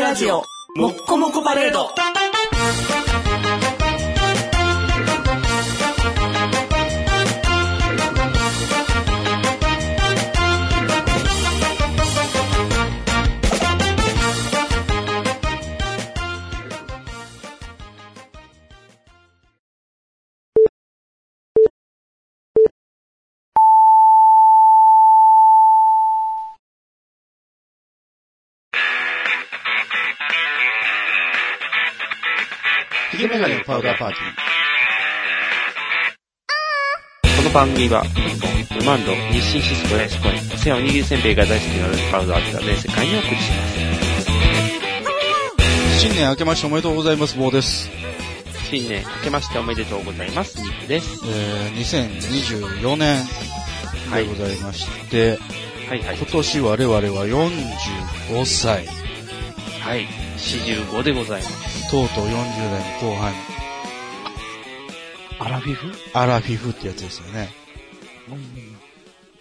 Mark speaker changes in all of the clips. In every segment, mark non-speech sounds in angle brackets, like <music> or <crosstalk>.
Speaker 1: ラジオ、もっこもこパレード。
Speaker 2: ヒゲメガネのパウダーパーティー。この番組は、日本、ルマンド、日清シスコやスコイン、セアおにぎりせんべいが大好きなルパウダーが全世界にお送りしま
Speaker 3: 新年明けましておめでとうございます、坊です。
Speaker 2: す。新年明けましておめでとうございます。ニックです。
Speaker 3: えー、2024年
Speaker 2: はい
Speaker 3: でございまして、
Speaker 2: はいはい
Speaker 3: 今。年我々は45歳、
Speaker 2: はい。45でございます。
Speaker 3: とうとう40代の後半、
Speaker 2: アラフィフ
Speaker 3: アラフィフってやつですよね。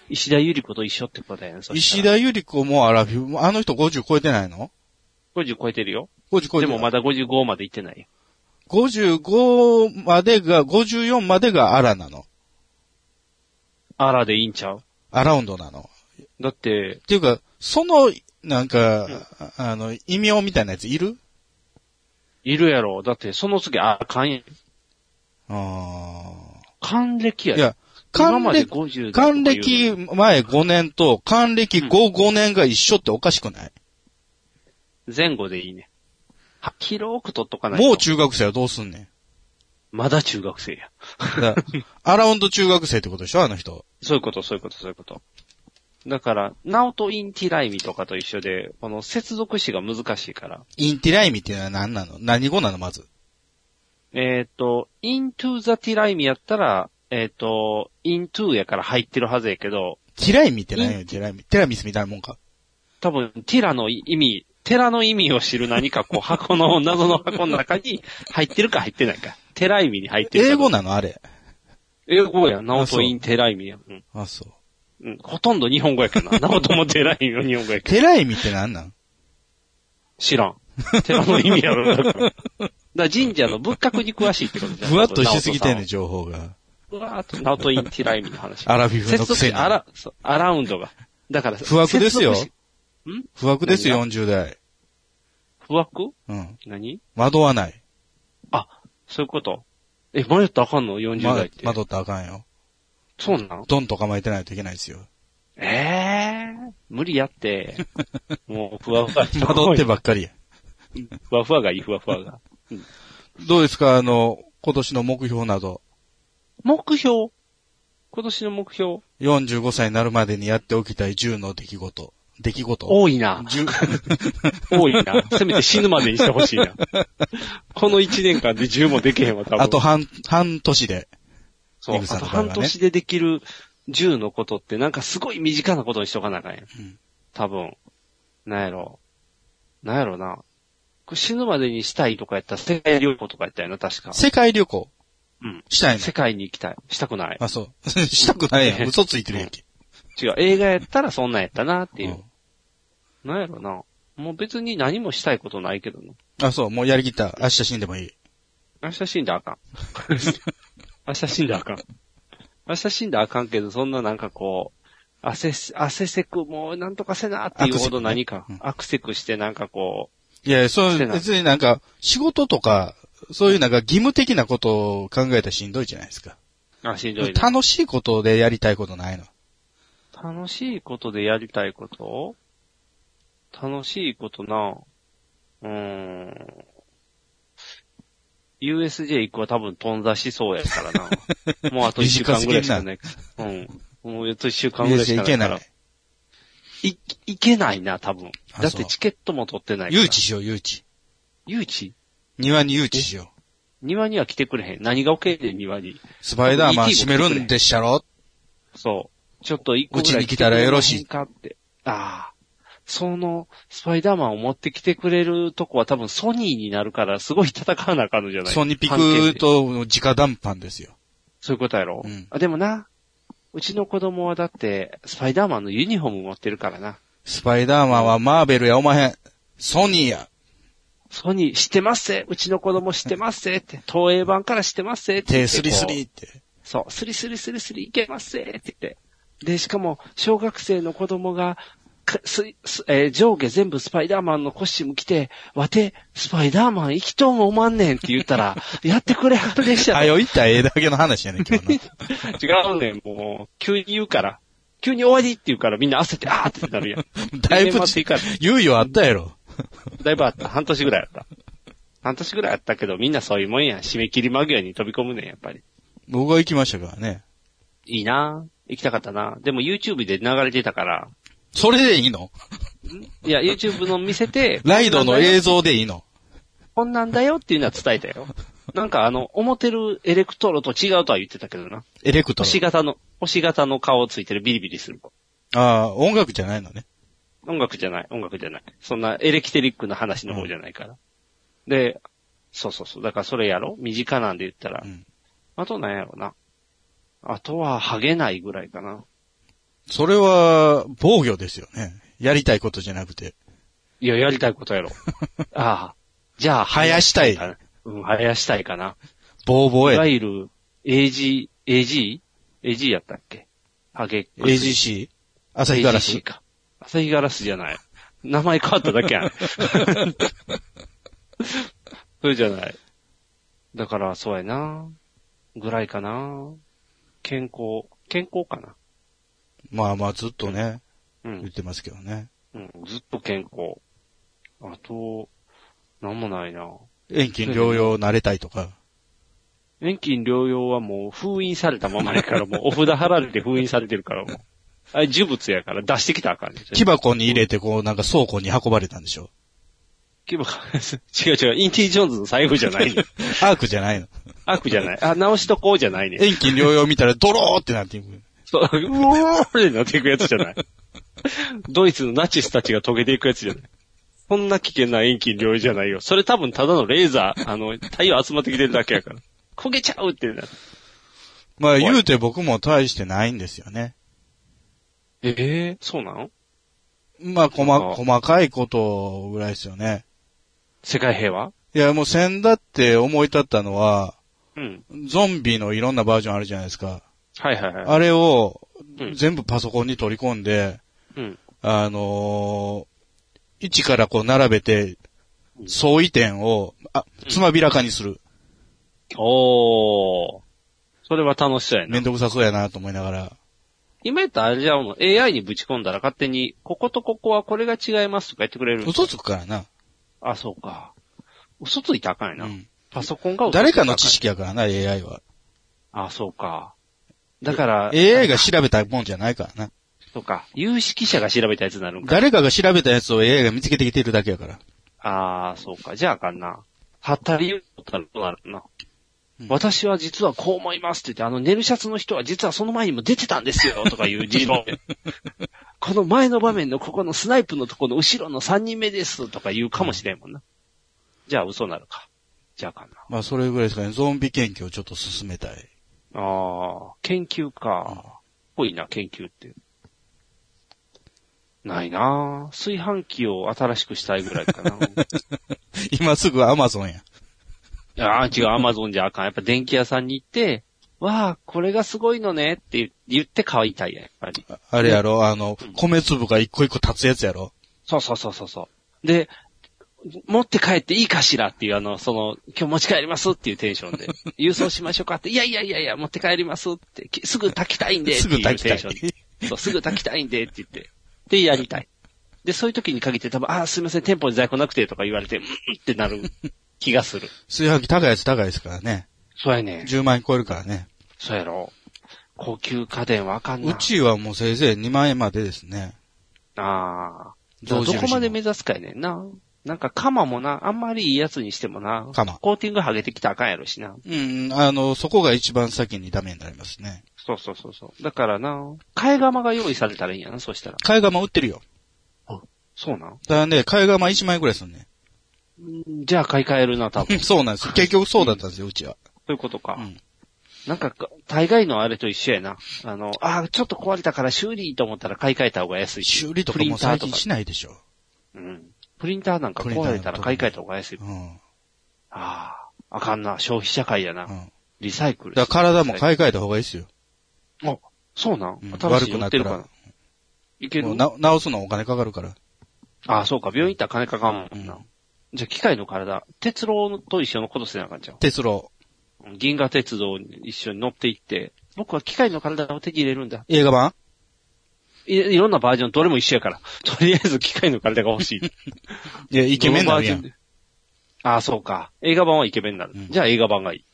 Speaker 2: 石田ゆり子と一緒ってことだよね。そし
Speaker 3: 石
Speaker 2: たら
Speaker 3: 田ゆり子もアラフィフ、あの人50超えてないの
Speaker 2: 50超えてるよ。
Speaker 3: ?50 超えて
Speaker 2: でもまだ55まで行ってないよ。
Speaker 3: 55までが、54までがアラなの。
Speaker 2: アラでいいんちゃう
Speaker 3: アラウンドなの。
Speaker 2: だっ
Speaker 3: っ
Speaker 2: て、
Speaker 3: ていうか、その、なんか
Speaker 2: うん、
Speaker 3: ああの、異名みたいなやついる
Speaker 2: いるやろ。だって、その次、あ、還暦
Speaker 3: あ
Speaker 2: 還暦
Speaker 3: あ。
Speaker 2: や
Speaker 3: い
Speaker 2: で。
Speaker 3: や、
Speaker 2: 今
Speaker 3: 還
Speaker 2: まで
Speaker 3: 暦、
Speaker 2: 50だとか言
Speaker 3: 還
Speaker 2: うのに
Speaker 3: 暦前5年と、還暦後5年が一緒っておかしくない、
Speaker 2: 前後でいいね。は広く取っとかないと。
Speaker 3: もう中学生はどうすんねん。
Speaker 2: まだ中学生や。
Speaker 3: だから <laughs> アラウンド中学生ってことでしょあの人。
Speaker 2: そういうこと、そういうこと、そういうこと。だから、ナオト・イン・ティライミとかと一緒で、この接続詞が難しいから。
Speaker 3: インティライミっていうのは何なの何語なのまず。
Speaker 2: えっ、と、イントゥ・ザ・ティライミやったら、えっ、と、イントゥやから入ってるはずやけど、
Speaker 3: ティライミって何
Speaker 2: イ
Speaker 3: よティライミ。ティラミスみたいなもんか。
Speaker 2: 多分、ティラの意味、寺の意味を知る何
Speaker 3: <laughs>
Speaker 2: かこう、箱の、謎の箱の中に入ってるか入ってないか。テライミに入ってるか
Speaker 3: 英語なのあれ。
Speaker 2: 英語や。ナオ
Speaker 3: あそ
Speaker 2: ト・
Speaker 3: う
Speaker 2: イン・テライミや。うん。
Speaker 3: あ、そう。
Speaker 2: うん。ほとんど日本語やけどな。ナオトもテライミも日本語やけど。
Speaker 3: ティライミって何なん
Speaker 2: 知らん。寺の意味やろ。だからだから神社の仏閣に詳しいってことじゃ
Speaker 3: <laughs>
Speaker 2: ん。
Speaker 3: ふわっとしすぎてんねん、
Speaker 2: ん。
Speaker 3: 情報が。
Speaker 2: ふわっと、ナオトインティライミの話。
Speaker 3: アラフィフのくせに
Speaker 2: 接続詞アラ、そうアラウンドが。だから、
Speaker 3: 不惑ですよ
Speaker 2: 接続詞
Speaker 3: 不惑ですよ、
Speaker 2: 何
Speaker 3: 40代。
Speaker 2: 不惑
Speaker 3: うん。
Speaker 2: 何
Speaker 3: 惑わない。
Speaker 2: そういうこと。え、迷ったらあかんの ?40
Speaker 3: ま
Speaker 2: 代って。
Speaker 3: 惑ったらあかんよ。
Speaker 2: そうなの
Speaker 3: ドンと構えてないといけないですよ。
Speaker 2: ええー、無理やって。
Speaker 3: <laughs>
Speaker 2: もう、ふわふわ。
Speaker 3: 惑ってばっかりや。
Speaker 2: ふわふわがいい、ふわふわが。
Speaker 3: どうですかあの、今年の目標など、
Speaker 2: 目標今年の目標
Speaker 3: 45歳になるまでにやっておきたい10の出来事。出来事
Speaker 2: 多いな。
Speaker 3: 10
Speaker 2: 多いな。せめて死ぬまでにしてほしいな。この1年間で10もできへんわ、多分。
Speaker 3: あと、半、半年で。
Speaker 2: そう、
Speaker 3: エグさ
Speaker 2: あ
Speaker 3: ん
Speaker 2: と
Speaker 3: の場合はね
Speaker 2: 半年でできる10のことって、なんかすごい身近なことにしとかなあかんやん。
Speaker 3: ん
Speaker 2: 多分。なんやろ。なんやろな。これ死ぬまでにしたいとかやったら、世界旅行とかやったよな、確か。
Speaker 3: 世界旅行
Speaker 2: うん。
Speaker 3: したいの
Speaker 2: 世。界に行きたい。したくない。
Speaker 3: あ、そう。 <laughs> したくないやん。嘘ついてるやんけ。
Speaker 2: 違う。映画やったらそんなんやったなっていうう。なんやろな。もう別に何もしたいことないけどな。
Speaker 3: んあ、そう。もうやりきった。明日死んでもいい。
Speaker 2: 明日死んだらあか <laughs> ん。明日死んだらあかん。明日死んだらあかんけど、そんななんかこう、汗せ、汗せく、もうなんとかせなっていうほど何
Speaker 3: 悪せ
Speaker 2: か
Speaker 3: くね、
Speaker 2: アクセクしてなんかこ
Speaker 3: いや、そう、
Speaker 2: してない
Speaker 3: 別になんか、仕事とか、そういうなんか義務的なことを考えたらしんどいじゃないですか。
Speaker 2: う、あ、しんどいな。
Speaker 3: 楽しいことでやりたいことないの。
Speaker 2: 楽しいことでやりたいこと楽しいことなうーん。USJ 行くは多分頓挫しそうやから <laughs> な。もうあと1週間ぐらいしかない。うん。もうあと1週間ぐらいしか
Speaker 3: い
Speaker 2: ない
Speaker 3: け
Speaker 2: か
Speaker 3: な
Speaker 2: ら
Speaker 3: い。。
Speaker 2: い、いけないな、多分。
Speaker 3: あ
Speaker 2: だって
Speaker 3: そう
Speaker 2: チケットも取ってないから。
Speaker 3: 誘致しよう、誘致。
Speaker 2: 誘致
Speaker 3: 庭に誘致しよう。
Speaker 2: 庭には来てくれへん。何が OK で庭に。
Speaker 3: スパイダーマン閉めるんでっしゃろ
Speaker 2: そう。ちょっと一個
Speaker 3: うち
Speaker 2: ぐらい
Speaker 3: に来たらよろしい
Speaker 2: 来てくれへんかって。ああ。その、スパイダーマンを持ってきてくれるとこは多分ソニーになるから、すごい戦わなあかんのじゃない
Speaker 3: ソニピ
Speaker 2: 関係
Speaker 3: ク
Speaker 2: で
Speaker 3: と直談判ですよ。
Speaker 2: そういうことやろ、
Speaker 3: うん
Speaker 2: あ、でもな、うちの子供はだって、スパイダーマンのユニフォーム持ってるからな。
Speaker 3: スパイダーマンはマーベルやおまへん。ソニーや。
Speaker 2: ソニー知ってますぜうちの子供知ってますぜって、東映版から知ってますぜって言
Speaker 3: 手
Speaker 2: って。
Speaker 3: スリスリって。
Speaker 2: そう、スリスリスリスリいけますぜって言って。で、しかも、小学生の子供が、かすすえー上下全部スパイダーマンのコスチューム着て、わて、スパイダーマン生きとん思わんねんって言った <laughs> ら、やってくれはるでしょ。
Speaker 3: はよ行ったらええだけの話やねん、今日 <laughs> な。
Speaker 2: 違うねん、もう、急に言うから。急に終わりって言うからみんな焦って、あーってなるや <laughs> ん。
Speaker 3: だいぶ
Speaker 2: 年末いかん、
Speaker 3: 猶予あったやろ。
Speaker 2: だいぶあった。半年ぐらいあった。半年ぐらいあったけど、みんなそういうもんやん。締め切り間際に飛び込むねん、やっぱり。
Speaker 3: 僕は行きましたからね。
Speaker 2: いいなぁ行きたかったなでも YouTube で流れてたから、
Speaker 3: それでいいの
Speaker 2: いや、YouTube の見せて
Speaker 3: <laughs> 、ライドの映像でいいの
Speaker 2: こんなんだよっていうのは伝えたよ。なんかあの、思ってるエレクトロと違うとは言ってたけどな。
Speaker 3: エレクトロ
Speaker 2: 星。型の、星型の顔ついてるビリビリする子。
Speaker 3: ああ、音楽じゃないのね。
Speaker 2: 音楽じゃない、音楽じゃない。そんなエレキテリックな話の方じゃないから。で、そうそうそう。だからそれやろ身近なんで言ったら。
Speaker 3: うん
Speaker 2: あとなんやろな。あとは、ハゲないぐらいかな。
Speaker 3: それは、防御ですよね。やりたいことじゃなくて。
Speaker 2: いや、やりたい
Speaker 3: <laughs>
Speaker 2: ことやろ。ああ。じゃあ、
Speaker 3: 生やしたい
Speaker 2: 生。やしたいかなうん、生やしたいかな。
Speaker 3: ボーボー
Speaker 2: いわ
Speaker 3: エ。
Speaker 2: ゆる、AG、AG?AG やったっけハゲっ子
Speaker 3: AGC? 朝日ガラス
Speaker 2: AGC。か。朝日ガラスじゃない。名前変わっただけやん。 <laughs> それじゃない。だから、そうやな。ぐらいかな。健康、健康かな。
Speaker 3: まあまあずっとね、
Speaker 2: う
Speaker 3: 言っ
Speaker 2: ん。
Speaker 3: てますけどね。
Speaker 2: うん、ずっと健康。あと、なんもないな。
Speaker 3: 遠近療養慣れたいとか。
Speaker 2: 遠近療養はもう封印されたままやから、もうお札払われて封印されてるから、もう。あれ、呪物やから出してきたらあかんねん。
Speaker 3: 木箱に入れてこうなんか倉庫に運ばれたんでしょ。
Speaker 2: 牙が違う違う、インティ・ジョーンズの財布じゃないねん。
Speaker 3: アークじゃないの。
Speaker 2: 悪じゃない。あ、直しとこうじゃないねん。
Speaker 3: 遠近療養見たらドローってなってい
Speaker 2: <laughs>
Speaker 3: く。
Speaker 2: そう、うおーってなっていくやつじゃない。ドイツのナチスたちが遂げていくやつじゃない。そんな危険な遠近領域じゃないよ。それ多分ただのレーザー、あの、太陽集まってきてるだけやから。焦げちゃうってなる。
Speaker 3: まあ言うて僕も大してないんですよね。
Speaker 2: ええそうなの
Speaker 3: まあ細
Speaker 2: あ
Speaker 3: 細かいことぐらいですよね。
Speaker 2: 世界平和
Speaker 3: いやもう先だって思い立ったのは、
Speaker 2: うん。
Speaker 3: ゾンビのいろんなバージョンあるじゃないですか。
Speaker 2: はいはいはい。
Speaker 3: あれを
Speaker 2: うん
Speaker 3: 全部パソコンに取り込んで、
Speaker 2: うん。
Speaker 3: あのー、位置からこう並べて、
Speaker 2: うん
Speaker 3: 相違点を、あ、つまびらかにする。
Speaker 2: おー。それは楽しそうやな
Speaker 3: めんどくさそうやなと思いながら。
Speaker 2: 今やったらあれじゃん、AI にぶち込んだら勝手に、こことここはこれが違いますとか言ってくれる。
Speaker 3: 嘘つくからな。
Speaker 2: あ、そうか。嘘ついてあかんやな。
Speaker 3: うん
Speaker 2: パソコンが嘘ついてあん
Speaker 3: 誰かの知。識やからな、AI は。
Speaker 2: あ、そうか。だから、
Speaker 3: AI が調べたもんじゃないからな。
Speaker 2: そうか。有識者が調べたやつになるんか。
Speaker 3: 誰かが調べたやつを AI が見つけてきてるだけやから。
Speaker 2: あー、そうか。じゃああかんな。はったり言うたらどうなるな。
Speaker 3: うん
Speaker 2: 私は実はこう思いますって言って、あの、寝るシャツの人は実はその前にも出てたんで
Speaker 3: <laughs>
Speaker 2: すよ、とかいう自論。この前の場面のここのスナイプのとこの後ろの3人目です、とか言うかもしれんもんな。じゃあ嘘なるか。じゃああかんな。
Speaker 3: まあそれぐらいですかね。ゾンビ研究をちょっと進めたい。
Speaker 2: ああ、研究か。ぽいな、研究って。ないなあ炊飯器を新しくしたいぐらいかな。
Speaker 3: 今すぐ Amazon や。
Speaker 2: ああ、違う、アマゾンじゃあかん。やっぱ電気屋さんに行って、わあ、これがすごいのねって言って買いたいや、やっぱり。
Speaker 3: あれやろ、あの、米粒が一個一個立つやつやろ。
Speaker 2: そうそうそうそうそう。で、持って帰っていいかしらっていう、あの、その、今日持ち帰りますっていうテンシ <laughs> ョンで、郵送しましょうかって、いやいやいやいや、持って帰りますって、きすぐ炊きたいんでって
Speaker 3: すぐ
Speaker 2: いうテン
Speaker 3: 炊きた
Speaker 2: ションで
Speaker 3: い。
Speaker 2: そう、すぐ炊きたいんでって言って。で、やりたい。で、そういう時に限って多分、あー、すいません、店舗に在庫なくてとか言われて、うんってなる気がする。
Speaker 3: 炊飯器高いやつ高いですからね。
Speaker 2: <laughs> そうやね。
Speaker 3: 10万円超えるからね。
Speaker 2: そうやろ。高級家電わかんな
Speaker 3: う
Speaker 2: い。
Speaker 3: ちはもうせいぜい2万円までですね。
Speaker 2: ああ。
Speaker 3: 象
Speaker 2: ど
Speaker 3: 印の
Speaker 2: こまで目指すかやねんな。なんか鎌もな、あんまりいいやつにしてもな。
Speaker 3: 鎌
Speaker 2: コーティング剥げてきたらあかんやろしな。
Speaker 3: うん、あの、そこが一番先にダメになりますね。
Speaker 2: そうそうそうそう。だからな、替え釜が用意されたらいいんやな、そしたら。
Speaker 3: 替え釜売ってるよ。
Speaker 2: そうなん
Speaker 3: ただね、替え釜1万円くらいすんね。
Speaker 2: うんじゃあ買い替えるな、多分。
Speaker 3: そうなんですよ。結局そうだったんですよ、うちは。
Speaker 2: そういうことか。
Speaker 3: うん
Speaker 2: なんか、大概のあれと一緒やな。あの、あーちょっと壊れたから修理と思ったら買い替えた方が安いし。
Speaker 3: 修理と
Speaker 2: プ
Speaker 3: か
Speaker 2: リ
Speaker 3: も
Speaker 2: ンター
Speaker 3: 最
Speaker 2: と
Speaker 3: 近
Speaker 2: か。
Speaker 3: しないでしょ。
Speaker 2: うん。プリンターなんか壊れたら買い替えた方が安い。
Speaker 3: うん。うん。
Speaker 2: ああ、あかんな。消費社会やな。
Speaker 3: だ
Speaker 2: リサイクル。
Speaker 3: から体も
Speaker 2: い。
Speaker 3: 買い替えた方がいいですよ。
Speaker 2: あ、そうなん
Speaker 3: うん
Speaker 2: 新
Speaker 3: 悪
Speaker 2: し
Speaker 3: く
Speaker 2: いの売
Speaker 3: なっ
Speaker 2: って
Speaker 3: た
Speaker 2: るかな
Speaker 3: ら。。
Speaker 2: いける
Speaker 3: もうな直すのお金かかるから。
Speaker 2: ああ、そうか。病院行ったら金かかんもんな。
Speaker 3: うん
Speaker 2: じゃあ、機械の体、鉄郎と一緒のことせなあかんちゃう
Speaker 3: 鉄郎。
Speaker 2: 銀河鉄道に一緒に乗っていって、僕は機械の体を手に入れるんだ。
Speaker 3: 映画版
Speaker 2: いいろんなバージョン、どれも一緒やから。 <laughs> とりあえず機械の体が欲しい。
Speaker 3: い <laughs> や、イケメンになるや
Speaker 2: どのバージョン
Speaker 3: ん。
Speaker 2: で。ああ、そうか。映画版はイケメンになる。
Speaker 3: うん
Speaker 2: じゃあ映画版がいい。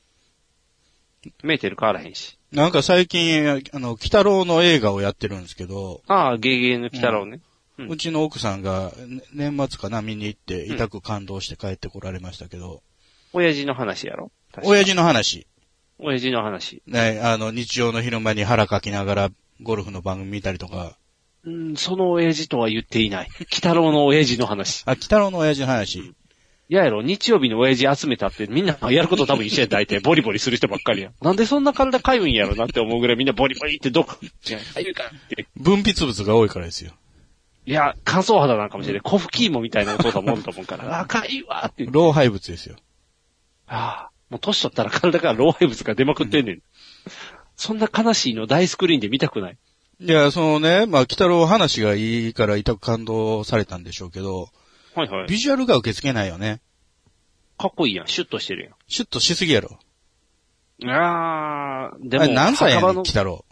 Speaker 2: メーテル変わらへんし。
Speaker 3: なんか最近、あの、北郎の映画をやってるんですけど、
Speaker 2: ああ、ゲゲゲの鬼太郎ね。
Speaker 3: う
Speaker 2: うん
Speaker 3: ちの奥さんが、ね年末かな、見に行って、痛く感動して帰ってこられましたけど、
Speaker 2: 親父の話やろ確か
Speaker 3: 親父の話、
Speaker 2: 親父の話。
Speaker 3: ね、あの、日曜の昼間に腹かきながら、ゴルフの番組見たりとか、
Speaker 2: うん、その親父とは言っていない。鬼太郎の親父の話。
Speaker 3: あ、北郎の親父の話、
Speaker 2: いややろ、日曜日に親父集めたってみんなやること多分一緒や大体ボリボリする人ばっかりやん。なんでそんな体かゆいんやろなって思うぐらいみんなボリボリってどっか、いやかゆいからって
Speaker 3: 分泌物が多いからですよ。
Speaker 2: いや、乾燥肌なんかもしれない。コフキーモみたいなお父さんもおると思うから、あ、かゆいわーって言って。
Speaker 3: 老廃物ですよ。
Speaker 2: ああ、もう年取ったら体から老廃物が出まくってんねん。そんな悲しいの大スクリーンで見たくない。
Speaker 3: いや、そのね、まあ、北郎話がいいから痛く感動されたんでしょうけど、
Speaker 2: はいは。
Speaker 3: ビジュアルが受け付けないよね。
Speaker 2: かっこいいやん。シュッとしてる
Speaker 3: シュッとしすぎやろ。
Speaker 2: やん。ああ、で
Speaker 3: あ
Speaker 2: も、
Speaker 3: れ何歳や
Speaker 2: 墓
Speaker 3: ね
Speaker 2: 場
Speaker 3: ん、
Speaker 2: の
Speaker 3: 北郎。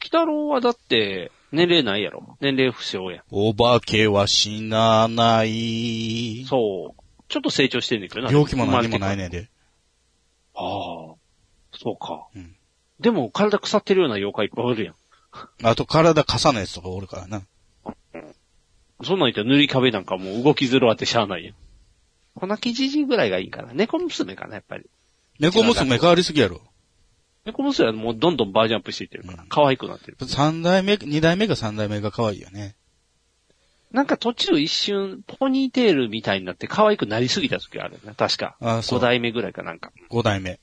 Speaker 2: 北郎はだって、年齢ないやろ。年齢不詳やん。
Speaker 3: お化けは死なない。
Speaker 2: そう。ちょっと成長してんねんけどな。
Speaker 3: 病気も何も
Speaker 2: 生ま
Speaker 3: な
Speaker 2: れ
Speaker 3: いね
Speaker 2: て
Speaker 3: んで。
Speaker 2: から。ああ、そうか。
Speaker 3: うん
Speaker 2: でも、体腐ってるような妖怪いっぱいおるやん。
Speaker 3: あと体傘のやつとかおるからな。
Speaker 2: そんなん言ったら塗り壁なんかもう動きづろあってしゃあないやん。粉木じじいぐらいがいいんかな。猫娘かな、やっぱり。
Speaker 3: 猫娘変わりすぎやろ。
Speaker 2: 猫娘はもうどんどんバージョンアップしていってるから、可愛くなってる。
Speaker 3: 三代目、二代目か三代目が可愛いよね。
Speaker 2: なんか途中一瞬、ポニーテールみたいになって可愛くなりすぎた時あるよな、確か。
Speaker 3: あそう
Speaker 2: 5代目ぐらいかなんか。
Speaker 3: 五代目。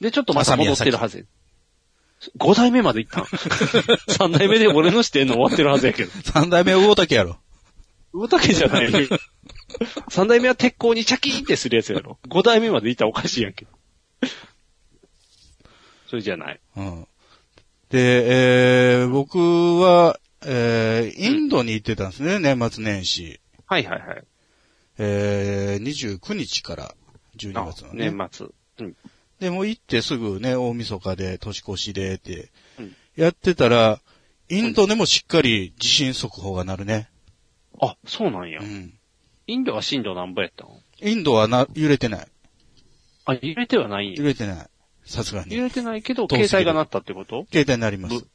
Speaker 2: で、ちょっとまた戻ってるはずや。5代目まで行 <laughs> ったん ?3 代目で俺の視点の終わってるはずやけど。
Speaker 3: 三代目は魚竹やろ。
Speaker 2: 魚竹じゃない <laughs> よ。3代目は鉄鋼にチャキーンってするやつやろ。5代目まで行ったらおかしいやんけ。それじゃない。
Speaker 3: うん。で、えー、僕は、えー、インドに行ってたんですね、年末年始。
Speaker 2: はいはいはい。
Speaker 3: えー、29日から12月のね。
Speaker 2: 年末。うん。
Speaker 3: で、もう行ってすぐね、大晦日で、年越しで、って
Speaker 2: うん、
Speaker 3: やってたら、インドでもしっかり地震速報が鳴るね。
Speaker 2: あ、そうなんや
Speaker 3: う。ん。
Speaker 2: インドは震度何ぼやったの
Speaker 3: インドはな、揺れてない。
Speaker 2: あ、揺れてはないんや
Speaker 3: 揺。れてない。さすがに
Speaker 2: 揺。れてないけど、
Speaker 3: 遠すぎ
Speaker 2: 携
Speaker 3: る
Speaker 2: 帯が鳴ったってこと
Speaker 3: 携帯になります。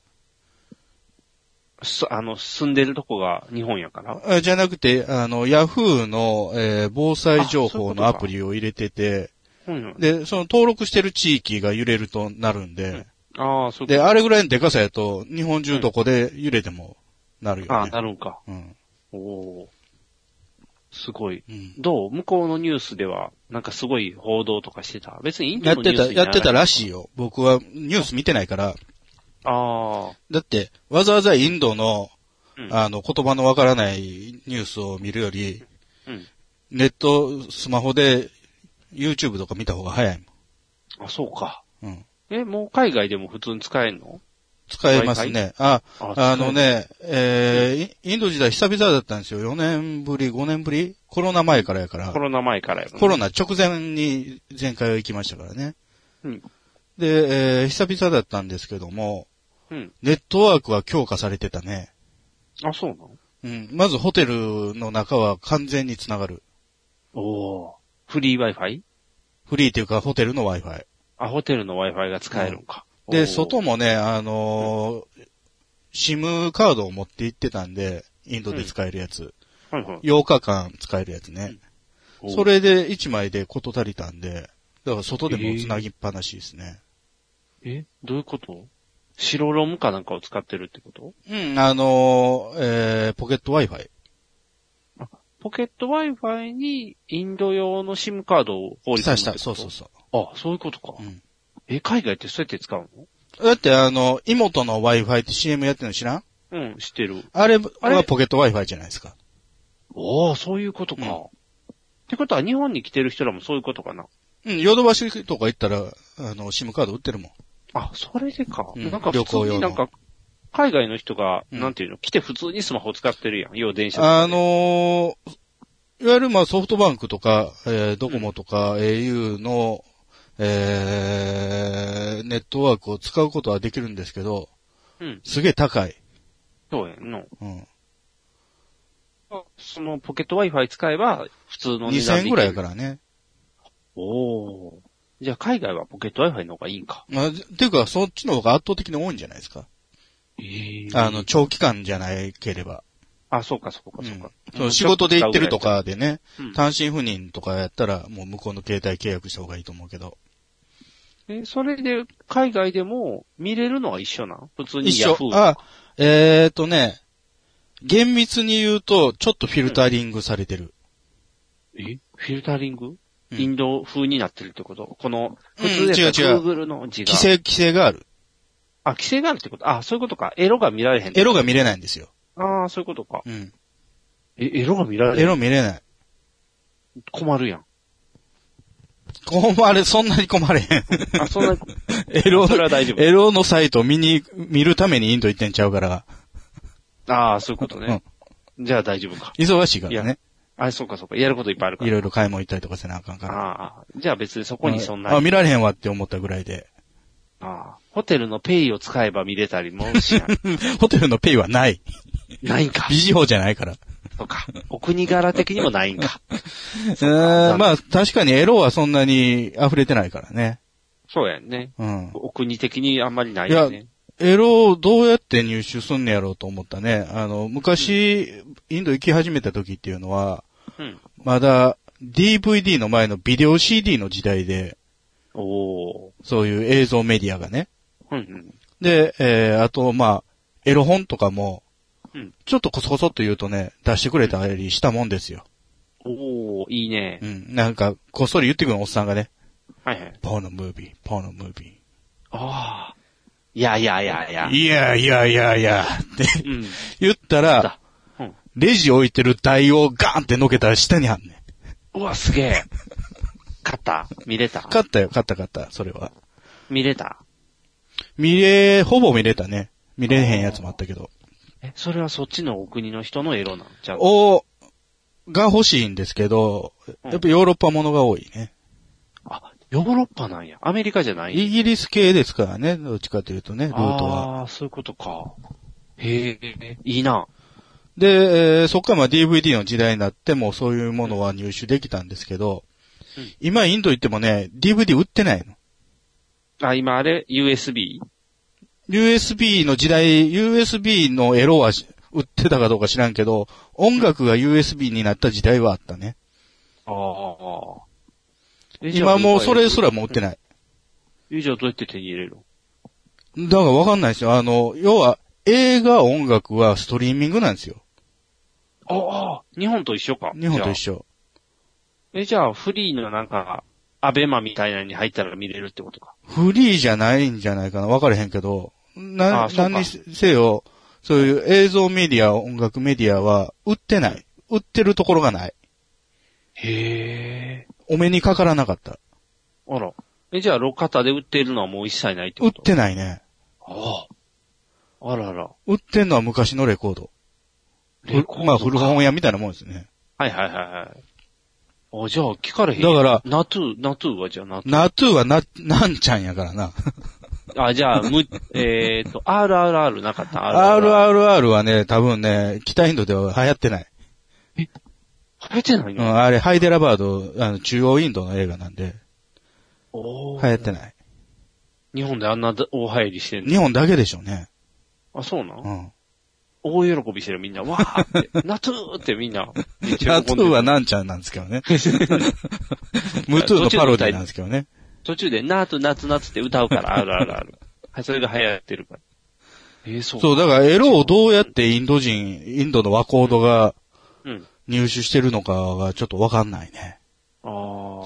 Speaker 2: すあの、住んでるとこが日本やから。
Speaker 3: あじゃなくて、あの、ヤフーの、えー防災情報の
Speaker 2: あそういうことか
Speaker 3: アプリを入れてて、
Speaker 2: うんうん。
Speaker 3: で、その登録してる地域が揺れるとなるんで、
Speaker 2: ああ、そう
Speaker 3: で、あれぐらいのデカさやと、日本中どこで揺れてもなるよね。
Speaker 2: ああ、なるんか。
Speaker 3: うん。
Speaker 2: おおー。すごい。
Speaker 3: うん。
Speaker 2: どう向こうのニュースでは、なんかすごい報道とかしてた。別にイン
Speaker 3: や
Speaker 2: ド
Speaker 3: っ
Speaker 2: の
Speaker 3: て
Speaker 2: ニュース
Speaker 3: た、
Speaker 2: にな
Speaker 3: や
Speaker 2: ら
Speaker 3: ってた
Speaker 2: ら。
Speaker 3: らしいよ。僕はニュース見てないから。
Speaker 2: ああ。
Speaker 3: だって、わざわざインドの、
Speaker 2: うん
Speaker 3: あの、言葉のわからないニュースを見るより、
Speaker 2: うん。
Speaker 3: ネット、スマホで、YouTube とか見た方が早い
Speaker 2: あ、そうか。
Speaker 3: もん。うん。
Speaker 2: え、もう海外でも普通に使えんの
Speaker 3: 使えますね。あ、
Speaker 2: あ
Speaker 3: あの。ね、えー、インド時代久々だったんですよ。4年ぶり、5年ぶりコロナ前からやか
Speaker 2: 使え
Speaker 3: ら
Speaker 2: コ。ロナ前からやろ、ね。
Speaker 3: コロナ直前に前回は行きましたからね。
Speaker 2: うん。
Speaker 3: で、えー、久々だったんですけども、
Speaker 2: うん。
Speaker 3: ネットワークは強化されてたね。
Speaker 2: あ、そうなの
Speaker 3: うん。まずホテルの中は完全につながる。
Speaker 2: おおー。フリー Wi-Fi?
Speaker 3: フリーというかホテルの Wi-Fi。
Speaker 2: あ、ホテルの Wi-Fi が使えるんか。
Speaker 3: で、
Speaker 2: 外
Speaker 3: 外もね、あのー、シムカードを持って行ってたんで、インドで使えるやつ。
Speaker 2: はいはい。
Speaker 3: 8日間使えるやつね。
Speaker 2: おー
Speaker 3: それで1枚で事足りたんで、だから外でも繋ぎっぱなしですね。
Speaker 2: えどういうこと白ロムかなんかを使ってるってこと
Speaker 3: うん、あのー、えー、ポケット Wi-Fi。
Speaker 2: ポケット Wi-Fi にインド用の SIM カードを放り込む
Speaker 3: さ
Speaker 2: って
Speaker 3: した。そ
Speaker 2: こと。
Speaker 3: うそうそう
Speaker 2: あ、そういうことか。
Speaker 3: うん
Speaker 2: え、海外ってそうやって使う
Speaker 3: う。だってあの、妹の Wi-Fi って CM やってるの知らん
Speaker 2: のうん、知ってる。
Speaker 3: あれ
Speaker 2: あれ
Speaker 3: はポケット Wi-Fi じゃないですか。
Speaker 2: おおそういうことか。
Speaker 3: うん
Speaker 2: ってことは日本に来てる人らもそういうことかな。
Speaker 3: うん、ヨドバシとか行ったら、あの、シムカード売ってるもん。
Speaker 2: あ、それでか。
Speaker 3: うん
Speaker 2: なんか普
Speaker 3: 旅
Speaker 2: 通
Speaker 3: 行用
Speaker 2: に
Speaker 3: の
Speaker 2: なんか、海外の人が、
Speaker 3: うん
Speaker 2: なんていうの、来て普通にスマホ使ってるやん。要電車とか
Speaker 3: あ
Speaker 2: で。
Speaker 3: のーいわゆるまあソフトバンクとか、えードコモとか au の、えーネットワークを使うことはできるんですけど、
Speaker 2: うん。
Speaker 3: すげえ高い。
Speaker 2: そうやんの。
Speaker 3: うん。
Speaker 2: そのポケット Wi-Fi 使えば、普通の値
Speaker 3: 2000
Speaker 2: 段。
Speaker 3: 円ぐらいやかららね。
Speaker 2: おおじゃあ海外はポケット Wi-Fi の方がいいんか。
Speaker 3: まあ、ていうか、そっちの方が圧倒的に多いんじゃないですか。あの、、長期間じゃないければ。
Speaker 2: あ、そうかそうかそうか。
Speaker 3: うんその仕事で行ってると
Speaker 2: うん。
Speaker 3: かでね、
Speaker 2: うん
Speaker 3: 単身赴任とかやったら、もう向こうの携帯契約した方がいいと思うけど。
Speaker 2: え、それで、海外でも見れるのは一緒なん普通に
Speaker 3: 一緒
Speaker 2: Yahoo。
Speaker 3: あ、えーとね、厳密に言うと、ちょっとフィルタリングされてる。
Speaker 2: えフィルタリング、
Speaker 3: うん
Speaker 2: インド風になってるってことこの、
Speaker 3: うん
Speaker 2: 普通で、
Speaker 3: 違う違う
Speaker 2: Google の字が。
Speaker 3: 規制、規制がある。
Speaker 2: あ、規制があるってことあ、そういうことか。エロが見られへん。
Speaker 3: エロが見れないんですよ。
Speaker 2: ああ、そういうことか。
Speaker 3: うん。
Speaker 2: え、エロが見られ
Speaker 3: エ
Speaker 2: へん。
Speaker 3: ロ見れない。
Speaker 2: 困るやん。
Speaker 3: 困れ、そんなに困れへん。
Speaker 2: <laughs> あ、そんな、
Speaker 3: <laughs> エロ
Speaker 2: それは大丈、夫
Speaker 3: エロのサイトを見に、見るためにインド行ってんちゃうから。
Speaker 2: ああ、そういうことね。じゃあ大丈夫か。
Speaker 3: うん。忙しいから
Speaker 2: いや
Speaker 3: ね。
Speaker 2: あ、そうかそうか。やることいっぱいあるか
Speaker 3: い
Speaker 2: ら。
Speaker 3: ろいろ買い物行ったりとかせなあかんから。
Speaker 2: ああ、じゃあ別にそこにそんな
Speaker 3: あ、
Speaker 2: に。
Speaker 3: 見られへんわって思ったぐらいで。
Speaker 2: ああ、ホテルのペイを使えば見れたりもしない。
Speaker 3: ホテルのペイは <laughs> ない。
Speaker 2: ないんか。
Speaker 3: ビジホじゃないから。
Speaker 2: とか。お国柄的にもないんか。
Speaker 3: うんまあ、確かにエロはそんなに溢れてないからね。
Speaker 2: そうやんね。
Speaker 3: うん。
Speaker 2: お国的にあんまりないよね。
Speaker 3: エロをどうやって入手すんねやろうと思ったね。あの、昔、インド行き始めた時っていうのは、
Speaker 2: うん。
Speaker 3: まだ DVD の前のビデオ CD の時代で、
Speaker 2: おお
Speaker 3: そういう映像メディアがね。
Speaker 2: ー。うんうん。
Speaker 3: で、えー、あと、まあ、エロ本とかも
Speaker 2: うん、
Speaker 3: ちょっとコソコソっと言うとね、出してくれたりしたもんですよ。
Speaker 2: おおいいね
Speaker 3: う。ん。なんか、こっそり言ってくるおっさんがね、
Speaker 2: はいはい。
Speaker 3: ポーのムービー、ポーのムービ
Speaker 2: ああ。いやいやいやいや
Speaker 3: ー。。いやいやいやいや、って
Speaker 2: うん。
Speaker 3: 言ったら、
Speaker 2: うん
Speaker 3: レジ置いてる台をガーンってのけたら下にあんねん。
Speaker 2: うわ、すげえ。勝った見れた
Speaker 3: 勝ったよ、勝った勝った、それは。
Speaker 2: 見れた
Speaker 3: 見れ、ほぼ見れたね。見れへんやつもあったけど。
Speaker 2: え、それはそっちのお国の人のエロなんちゃう
Speaker 3: おが欲しいんですけど、
Speaker 2: うん
Speaker 3: やっぱヨーロッパものが多いね。
Speaker 2: あ、ヨーロッパなんや。アメリカじゃない
Speaker 3: イギリス系ですからね、どっちかというとね、ルートは。
Speaker 2: ああー、そういうことか。へえ、いいな。
Speaker 3: で、えーそっからまあ DVD の時代になってもそういうものは入手できたんですけど、
Speaker 2: うん
Speaker 3: 今インド行ってもね、DVD 売ってないの。
Speaker 2: あ、今あれ ?USB?
Speaker 3: USB の時代、USB のエロはし売ってたかどうか知らんけど、音楽が USB になった時代はあったね。
Speaker 2: ああ。え
Speaker 3: 今もうそれすらもう売ってない。
Speaker 2: えじゃあどうやって手に入れるの
Speaker 3: だからわかんないですよ。あの、要は、映画、音楽はストリーミングなんですよ。
Speaker 2: ああ、日本と一緒か。
Speaker 3: 日本と一
Speaker 2: 緒。
Speaker 3: 緒。
Speaker 2: え、じゃあフリーのなんか、アベマみたいなのに入ったら見れるってことか。
Speaker 3: フリーじゃないんじゃないかな。わかれへんけど、な
Speaker 2: あ、そうか
Speaker 3: 何にせよ、そういう映像メディア、音楽メディアは売ってない。売ってるところがない。
Speaker 2: へえ。
Speaker 3: お目にかからなかった。
Speaker 2: あら。え、じゃあ路肩で売ってるのはもう一切ないって
Speaker 3: 売
Speaker 2: こ
Speaker 3: っ
Speaker 2: と
Speaker 3: てないね。
Speaker 2: ああ。あらら。
Speaker 3: 売ってんのは昔のレコード。
Speaker 2: レコードか
Speaker 3: まあ、古本屋みたいなもんですね。
Speaker 2: はいはいはいはい。あ、じゃあ聞かれへん。
Speaker 3: だから、
Speaker 2: ナトゥー、ナトゥーはじゃあナトゥ
Speaker 3: ナトゥーはな、なんちゃんやからな。
Speaker 2: ー。あ、じゃあ、む、 <laughs> えっと、RRR なかった
Speaker 3: RRR はね、多分ね、北インドでは流行ってない。
Speaker 2: 流行ってないうの
Speaker 3: ん、あれ、ハイデラバード、あの、中央インドの映画なんで、
Speaker 2: お
Speaker 3: 流
Speaker 2: ー
Speaker 3: 行ってない。
Speaker 2: 日本であんな大流行りしてんの
Speaker 3: 日本だけでしょうね。
Speaker 2: あ、そうな
Speaker 3: うんん。
Speaker 2: 大喜びしてるみんな。わーって。ナトゥーってみんな。めっちゃ
Speaker 3: <laughs> ナ
Speaker 2: 喜
Speaker 3: ト
Speaker 2: んで
Speaker 3: ゥー
Speaker 2: る
Speaker 3: はなんちゃんなんですけど <laughs> ね。ムトゥーのパロディなんですけどね。
Speaker 2: 途中でナトゥナツナツって歌うから、RRR。はい、そ <laughs> れが流行ってるから。えー、そう。
Speaker 3: そう、だからエロをどうやってインド人、インドの和コードが
Speaker 2: うん。
Speaker 3: 入手してるのかがちょっとわかんないね。
Speaker 2: ああ。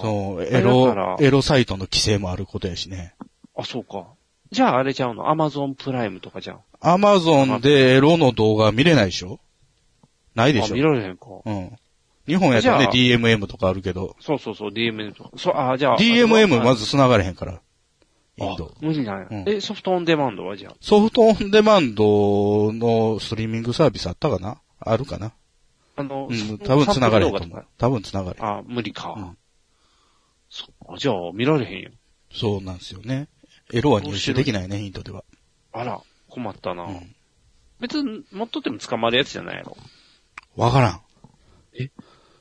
Speaker 3: そう、
Speaker 2: れ
Speaker 3: エ
Speaker 2: だから
Speaker 3: ロ、エロサイトの規制もあることやしね。
Speaker 2: あ、そうか。じゃああれちゃうのアマゾンプライムとかじゃん。
Speaker 3: アマゾンでエロの動画見れないでしょないでし
Speaker 2: あ
Speaker 3: ょ
Speaker 2: 見られへんか。
Speaker 3: うん。日本やったらね、
Speaker 2: じ
Speaker 3: DMM とかあるけど、
Speaker 2: そうそうそう、DMM とか。そう、ああ、じゃあ。
Speaker 3: DMM ま
Speaker 2: ず、
Speaker 3: ず繋がれへんから、イン
Speaker 2: あ
Speaker 3: ド。
Speaker 2: 無理なんや、
Speaker 3: うん
Speaker 2: え、ソフトオンデマンドはじゃあ。
Speaker 3: ソフトオンデマンドのストリーミングサービスあったかなあるかな
Speaker 2: あの、
Speaker 3: うん、多分繋がれへんと
Speaker 2: サン
Speaker 3: 思
Speaker 2: プル動画
Speaker 3: う。多分繋がれへん。
Speaker 2: あ、無理か。
Speaker 3: うん
Speaker 2: そっか、じゃあ見られへんよ。
Speaker 3: そうなんですよね。エロは入手できないね、インドでは。
Speaker 2: あら、困ったな。
Speaker 3: うん
Speaker 2: 別に持っとっても捕まるやつじゃないやろ。
Speaker 3: わからん。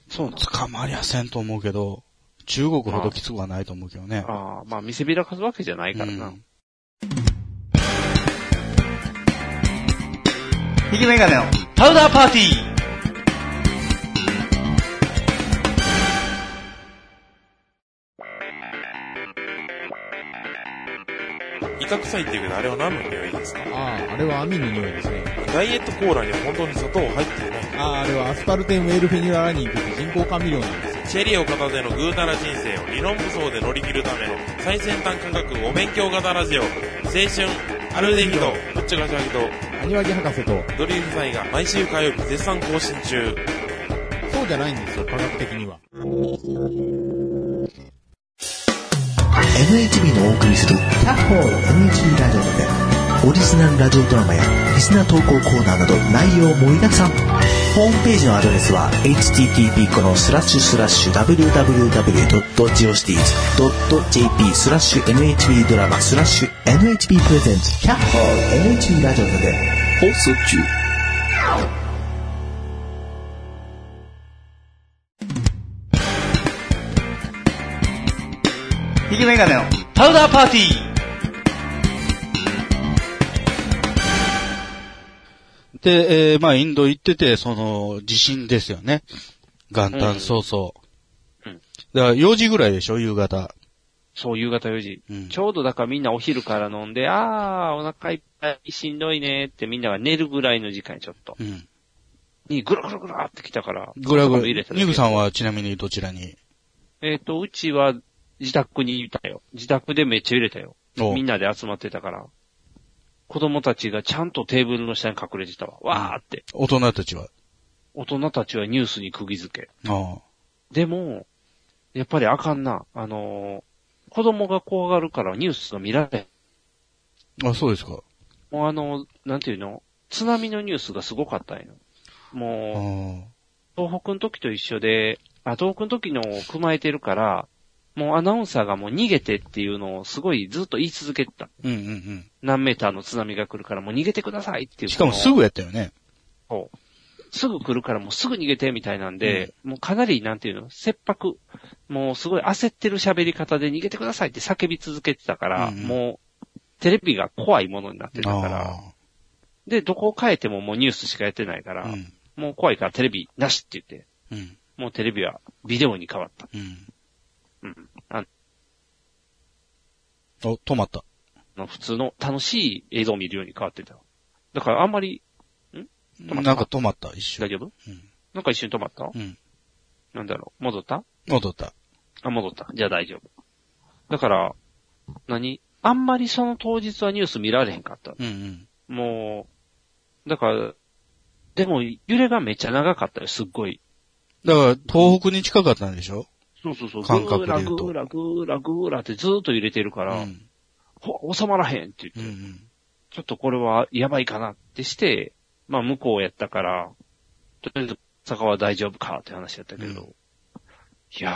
Speaker 2: そうなん
Speaker 3: 捕まりゃせんと思うけど、中国ほどきつくはないと思うけどね。
Speaker 2: ああ、まあ見せびらかすわけじゃないからな。
Speaker 3: うん
Speaker 1: 引きメガネのパウダーパーティー
Speaker 4: 威嚇臭いっていうけど、あれは何の匂いですか
Speaker 5: ああ、あれは網の匂いですね。
Speaker 4: ダイエットコーラには本当に砂糖入っていない。
Speaker 5: ああ、あれはアスパルテンウェルフェニララニンという人工甘味料なんです
Speaker 4: チ
Speaker 5: よ。
Speaker 4: ェリーを片手のぐうたら人生を理論武装で乗り切るための最先端科学お勉強型ラジオ、青春、アルデヒド、ぶっちゃかしゃぎと、
Speaker 5: アニワギ博士と、
Speaker 4: ドリーム祭が毎週火曜日絶賛更新中。
Speaker 5: そうじゃないんですよ、科学的には。
Speaker 6: NHB のお送りする「キャッホール NHB ラジオ」でオリジナルラジオドラマやリスナー投稿コーナーなど内容盛りだくさんホームページのアドレスは http このスラッシュスラッシュ www.geocities.jp スラッシュ NHB ドラマスラッシュ NHB プレゼンツキャッホール NHB ラジオで放送中
Speaker 1: 引きメガネのパウダーパーティー
Speaker 3: で、えーまあ、インド行ってて、その、地震ですよね。元旦早々。
Speaker 2: うん
Speaker 3: だから、4時ぐらいでしょ、夕方。
Speaker 2: そう、夕方4時。
Speaker 3: うん
Speaker 2: ちょうどだからみんなお昼から飲んで、ああ、お腹いっぱいしんどいねってみんなが寝るぐらいの時間にちょっと。
Speaker 3: うん。
Speaker 2: に、ぐらぐらぐらって来たから。
Speaker 3: ぐらぐ
Speaker 2: 頭入
Speaker 3: ら
Speaker 2: れ。ただけ
Speaker 3: ニグさんはちなみにどちらに
Speaker 2: えっ、と、うちは自宅にいたよ。自宅でめっちゃ入れたよ。
Speaker 3: お
Speaker 2: みんなで集まってたから。子供たちがちゃんとテーブルの下に隠れてたわ。わーって。
Speaker 3: 大人たちは。
Speaker 2: 大人たちはニュースに釘付け。
Speaker 3: ああ。
Speaker 2: でも、やっぱりあかんな。あのー子供が怖がるからニュースが見られん。
Speaker 3: あ、そうですか。
Speaker 2: もうあの、なんていうの津波のニュースがすごかったんよ。
Speaker 3: あ
Speaker 2: も
Speaker 3: あ。
Speaker 2: う、東北の時と一緒で、あ、東北の時のを踏まえてるから、もうアナウンサーがもう逃げてっていうのをすごいずっと言い続けてた。
Speaker 3: うんうんうん。
Speaker 2: 何メーターの津波が来るからもう逃げてくださいっていう。
Speaker 3: しかもす
Speaker 2: ぐ、
Speaker 3: ぐやったよね。
Speaker 2: すぐ来るからもうすぐ逃げてみたいなんで、もうかなりなんていうの切迫。もうすごい焦ってる喋り方で逃げてくださいって叫び続けてたから、
Speaker 3: うんうん
Speaker 2: もうテレビが怖いものになってたから、
Speaker 3: あ
Speaker 2: で、どこを変えてももうニュースしかやってないか
Speaker 3: あ。
Speaker 2: ら、
Speaker 3: うん。
Speaker 2: もう怖いからテレビなしって言って、
Speaker 3: うん。
Speaker 2: もうテレビはビデオに変わった。
Speaker 3: うん。
Speaker 2: うん。あ
Speaker 3: お、止まった。
Speaker 2: の、普通の楽しい映像を見るように変わってた。だからあんまり、まった
Speaker 3: なんか止まった、一
Speaker 2: 大
Speaker 3: 瞬。
Speaker 2: 丈夫
Speaker 3: うん
Speaker 2: なんか一瞬止まった
Speaker 3: うん。
Speaker 2: なんだろう戻った
Speaker 3: 戻った。
Speaker 2: あ、戻った。じゃあ大丈夫。だから、何あんまりその当日はニュース見られへんかった。
Speaker 3: うんうん。
Speaker 2: もう、だから、でも揺れがめっちゃ長かったよ、すっごい。
Speaker 3: だから、東北に近かったんでしょ
Speaker 2: そうそうそう。
Speaker 3: 感覚で
Speaker 2: ぐーら
Speaker 3: 言
Speaker 2: ぐ
Speaker 3: うと
Speaker 2: ーらぐーらぐーらってずーっと揺れてるか
Speaker 3: う
Speaker 2: ら、
Speaker 3: ん。
Speaker 2: ほ収まらへんって言って
Speaker 3: う、んうん。
Speaker 2: ちょっとこれはやばいかなってして、まあ向こうやったから、とりあえず坂は大丈夫かって話やったけど、
Speaker 3: うん
Speaker 2: いや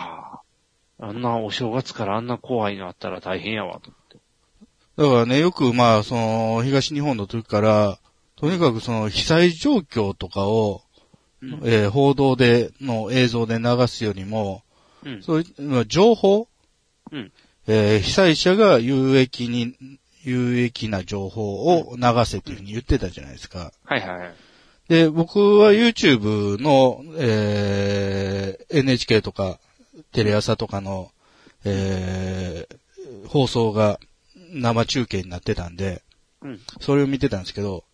Speaker 2: ー、あんなお正月からあんな怖いのあったら大変やわと。
Speaker 3: だからね、よくまあ、その、東日本の時から、とにかくその、被災状況とかを、
Speaker 2: うん
Speaker 3: えー報道で、の映像で流すよりも、
Speaker 2: うん
Speaker 3: そういうまあ、情報、
Speaker 2: うん
Speaker 3: えー被災者が有益に、有益な情報を流せっていうふうに言ってたじゃないですか。
Speaker 2: はいはいはい。
Speaker 3: で、僕は YouTube の、えー NHK とか、テレ朝とかの、えー放送が生中継になってたんで、
Speaker 2: うん
Speaker 3: それを見てたんですけど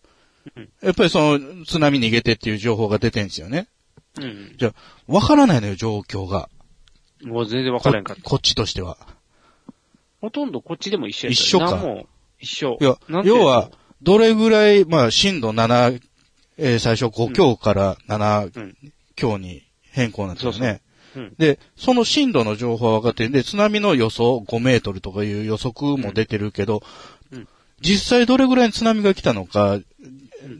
Speaker 2: うん、
Speaker 3: やっぱりその、津波逃げてっていう情報が出てんですよね。
Speaker 2: うん。
Speaker 3: わからないのよ、状況が。
Speaker 2: もう全然わからへんかった。
Speaker 3: こっちとしては。
Speaker 2: ほとんどこっちでも一緒やった。
Speaker 3: 一緒か
Speaker 2: 何も一緒。
Speaker 3: いや
Speaker 2: なん、ていうの
Speaker 3: 要は、、どれぐらい、まあ、震度7、えー最初5強から7強に変更なんですよね。
Speaker 2: そうそううん
Speaker 3: で、その震度の情報は分かってるんで、津波の予想5メートルとかいう予測も出てるけど、
Speaker 2: うん
Speaker 3: 実際どれぐらいの津波が来たのか、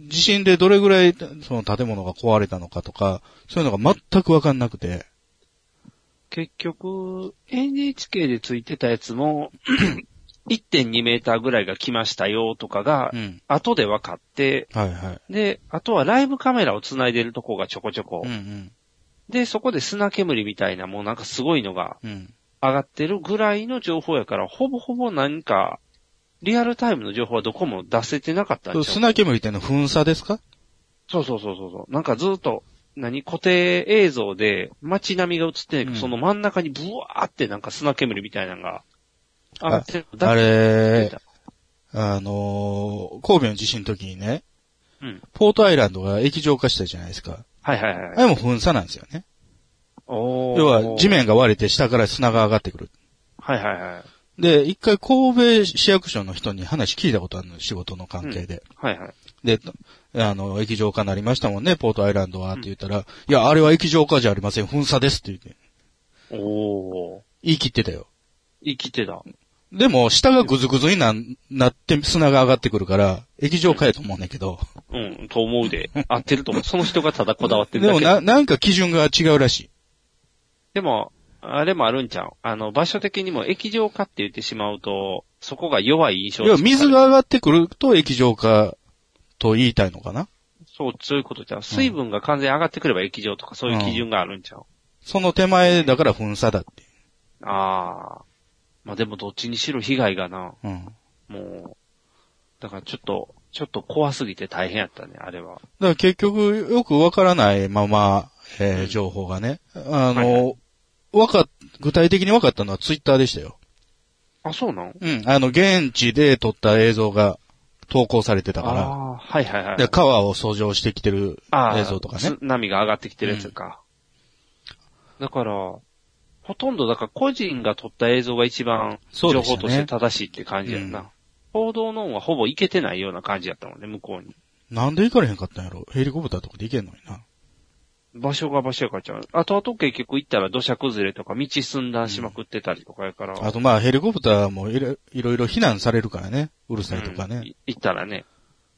Speaker 3: 地震でどれぐらいその建物が壊れたのかとか、そういうのが全く分かんなくて、
Speaker 2: 結局、NHK でついてたやつ
Speaker 3: <laughs>
Speaker 2: も、1.2メーターぐらいが来ましたよとかが
Speaker 3: う、ん。
Speaker 2: 後で分かって、
Speaker 3: はいはい。
Speaker 2: で、あとはライブカメラを繋いでるとこがちょこちょこ
Speaker 3: うんう。ん。
Speaker 2: で、そこで砂煙みたいな、もうなんかすごいのが
Speaker 3: うん。
Speaker 2: 上がってるぐらいの情報やから、ほぼほぼ何か、リアルタイムの情報はどこも出せてなかったん
Speaker 3: そう
Speaker 2: ちゃう
Speaker 3: 砂煙ってのは噴射ですか
Speaker 2: そうそうそうそうそう。なんかずっと、何固定映像で街並みが映ってないけど、
Speaker 3: うん
Speaker 2: その真ん中にブワーってなんか砂煙みたいなのが上がってる。
Speaker 3: あ
Speaker 2: 出
Speaker 3: れ、
Speaker 2: た
Speaker 3: あのー神戸の地震の時にね、
Speaker 2: うん。
Speaker 3: ポートアイランドが液状化したじゃないですか。
Speaker 2: はいはいはい
Speaker 3: あ
Speaker 2: はい。
Speaker 3: れも噴射なんですよね。
Speaker 2: おー
Speaker 3: 要は地。面が割れて下から砂が上がってくる。
Speaker 2: はいはいはい。
Speaker 3: で、一回神戸市役所の人に話聞いたことあるの、仕事の関係で。
Speaker 2: はいはい。
Speaker 3: で、あの、液状化になりましたもんね、ポートアイランドはって言ったら、いや、あれは液状化じゃありません、噴射ですって言って、
Speaker 2: おー。
Speaker 3: 言い切ってたよ。
Speaker 2: 生きてた。
Speaker 3: でも、下がぐずぐずになんなって砂が上がってくるから、液状化やと思うねんだけど、
Speaker 2: うん、と思うで。合ってると思う。その人がただこだわってる
Speaker 3: で
Speaker 2: だ
Speaker 3: も
Speaker 2: け。
Speaker 3: な、なんか基準が違うらしい。
Speaker 2: でも、あれもあるんちゃうあの、場所的にも液状化って言ってしまうと、そこが弱い印象
Speaker 3: 要は水。が上がってくると液状化と言いたいのかな
Speaker 2: そう、そういうことちゃう。水分が完全に上がってくれば液状とかそういう基準があるんちゃう、
Speaker 3: その手前だから噴射だって。
Speaker 2: ああ。まあでもどっちにしろ被害がな、
Speaker 3: うん。
Speaker 2: もう、だからちょっと、ちょっと怖すぎて大変やったね、あれは。
Speaker 3: だから結局、よくわからないまま、えー情報がね。あ
Speaker 2: はいは
Speaker 3: の、わかっ、具体的にわかったのはツイッターでしたよ。
Speaker 2: あ、そうなん
Speaker 3: うん。あの、現地で撮った映像が投稿されてたか
Speaker 2: ああー、はいはいは
Speaker 3: ら。
Speaker 2: い。
Speaker 3: で、川を遡上してきてる
Speaker 2: ああ
Speaker 3: 映像とかね。
Speaker 2: 津波が上がってきてるやつか。だから、ほとんどだから個人が撮った映像が一番
Speaker 3: そう
Speaker 2: 情
Speaker 3: でした
Speaker 2: 報
Speaker 3: ね
Speaker 2: として正しいって感じやんな。
Speaker 3: うん
Speaker 2: 報道の方はほぼいけてないような感じやったもんね、向こうに。
Speaker 3: なんで行かれへんかったんやろヘリコプターとかで行けんのにな。
Speaker 2: 場所が場所やからちゃう。あとあと結局行ったら土砂崩れとか道寸断しまくってたりとかやから。
Speaker 3: あとまあ、ヘリコプターもいろいろいろ避難されるからね。うるさいとか
Speaker 2: うん
Speaker 3: ね。
Speaker 2: い行ったらね、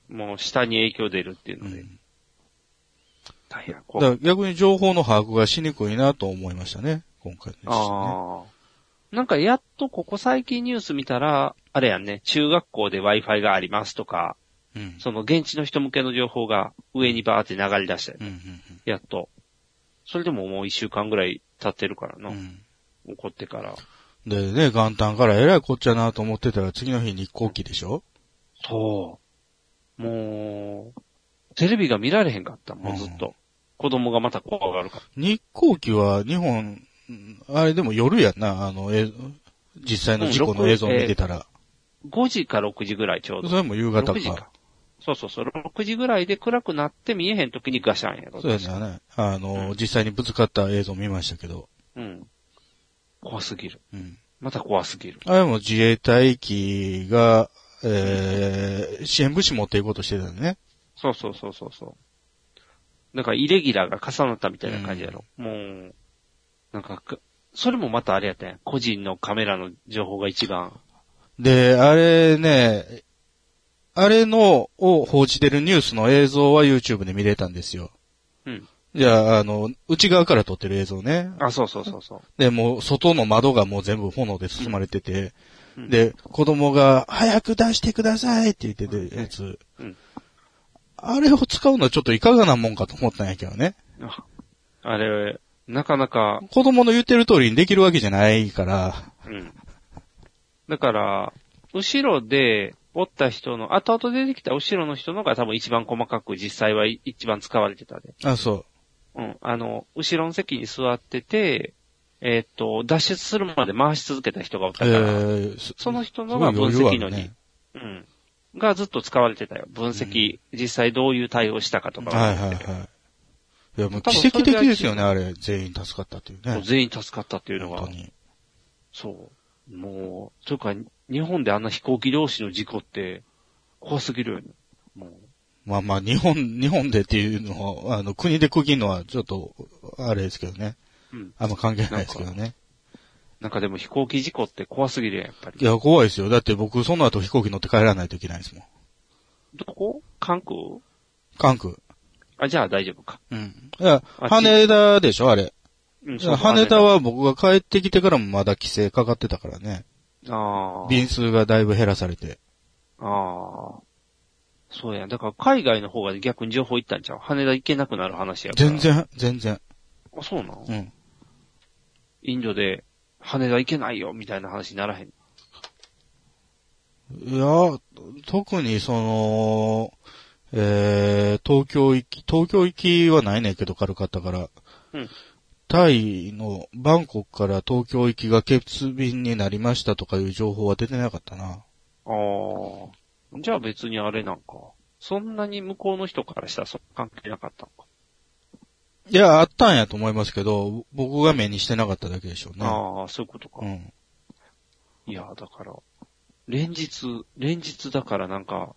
Speaker 2: もう下に影響出るっていうので、
Speaker 3: うん
Speaker 2: 大変
Speaker 3: だ
Speaker 2: 怖
Speaker 3: か
Speaker 2: い。
Speaker 3: ら逆に情報の把握がしにくいなと思いましたね。今回の地震ね
Speaker 2: ああ。なんかやっとここ最近ニュース見たら、あれやんね、中学校で Wi-Fi がありますとか、
Speaker 3: うん。
Speaker 2: その現地の人向けの情報が上にバーって流れ出したよ
Speaker 3: う
Speaker 2: ね
Speaker 3: んうん
Speaker 2: やっと。それでももう一週間ぐらい経ってるから
Speaker 3: う
Speaker 2: な、
Speaker 3: んうん。
Speaker 2: 起こってから。
Speaker 3: でね、元旦からえらいこっちゃなと思ってたら次の日日航機でしょ
Speaker 2: そう。もう、テレビが見られへんかった、もうずっと。子供がまた怖がるから。
Speaker 3: 日航機は日本、うんあれでも夜やんな、あの、え、実際の事故の映像を見てたら。
Speaker 2: 5時か6時ぐらいちょうど
Speaker 3: そ。れも夕方
Speaker 2: 6時
Speaker 3: か
Speaker 2: か。。そうそうそう。6時ぐらいで暗くなって見えへん時にガシャンやろ。
Speaker 3: そうですよね。あの、
Speaker 2: うん
Speaker 3: 実際にぶつかった映像見ましたけど。
Speaker 2: うん。怖すぎる。
Speaker 3: うん。
Speaker 2: また怖すぎる。
Speaker 3: あれも自衛隊機が、えー、支援物資持っていこうとしてたんでね。
Speaker 2: そうそうそうそうそう。なんかイレギュラーが重なったみたいな感じやろ。もう、なんかく、それもまたあれやったんや個人のカメラの情報が一番。
Speaker 3: で、あれね、あれの、を報じてるニュースの映像は YouTube で見れたんですよ。
Speaker 2: うん。
Speaker 3: じゃあ、あの、内側から撮ってる映像ね。
Speaker 2: あ、そうそうそうそう。
Speaker 3: で、もう、外の窓がもう全部炎で包まれてて、
Speaker 2: うん
Speaker 3: で、子供が、早く出してくださいって言ってて、やつ。
Speaker 2: うん
Speaker 3: あれを使うのはちょっといかがなもんかと思ったんやけどね。
Speaker 2: ああれ、なかなか、
Speaker 3: 子供の言ってる通りにできるわけじゃないから、
Speaker 2: うん。だから、後ろで、おった人の、後々出てきた後ろの人のが多分一番細かく実際はい一番使われてたで。
Speaker 3: あ、そ
Speaker 2: うん。あの、後ろの席に座ってて、えーっと、脱出するまで回し続けた人がおっ
Speaker 3: う。
Speaker 2: た
Speaker 3: え
Speaker 2: から、
Speaker 3: ー、す
Speaker 2: その人のが分
Speaker 3: すごい余
Speaker 2: 析
Speaker 3: 裕あ
Speaker 2: の
Speaker 3: る
Speaker 2: に、
Speaker 3: ね
Speaker 2: うん。がずっと使われてたよ。分析、実際どういう対応したかとか
Speaker 3: は
Speaker 2: は、
Speaker 3: いはいはい。いや、もう
Speaker 2: 多分
Speaker 3: 奇跡的ですよ
Speaker 2: それ
Speaker 3: ね、あれ。全員助かったという
Speaker 2: も
Speaker 3: ね
Speaker 2: う。全員助かったっていうの
Speaker 3: 本
Speaker 2: が
Speaker 3: 当、に。
Speaker 2: そう。もう、というか、日本であんな飛行機同士の事故って、怖すぎるよね。もう、
Speaker 3: まあまあ、日本、日本でっていうのは、あの、国で区切るのはちょっと、あれですけどね。
Speaker 2: うん
Speaker 3: あんま関係ないですけどね。
Speaker 2: なんかでも飛行機事故って怖すぎるやんやっぱ
Speaker 3: い
Speaker 2: り。
Speaker 3: や、怖いですよ。だって僕、その後飛行機乗って帰らないといけないですもん。
Speaker 2: どこ関空
Speaker 3: 関空。
Speaker 2: あ、じゃあ大丈夫か。
Speaker 3: うん。いや、
Speaker 2: あ
Speaker 3: 羽田でしょ、あれ。
Speaker 2: うん
Speaker 3: いや羽田。は僕が帰ってきてからもまだ規制かかってたからね。
Speaker 2: そうあ
Speaker 3: 便数がだいぶ減らされて。
Speaker 2: あ。ああ。そうや。だから海外の方が逆に情報行ったんちゃう羽田行けなくなる話やから。
Speaker 3: 全。然、全然。
Speaker 2: あ、そうなの
Speaker 3: うん。
Speaker 2: インドで羽田行けないよみたいな話にならへん。
Speaker 3: いや、特にその、えー、東京行き、東京行きはないねんけど、軽かったから。
Speaker 2: うん
Speaker 3: タイのバンコクから東京行きが欠便になりましたとかいう情報は出てなかったな。
Speaker 2: ああ。じゃあ別にあれなんか。そんなに向こうの人からしたらそう関係なかったのか。
Speaker 3: いや、あったんやと思いますけど、僕が目にしてなかっただけでしょうね。
Speaker 2: ああ、そういうことか。
Speaker 3: うん。
Speaker 2: いや、だから、連日、連日だからなんか、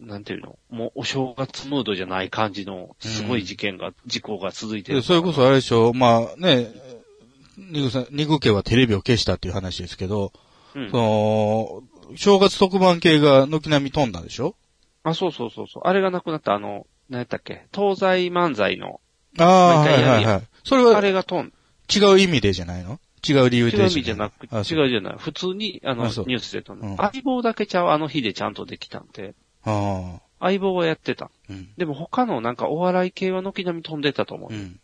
Speaker 2: なんていうのもうお正月ムードじゃない感じの、すごい事件が、事故が続いて
Speaker 3: で、
Speaker 2: る。
Speaker 3: それこそあれでしょ、まあね、ニグさん、ニグ家はテレビを消したっていう話ですけど、
Speaker 2: うん
Speaker 3: その、正月特番系が軒並み飛んだでしょ
Speaker 2: あ、そうそうそうそう。あれがなくなった、あの、何やったっけ東西漫才の、
Speaker 3: ああ、は
Speaker 2: 毎
Speaker 3: い
Speaker 2: 回やるやん
Speaker 3: はいはい。それ
Speaker 2: あ
Speaker 3: は
Speaker 2: れが飛ん、
Speaker 3: 違う意味でじゃないの違う理由
Speaker 2: 違
Speaker 3: で
Speaker 2: う意味じゃなく、違
Speaker 3: あ
Speaker 2: う
Speaker 3: そう
Speaker 2: じゃない。普通に、あの、ニ
Speaker 3: あそう
Speaker 2: ュースで飛んだ。
Speaker 3: うん
Speaker 2: 相棒だけちゃう、あの日でちゃんとできたんで。
Speaker 3: あ
Speaker 2: 相棒はやってた。
Speaker 3: あ、うん。
Speaker 2: でも他のなんかお笑い系は軒並み飛んでたと思う。
Speaker 3: うん。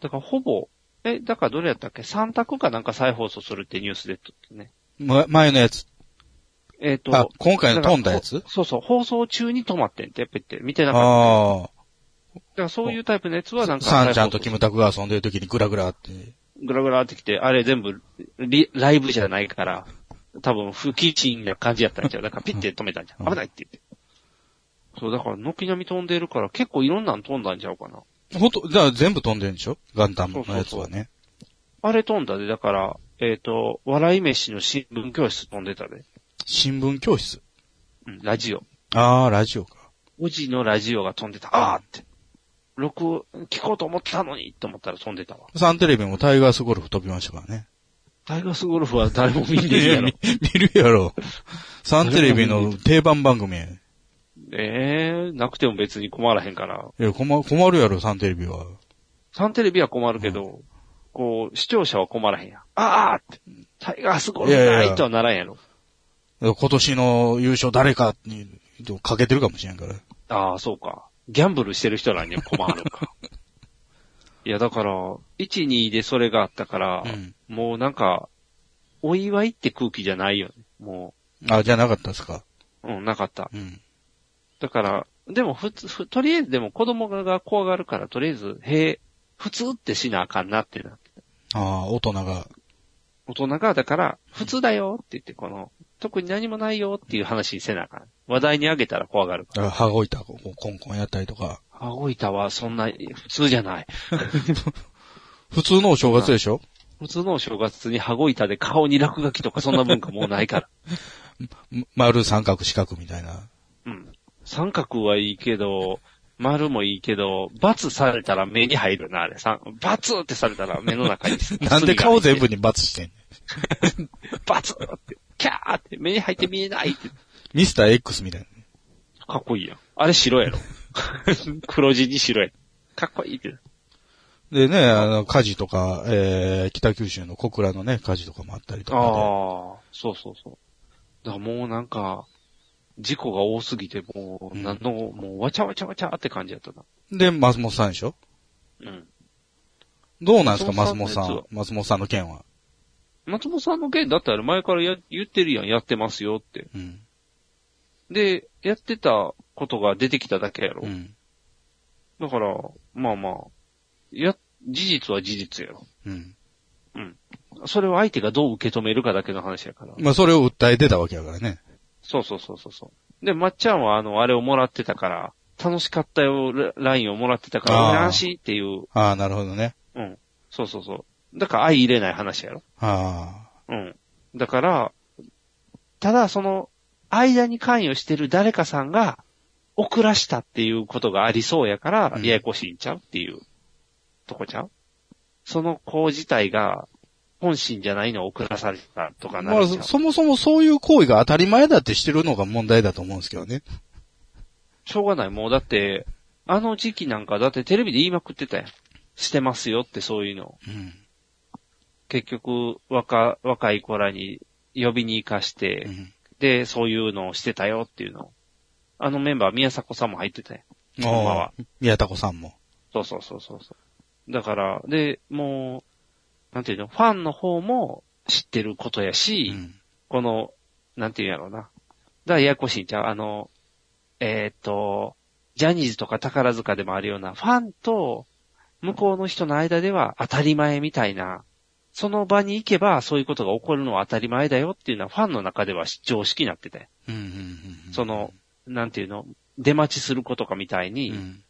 Speaker 2: だからほぼ、え、だからどれやったっけ三択かなんか再放送するってニュースで撮ってね。
Speaker 3: ま、前のやつ。
Speaker 2: えっ、と、
Speaker 3: あ、今回の飛んだや
Speaker 2: だ
Speaker 3: つ
Speaker 2: からそうそう、放送中に止まってんって、やっぱ言って、見てなかった。
Speaker 3: あ
Speaker 2: だからそういうタイプのやつはなん
Speaker 3: あ、
Speaker 2: か、
Speaker 3: サンちゃんとキムタクが遊んでる時にグラグラって。
Speaker 2: グラグラってきて、あれ全部リ、ライブじゃないから、多分不吉な感じやったんちゃう。だからピッて止めたんじゃ
Speaker 3: うん
Speaker 2: ん。危ないって言って。そう、だから軒並み飛んでるから、結構いろんなの飛んだんちゃうかな。
Speaker 3: ほと、じゃあ全部飛んでるんでしょガンダムのやつはね。
Speaker 2: あれ飛んだで、だから、えっ、と、笑い飯の新聞教室飛んでたで。
Speaker 3: 新聞教室。
Speaker 2: うん、ラジオ。
Speaker 3: ああ、ラジオか。
Speaker 2: 5時のラジオが飛んでた。あーって。録、聞こうと思ってたのにって思ったら飛んでたわ。
Speaker 3: サンテレビもタイガースゴルフ飛びましたからね。
Speaker 2: タイガースゴルフは誰も見んでるやろ
Speaker 3: い。や見見るやろ。サンテレビの定番番組や。い
Speaker 2: <laughs> ええなくても別に困らへんから。
Speaker 3: や、困困るやろ、サンテレビは。
Speaker 2: サンテレビは困るけど、こう、視聴者は困らへんやん。あーって。タイガースゴルフ
Speaker 3: いやいや
Speaker 2: ない
Speaker 3: や
Speaker 2: いとはならんやろ。
Speaker 3: 今年の優勝誰かに、かけてるかもしれんから。
Speaker 2: ああ、そうか。ギャンブルしてる人らには困る <laughs> か。いや、だから、1、2でそれがあったから、
Speaker 3: うん
Speaker 2: もうなんか、お祝いって空気じゃないよね。も
Speaker 3: あ、じゃなかったですか。
Speaker 2: う、うん、なかった。
Speaker 3: うん。
Speaker 2: だから、でも普通、ふとりあえずでも子供が怖がるから、とりあえず、へえ、普通ってしなあかんなってな。
Speaker 3: ああ、大人が。
Speaker 2: 大人が、だから、普通だよって言って、この、特に何もないよっていう話にせなあかん。話題にあげたら怖がるか
Speaker 3: あ羽子板、こうコンコンやったりとか。
Speaker 2: ら。羽子板はそんな、普通じゃない。 <laughs>
Speaker 3: 普通のお正月でしょ
Speaker 2: 普通のお正月に羽子板で顔に落書きとかそんな文化もうない
Speaker 3: <laughs>
Speaker 2: から。
Speaker 3: ん丸、三角、四角みたいな。
Speaker 2: うん。三角はいいけど、丸もいいけど、×されたら目に入るな、あれ。三×ってされたら目の中に。
Speaker 3: <laughs> なんで顔全部に罰してんの
Speaker 2: <laughs> バツって、キャーって目に入って見えないって。
Speaker 3: ミスター X みたいな。
Speaker 2: かっこいいやん。あれ
Speaker 3: <laughs>
Speaker 2: 白やろ。黒地に白や。かっこいいって。
Speaker 3: でね、あの、火事とか、えー、北九州の小倉のね、火事とかもあったりと
Speaker 2: あ
Speaker 3: か
Speaker 2: あ
Speaker 3: で。、
Speaker 2: そうそうそう。だからもうなんか、事故が多すぎて、もう、
Speaker 3: うん
Speaker 2: なんの、もう、わちゃわちゃわちゃって感じやったな。
Speaker 3: で、松本さんでしょ
Speaker 2: うん。
Speaker 3: どうなんですか、松
Speaker 2: 松
Speaker 3: 本
Speaker 2: 本
Speaker 3: さ
Speaker 2: さんのやつ
Speaker 3: ん
Speaker 2: は。
Speaker 3: 松本さんの件は。
Speaker 2: 松本さんの件だったら前からや言ってるやん、やってますよって。
Speaker 3: うん。
Speaker 2: で、やってたことが出てきただけやろ。
Speaker 3: うん。
Speaker 2: だから、まあまあ、や、事実は事実やろ。
Speaker 3: うん。
Speaker 2: それを相手がどう受け止めるかだけの話やから。
Speaker 3: まあ、それを訴えてたわけやからね。
Speaker 2: そうそうそうそうそう。で、まっちゃんはあの、あれをもらってたから、楽しかったよ、ララインをもらってたか
Speaker 3: あー
Speaker 2: ら、安心っていう、
Speaker 3: ああ、なるほどね。
Speaker 2: うん。そうそうそう。だから相入れない話やろ。
Speaker 3: あ
Speaker 2: うん。だから、ただその、間に関与してる誰かさんが、遅らしたっていうことがありそうやから、
Speaker 3: うん
Speaker 2: ややこしいんちゃうっていう。とこちゃうその子自体が、本心じゃないのを遅らされたとかな
Speaker 3: まあ、
Speaker 2: るじゃん
Speaker 3: そそもそもそういう行為が当たり前だってしてるのが問題だと思うんですけどね。
Speaker 2: しょうがない。もうだって、あの時期なんかだってテレビで言いまくってたやん。してますよってそういうの。
Speaker 3: うん。
Speaker 2: 結局、若、若い子らに呼びに行かして、
Speaker 3: うん
Speaker 2: で、そういうのをしてたよっていうの。あのメンバー、宮迫さんも入ってたやん。
Speaker 3: ああ
Speaker 2: ほんまは
Speaker 3: 宮田子さんも。
Speaker 2: そうそうそうそうそう。だから、で、もう、なんていうの、ファンの方も知ってることや
Speaker 3: う
Speaker 2: し、
Speaker 3: ん。
Speaker 2: この、なんていうんやろうな。だからややこしいんちゃうあの、えーっ、と、ジャニーズとか宝塚でもあるような、ファンと向こうの人の間では当たり前みたいな、その場に行けばそういうことが起こるのは当たり前だよっていうのはファンの中では常識になってて。
Speaker 3: うんうんうんうん。
Speaker 2: その、なんていうの、出待ちする子とかみたいうに、
Speaker 3: ん。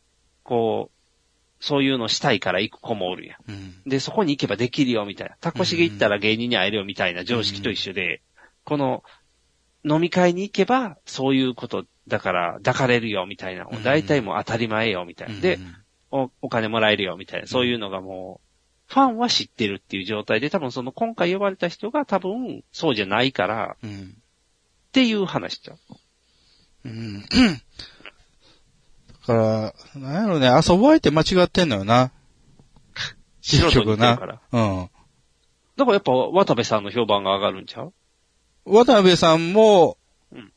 Speaker 2: こう、そういうのしたいから行く子もおるやん。
Speaker 3: うん。
Speaker 2: で、そこに行けばできるよ、みたいな。タコシゲ行ったら芸人に会えるよ、みたいな常識と一緒で、この、飲み会に行けば、そういうこと、だから、抱かれるよ、みたいな。
Speaker 3: うん
Speaker 2: 大体もう当たり前よ、みたいな。で
Speaker 3: うん、
Speaker 2: お、お金もらえるよ、みたいな。そういうのがもう、ファンは知ってるっていう状態で、多分その今回呼ばれた人が多分そうじゃないから、
Speaker 3: うん。
Speaker 2: っていう話じゃん。
Speaker 3: うん。だから、なんやろね、遊ぼ相手間違ってんのよな。
Speaker 2: 素人に言ってるから。
Speaker 3: うん。
Speaker 2: だからやっぱ渡部さんの評判が上がるんちゃう
Speaker 3: 渡辺さんも
Speaker 2: うん、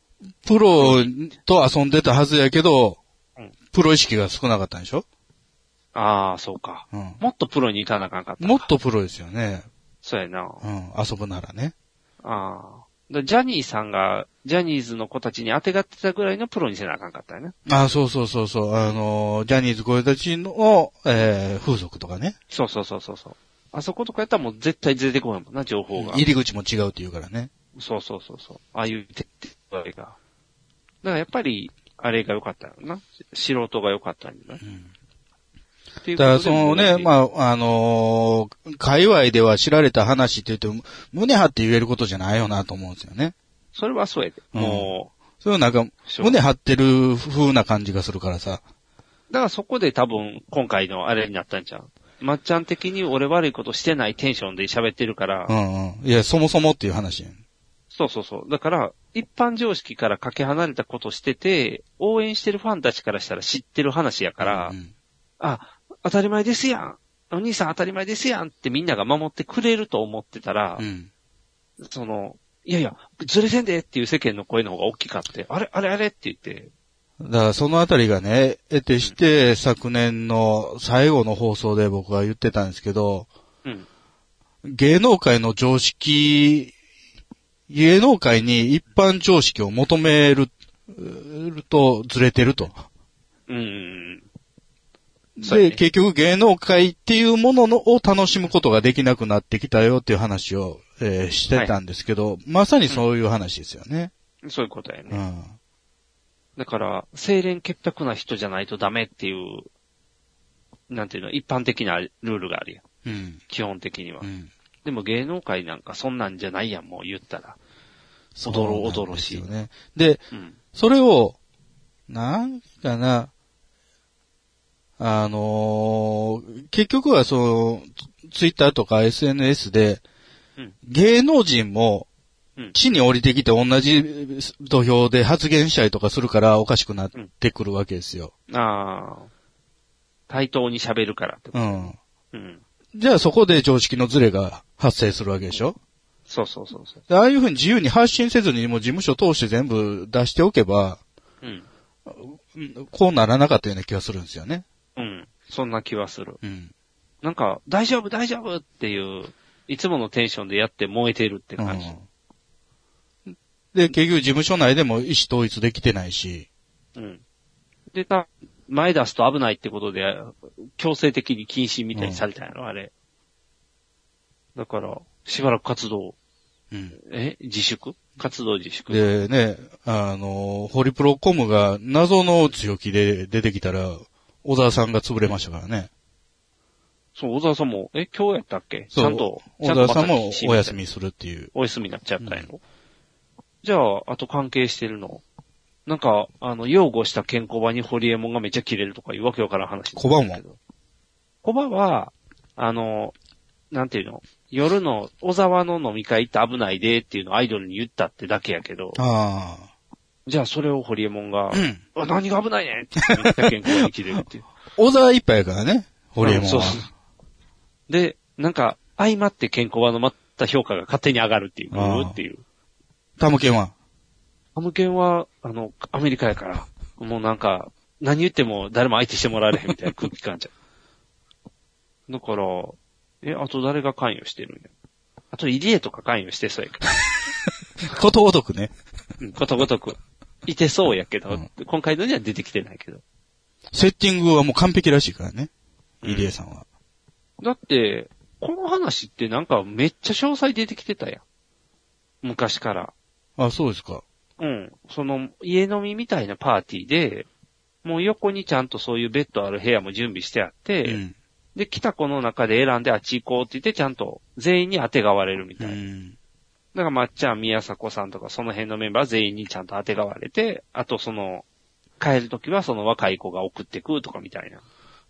Speaker 3: プロと遊んでたはずやけど
Speaker 2: うん、
Speaker 3: プロ意識が少なかったんでしょ
Speaker 2: ああ、そうか。
Speaker 3: うん。
Speaker 2: もっとプロに行かなあかんかった。
Speaker 3: もっ。とプロですよね。
Speaker 2: そうやな。
Speaker 3: うん。遊ぶならね。
Speaker 2: ああ。だジャニーさんが、ジャニーズの子たちに当てがってたぐらいのプロにせなあかんかったよね。
Speaker 3: あ、そうそうそうそう。あの、ジャニーズ声たちの、えー風俗とかね。
Speaker 2: そうそうそうそうそう。あそことかやったらもう絶対出てこないもんな、情報が。
Speaker 3: 入り口も違うって言うからね。
Speaker 2: そうそうそうそう。ああいう徹底具合が。だからやっぱり、あれが良かったよな。し素人が良かったんじゃない、
Speaker 3: ん
Speaker 2: っていう
Speaker 3: だからそのね、
Speaker 2: あ。
Speaker 3: まあ、あのー界隈では知られた話って言っても、胸張って言えることじゃないよなと思うんですよね。
Speaker 2: それはそうやで。
Speaker 3: うん
Speaker 2: も
Speaker 3: そういうなんか、
Speaker 2: そう
Speaker 3: 胸張ってる風な感じがするからさ。
Speaker 2: う、だからそこで多分、今回のあれになったんちゃうまっちゃん的に俺悪いことしてないテンションで喋ってるから、
Speaker 3: うんうん。いや、そもそもっていう話やん。
Speaker 2: そうそうそう。だから、一般常識からかけ離れたことしてて、応援してるファンたちからしたら知ってる話やから、
Speaker 3: うん
Speaker 2: あ、当たり前ですやん。お兄さん当たり前ですやんってみんなが守ってくれると思ってたら
Speaker 3: う、ん。
Speaker 2: その、いやいや、ずれてんでっていう世間の声の方が大きかって、あれあれあれって言って、
Speaker 3: だからそのあたりがね、得てして、昨年の最後の放送で僕が言ってたんですけど、
Speaker 2: うん。
Speaker 3: 芸能界の常識、芸能界に一般常識を求める、るとずれてると。
Speaker 2: うんうんそうや
Speaker 3: で、
Speaker 2: ね
Speaker 3: 結局芸能界っていうもののを楽しむことができなくなってきたよっていう話を、えーしてたんですけど、まさにそういう話ですよね。
Speaker 2: うん。そういうことやね。
Speaker 3: うん。
Speaker 2: だから、清廉潔白な人じゃないとダメっていう、なんていうの、一般的なルールがあるやん。
Speaker 3: うん。
Speaker 2: 基本的には
Speaker 3: う。ん。
Speaker 2: でも芸能界なんかそんなんじゃないやん、もう言ったら。
Speaker 3: そ
Speaker 2: お
Speaker 3: う
Speaker 2: どろ
Speaker 3: な
Speaker 2: お
Speaker 3: んです
Speaker 2: ど
Speaker 3: よ
Speaker 2: ろしい。
Speaker 3: ね。で、
Speaker 2: うん。
Speaker 3: それを、なんかな、あのー結局はその、ツツイッターとか SNS で、
Speaker 2: うん
Speaker 3: 芸能人も
Speaker 2: うん、
Speaker 3: 地に降りてきて同じえー土俵で発言したりとかするからおかしくなってくるわけですよ。
Speaker 2: ああ。対等に喋るからってこ
Speaker 3: うん。
Speaker 2: と。うん。
Speaker 3: じゃあそこで常識のズレが発生するわけでしょ
Speaker 2: そうそうそうそう。
Speaker 3: でああいうふうに自由に発信せずにもう事務所通して全部出しておけば、
Speaker 2: うん。
Speaker 3: こうならなかったような気がするんですよね。
Speaker 2: うん。そんな気はする。
Speaker 3: うん。
Speaker 2: なんか、大丈夫大丈夫っていう、いつものテンションでやって燃えてるって感じ。
Speaker 3: うんで、結局事務所内でも意思統一できてないし、
Speaker 2: うん。で、た、前出すと危ないってことで、強制的に禁止みたいにされたんやろ、あれ。だから、しばらく活動、え自粛活動自粛
Speaker 3: でね、あの、ホリプロコムが謎の強気で出てきたら、小沢さんが潰れましたからね。
Speaker 2: そう、小沢さんも、え、今日やったっけち
Speaker 3: そう
Speaker 2: ゃんと、ちゃ
Speaker 3: 小
Speaker 2: んと
Speaker 3: 沢さん
Speaker 2: また
Speaker 3: も
Speaker 2: 禁止
Speaker 3: お休。みするっていう。
Speaker 2: お休みになっちゃったんやろ、じゃあ、あと関係してるのなんか、あの、擁護した健康場にホリエモンがめっちゃ切れるとかいうわけわからん話。
Speaker 3: 小判も
Speaker 2: 小コバは、あの、なんていうの夜の小沢の飲み会行って危ないでっていうのをアイドルに言ったってだけやけど、
Speaker 3: ああ。
Speaker 2: じゃあそれをホリエモン
Speaker 3: う、
Speaker 2: が
Speaker 3: ん。
Speaker 2: あ何が危ないねんって言って健康に切れるっていう。
Speaker 3: 小沢一杯やからね、 <laughs> ホリエモン
Speaker 2: そう
Speaker 3: は。
Speaker 2: そうで、なんか、相まって健康はのまった評価が勝手に上がるっていう、う
Speaker 3: ああ
Speaker 2: ーっていう。
Speaker 3: タムケンは。
Speaker 2: ハムケンは、あの、アメリカやから、もうなんか、何言っても誰も相手してもらえへんみたいな空気感じゃん。だから、え、あと誰が関与してるんや。あと、イリエとか関与してそうやけど
Speaker 3: ことごとくね。
Speaker 2: うん、ことごとく。いてそうやけど、
Speaker 3: うん
Speaker 2: 今回のには出てきてないけど。
Speaker 3: セッティングはもう完璧らしいからね。
Speaker 2: うん
Speaker 3: 入江さんは。
Speaker 2: だって、この話ってなんかめっちゃ詳細出てきてたやん。昔から。
Speaker 3: あ、そうですか。
Speaker 2: うん。その、家飲みみたいなパーティーで、もう横にちゃんとそういうベッドある部屋も準備してあって、
Speaker 3: うん。
Speaker 2: で、来た子の中で選んであっち行こうって言って、ちゃんと全員に当てがわれるみた
Speaker 3: う
Speaker 2: いな。だ
Speaker 3: ん。
Speaker 2: から、まっちゃん、宮迫さんとか、その辺のメンバー全員にちゃんと当てがわれて、あとその、帰るときはその若い子が送ってくるとかみたいな。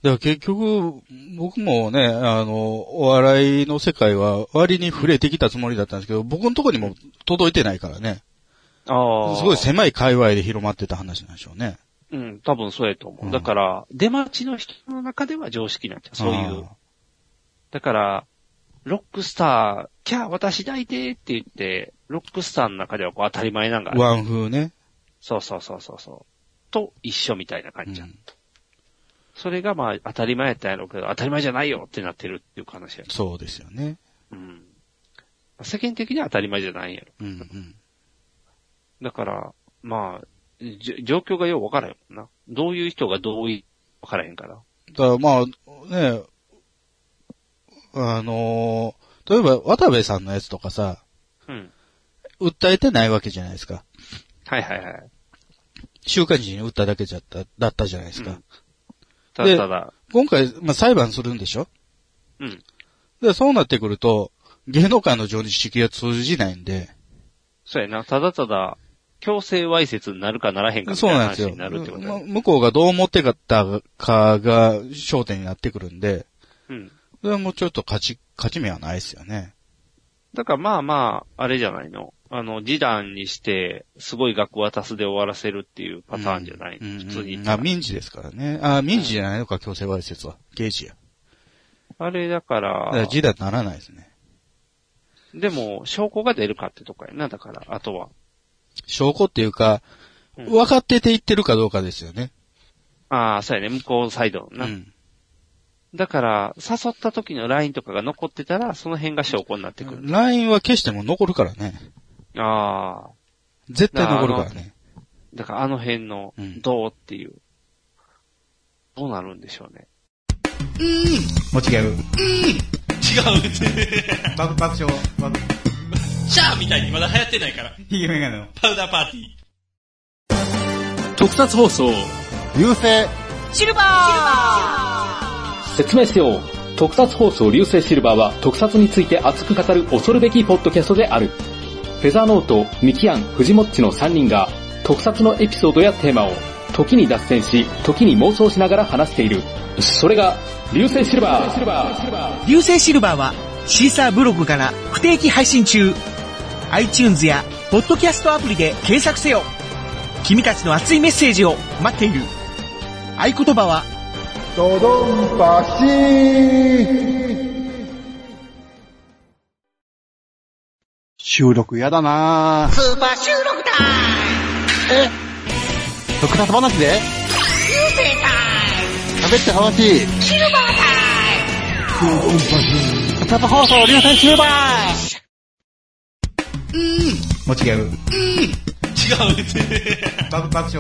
Speaker 3: だから結局、僕もね、あの、お笑いの世界は割に触れてきたつもりだったんですけど、僕のとこにも届いてないからね。
Speaker 2: あ
Speaker 3: すごい狭い界隈で広まってた話なんでしょうね。
Speaker 2: うん、多分そうやと思う。
Speaker 3: うん
Speaker 2: だから、出待ちの人の中では常識なんじゃんそういう。だから、ロックスター、キャー私抱いてって言って、ロックスターの中ではこう当たり前なんか
Speaker 3: あー。ワン風ね。
Speaker 2: そうそうそうそうそう。と一緒みたいな感じじゃん
Speaker 3: う。ん
Speaker 2: それがまあ当たり前やったんやろうけど、当たり前じゃないよってなってるっていう話や。
Speaker 3: そうですよね。
Speaker 2: うん。世間的には当たり前じゃないんやろ。
Speaker 3: うんうん。
Speaker 2: だから、まあ、じょ状況がよう分からへんもんな。どういう人がどうい、分からへんから。
Speaker 3: だからまあ、ね、あのー例えば渡部さんのやつとかさ、
Speaker 2: うん。
Speaker 3: 訴えてないわけじゃないですか。
Speaker 2: はいはいはい。
Speaker 3: 週刊誌に訴っただけじゃった、だったじゃないですか。
Speaker 2: うんただただ、
Speaker 3: 今回、まあ、裁判するんでしょ
Speaker 2: うん。
Speaker 3: で、そうなってくると、芸能界の常識が通じないんで、
Speaker 2: そうやな。ただただ、強制わいせつになるかならへんかみ
Speaker 3: そう
Speaker 2: たいな
Speaker 3: なんです
Speaker 2: 話
Speaker 3: よ。
Speaker 2: になるってことや
Speaker 3: ま向こうがどう思ってたかが焦点になってくるんで、
Speaker 2: うん。
Speaker 3: それはもうちょっと勝ち、勝ち目はないですよね。
Speaker 2: だからまあまあ、あれじゃないの。あの、示談にして、すごい額渡すで終わらせるっていうパターンじゃない。
Speaker 3: うん
Speaker 2: 普通に言
Speaker 3: う
Speaker 2: っ
Speaker 3: ん
Speaker 2: た
Speaker 3: あ、
Speaker 2: ら。
Speaker 3: 民事ですからね。あ、民事じゃないのか、強制わいせつは。刑事や。
Speaker 2: あれだか
Speaker 3: だ
Speaker 2: ら
Speaker 3: から、示談ならないですね。
Speaker 2: でも、証拠が出るかってとこやな、だから、あとは。
Speaker 3: 証拠っていうか、
Speaker 2: うん
Speaker 3: 分かってて言ってるかどうかですよね。
Speaker 2: ああ、そうやね、向こうサイドの
Speaker 3: う
Speaker 2: な。
Speaker 3: ん。
Speaker 2: だから、誘った時の LINE とかが残ってたら、その辺が証拠になってくる。
Speaker 3: LINE は消しても残るからね。
Speaker 2: ああ、
Speaker 3: 絶対残るからね。
Speaker 2: だからあの辺の
Speaker 3: うん、
Speaker 2: どうっていう、どうなるんでしょうね。
Speaker 5: もう <laughs> 違う。爆爆笑。爆
Speaker 1: シャーみたいにまだ流行ってないから。
Speaker 3: <laughs>
Speaker 5: ひげメガネの。
Speaker 1: パウダーパーティー。
Speaker 7: 特撮放送
Speaker 5: 流星。
Speaker 8: シルバー
Speaker 7: 説明してよう特撮放送流星シルバーは特撮について熱く語る恐るべきポッドキャストであるフェザーノート、ミキアン、フジモッチの3人が特撮のエピソードやテーマを時に脱線し、時に妄想しながら話している。それが流星シルバー
Speaker 8: 流星シルバーは、シーサーブログから不定期配信中。iTunes や、ポッドキャストアプリで検索せよ。君たちの熱いメッセージを待っている。合言葉は、
Speaker 5: ドドンパシー収録やだなスーパー収録だえ特撮話で流星タイム喋って話シルバータイムドドンパシー特撮放送流星シルバーうん。もう違う。うん。違う。爆爆笑。爆
Speaker 1: シ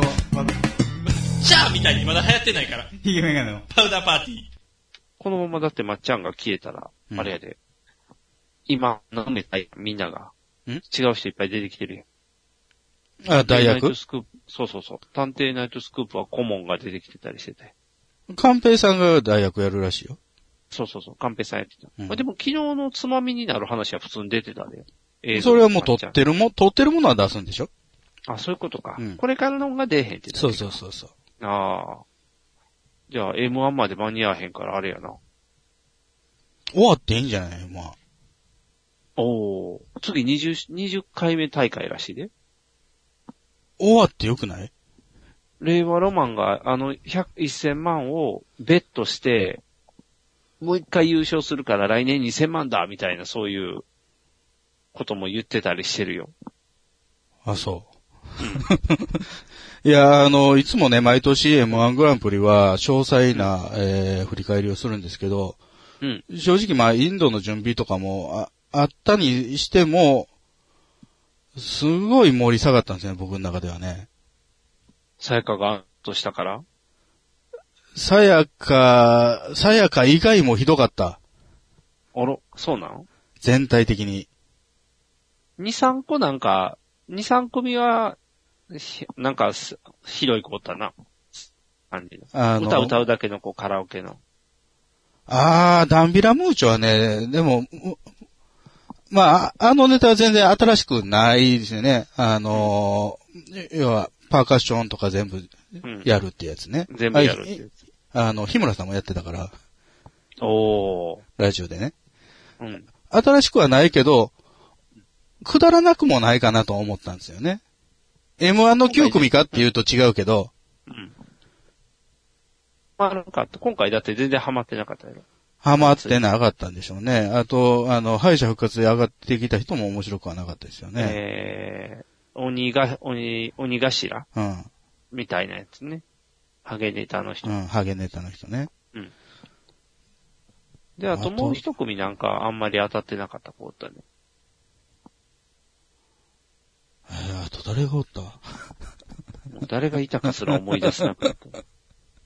Speaker 1: ャーみたいにまだ流行ってないから。
Speaker 5: ひげメガネの。
Speaker 1: パウダーパーティー。
Speaker 2: このままだってまっちゃんが消えたら、
Speaker 3: うん
Speaker 2: あれやで。今、何でたいみんなが。
Speaker 3: ん
Speaker 2: 違う人いっぱい出てきてるやん。
Speaker 3: あ、大
Speaker 2: 探偵ナイト
Speaker 3: 学
Speaker 2: スクープそうそうそう。探偵ナイトスクープは顧問が出てきてたりしてて。
Speaker 3: 寛平さんが大学やるらしいよ。
Speaker 2: そうそうそう。カンペさんやってた。
Speaker 3: うん
Speaker 2: まあでも昨日のつまみになる話は普通に出てたで。映像
Speaker 3: それはもう撮ってるも、撮ってるものは出すんでしょ
Speaker 2: あ、そういうことか。
Speaker 3: うん
Speaker 2: これからのが出えへんって
Speaker 3: そうそうそうそう。
Speaker 2: う。ああ。じゃあ M1 まで間に合わへんからあれやな。
Speaker 3: 終わっていいんじゃないまあ。
Speaker 2: おお。次20、20回目大会らしいで。
Speaker 3: 終わってよくない
Speaker 2: 令和ロマンが、あの、100、1000万をベットして、もう一回優勝するから来年2000万だ、みたいな、そういう、ことも言ってたりしてるよ。
Speaker 3: あ、 <laughs> そう。いや、あの、いつもね、毎年 M1 グランプリは詳細な、えー振り返りをするんですけど、
Speaker 2: うん
Speaker 3: 正直まあ、インドの準備とかもああったにしても、すごい盛り下がったんですね、僕の中ではね。
Speaker 2: さやかがアウトしたから。
Speaker 3: さやか、さやか以外もひどかった。
Speaker 2: あら、そうなの
Speaker 3: 全体的に。
Speaker 2: ?2、3個なんか、2、3組は、ひなんかす、ひどい子おったな。感じの
Speaker 3: あの
Speaker 2: 歌歌うだけの子、カラオケの。
Speaker 3: あー、ダンビラムーチョはね、でも、うまあ、ああのネタは全然新しくないですよね。あのー、要は、パーカッションとか全部
Speaker 2: うん。
Speaker 3: やるってやつね。
Speaker 2: 全部やるっていう。
Speaker 3: あの、日村さんもやってたから、
Speaker 2: おー。
Speaker 3: ラジオでね。
Speaker 2: うん。
Speaker 3: 新しくはないけど、くだらなくもないかなと思ったんですよね。M1 の9組かっていうと違うけど、
Speaker 2: うん。まあなんか、今回だって全然ハマってなかったよ。
Speaker 3: ハマってなかったんでしょうね。あと、あの、敗者復活で上がってきた人も面白くはなかったですよね。
Speaker 2: えー、鬼が、鬼、鬼頭
Speaker 3: うん。
Speaker 2: みたいなやつね。ハゲネタの人。
Speaker 3: うん、ハゲネタの人ね。
Speaker 2: で、あともう一組なんかあんまり当たってなかった子だったね。
Speaker 3: えー、あと誰がおった
Speaker 2: もう誰がいたかすら思い出せなかった。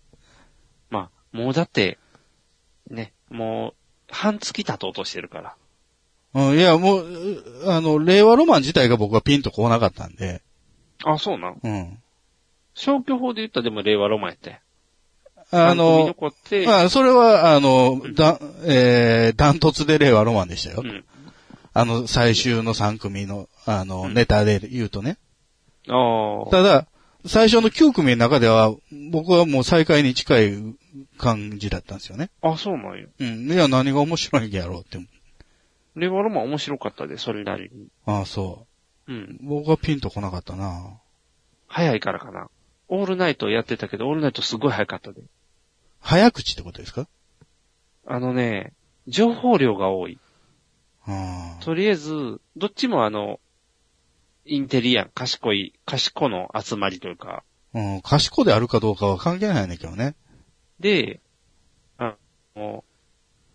Speaker 2: <laughs> まあ、もうだって、ね、もう、半月経とうとしてるから。
Speaker 3: うん、いや、もうう、あの、令和ロマン自体が僕はピンとこなかったんで、
Speaker 2: あ、そうなん
Speaker 3: うん。
Speaker 2: 消去法で言ったらでも令和ロマンやって。
Speaker 3: あ
Speaker 2: 番組
Speaker 3: の、
Speaker 2: 残って、
Speaker 3: まあ、それは、あの、だ、えー、ダントツで令和ロマンでしたよ。
Speaker 2: うん。
Speaker 3: あの、最終の3組の、あの、
Speaker 2: うん
Speaker 3: ネタで言うとね。
Speaker 2: ああ。
Speaker 3: ただ、最初の9組の中では、僕はもう最下位に近い感じだったんですよね。
Speaker 2: あ、そうなんよ。
Speaker 3: うん。いや、何が面白いんやろうって。
Speaker 2: 令和ロマン面白かったで、それなりに。
Speaker 3: ああ、そ
Speaker 2: うん。
Speaker 3: う。僕はピンとこなかったな
Speaker 2: 早いからかな。オールナイトやってたけど、オールナイトすごい早かったで。
Speaker 3: 早口ってことですか
Speaker 2: あのね、情報量が多い。
Speaker 3: ああ。
Speaker 2: とりあえず、どっちもあの、インテリアン、賢い、賢の集まりというか、
Speaker 3: うん、賢であるかどうかは関係ないんだけどね。
Speaker 2: で、あの、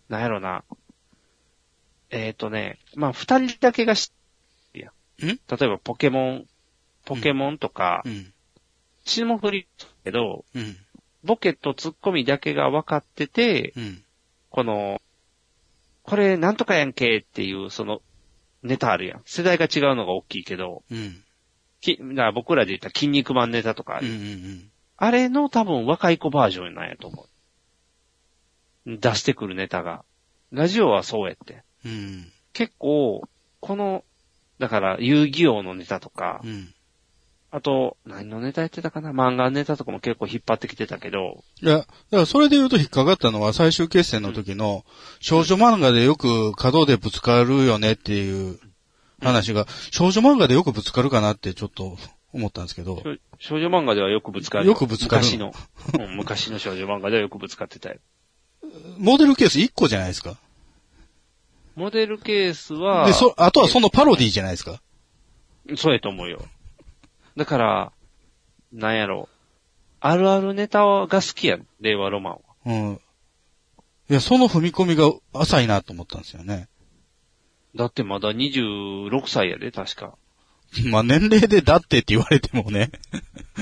Speaker 2: なんやろな。えっ、ー、とね、まあ、二人だけが知ってるやん。
Speaker 3: ん
Speaker 2: 例えばポケモン、ポケモンとか、
Speaker 3: うん。
Speaker 2: 霜降りだけど、
Speaker 3: うん。
Speaker 2: ボケとツッコミだけが分かってて、
Speaker 3: うん。
Speaker 2: この、これなんとかやんけっていう、その、ネタあるやん。世代が違うのが大きいけど、
Speaker 3: うん。
Speaker 2: き、だから僕らで言ったら筋肉マンネタとかあ
Speaker 3: うん。う
Speaker 2: る、
Speaker 3: ん。
Speaker 2: あれの多分若い子バージョンなんやと思う。出してくるネタが。ラジオはそうやって。
Speaker 3: うん。
Speaker 2: 結構、この、だから遊戯王のネタとか、
Speaker 3: うん。
Speaker 2: あと、何のネタやってたかな漫画のネタとかも結構引っ張ってきてたけど、
Speaker 3: いや、だからそれで言うと引っかかったのは最終決戦の時の少女漫画でよく稼働でぶつかるよねっていう話が、少女漫画でよくぶつかるかなってちょっと思ったんですけど、
Speaker 2: 少女漫画ではよくぶつかる。
Speaker 3: よくぶつかる
Speaker 2: 昔の、うん昔の少女漫画ではよくぶつかってたよ。
Speaker 3: モデルケース1個じゃないですか。
Speaker 2: モデルケースは、
Speaker 3: で、そ、あとはそのパロディじゃないですか。
Speaker 2: そうやと思うよ。だから、なんやろあるあるネタが好きやん、令和ロマンは。
Speaker 3: うん。いや、その踏み込みが浅いなと思ったんですよね。 <laughs>
Speaker 2: だってまだ26歳やで、確か。
Speaker 3: まあ、年齢でだってって言われてもね。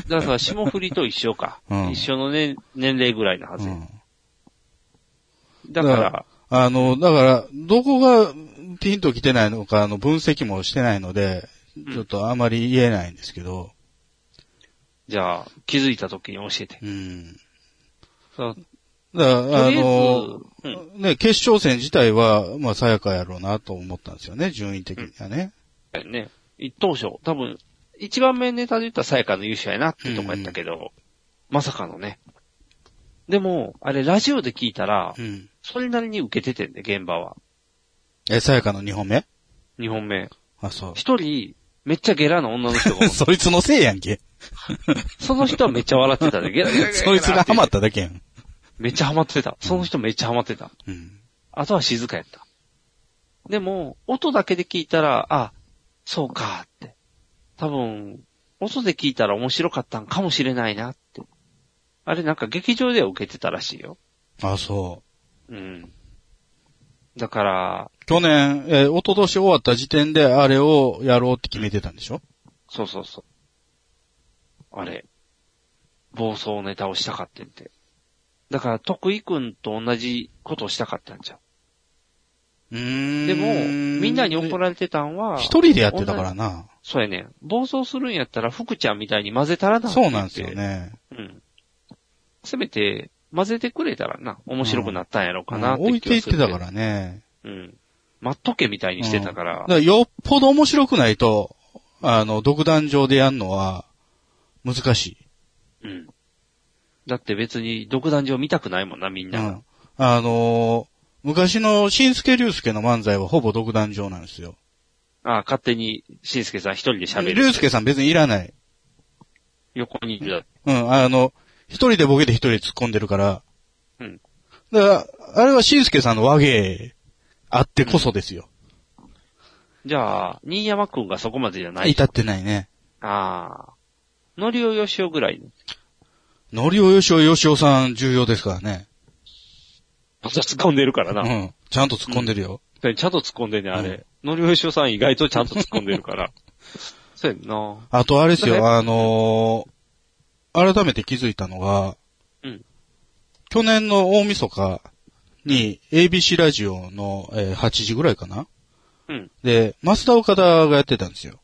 Speaker 2: だ
Speaker 3: <laughs>
Speaker 2: から、霜降りと一緒か。
Speaker 3: うん
Speaker 2: 一緒の、ね、年齢ぐらいのはず
Speaker 3: う
Speaker 2: や、
Speaker 3: ん。
Speaker 2: だか
Speaker 3: だ
Speaker 2: ら、
Speaker 3: あの、だから、どこがピンと来てないのか、あの、分析もしてないので、ちょっとあまり言えないんですけど、
Speaker 2: じゃあ、気づいた時に教えて。
Speaker 3: うん。
Speaker 2: そう
Speaker 3: だから、
Speaker 2: と
Speaker 3: あ
Speaker 2: りあえず
Speaker 3: の、
Speaker 2: うん
Speaker 3: ね、決勝戦自体は、まあ、さやかやろうなと思ったんですよね、順位的にはね。
Speaker 2: やね、一等賞、多分、一番目ネタで言ったらさやかの優勝やなってとこやったけど、まさかのね、でも、あれ、ラジオで聞いたら、
Speaker 3: うん。
Speaker 2: それなりに受けててんで、現場は。
Speaker 3: え、さやかの2本目
Speaker 2: 2本目。
Speaker 3: あ、そ
Speaker 2: 一人、めっちゃゲラの女の人がお
Speaker 3: <laughs> う。<laughs>
Speaker 2: る
Speaker 3: そいつのせいやんけ。
Speaker 2: その人はめっちゃ笑ってたで、ゲラゲラゲラゲラ
Speaker 3: そいつがハマっただけやん。
Speaker 2: めっちゃハマってた。その人めっちゃハマってた。
Speaker 3: うん。
Speaker 2: あとは静かやった。でも、音だけで聞いたら、あ、そうかって。多分、音で聞いたら面白かったんかもしれないなって。あれなんか劇場では受けてたらしいよ。
Speaker 3: あ、そ
Speaker 2: うん。だから、
Speaker 3: う。去年、えー、一昨年終わった時点であれをやろうって決めてたんでしょ
Speaker 2: そうそうそう。あれ、暴走ネタをしたかってんて。だから、徳井くんと同じことをしたかったんじゃ
Speaker 3: うー
Speaker 2: ん。
Speaker 3: ん。
Speaker 2: でも、みんなに怒
Speaker 3: ら
Speaker 2: られてたんは、
Speaker 3: 一人でやってたからな。
Speaker 2: そうやねん。暴走するんやったら、福ちゃんみたいに混ぜたらな。
Speaker 3: そうなんですよ。ね。
Speaker 2: うん。せめて、混ぜてくれたらな、面白くなったんやろうかな、
Speaker 3: うん置いて
Speaker 2: 気
Speaker 3: い
Speaker 2: は
Speaker 3: っ
Speaker 2: する
Speaker 3: て
Speaker 2: けど
Speaker 3: たからね。
Speaker 2: うん。待っとけみたいにしてたから。
Speaker 3: だからよっぽど面白くないと、あの、独壇場でやんのは、難し
Speaker 2: うん。だって別に、独壇場見たくないもんな、みん
Speaker 3: い。
Speaker 2: な
Speaker 3: う
Speaker 2: が。
Speaker 3: ん。あのー昔の新助竜介の漫才はほぼ独壇場なんですよ。
Speaker 2: ああ、勝手に、しんすけさん一人で喋る。
Speaker 3: 竜介さん別にいらない。
Speaker 2: 横にいる
Speaker 3: う
Speaker 2: だ。
Speaker 3: ん、あの、一人でボケて一人で突っ込んでるから。
Speaker 2: うん。
Speaker 3: だから、あれは新助さんの和芸あってこそですよ。
Speaker 2: じゃあ、新山くんがそこまでじゃない。
Speaker 3: 至ってないね。
Speaker 2: ああ。のりおよしおぐら
Speaker 3: <laughs>
Speaker 2: い。
Speaker 3: のりおよしおよしおさん重要ですからね。
Speaker 2: 突っ込んでるからな。
Speaker 3: うん。ちゃんと突っ込んでるよ。
Speaker 2: でちゃんと突っ込んでんね、あれ。のりおよしおさん意外とちゃんと突っ込んでる
Speaker 3: <laughs>
Speaker 2: から。そうやんな。
Speaker 3: あとあれです
Speaker 2: だ
Speaker 3: よ、
Speaker 2: か
Speaker 3: あのー改めて気づいたのが、
Speaker 2: うん
Speaker 3: 去年の大晦日に ABC ラジオの、えー8時ぐらいかな
Speaker 2: うん。
Speaker 3: で、増田岡田がやってたんですよ。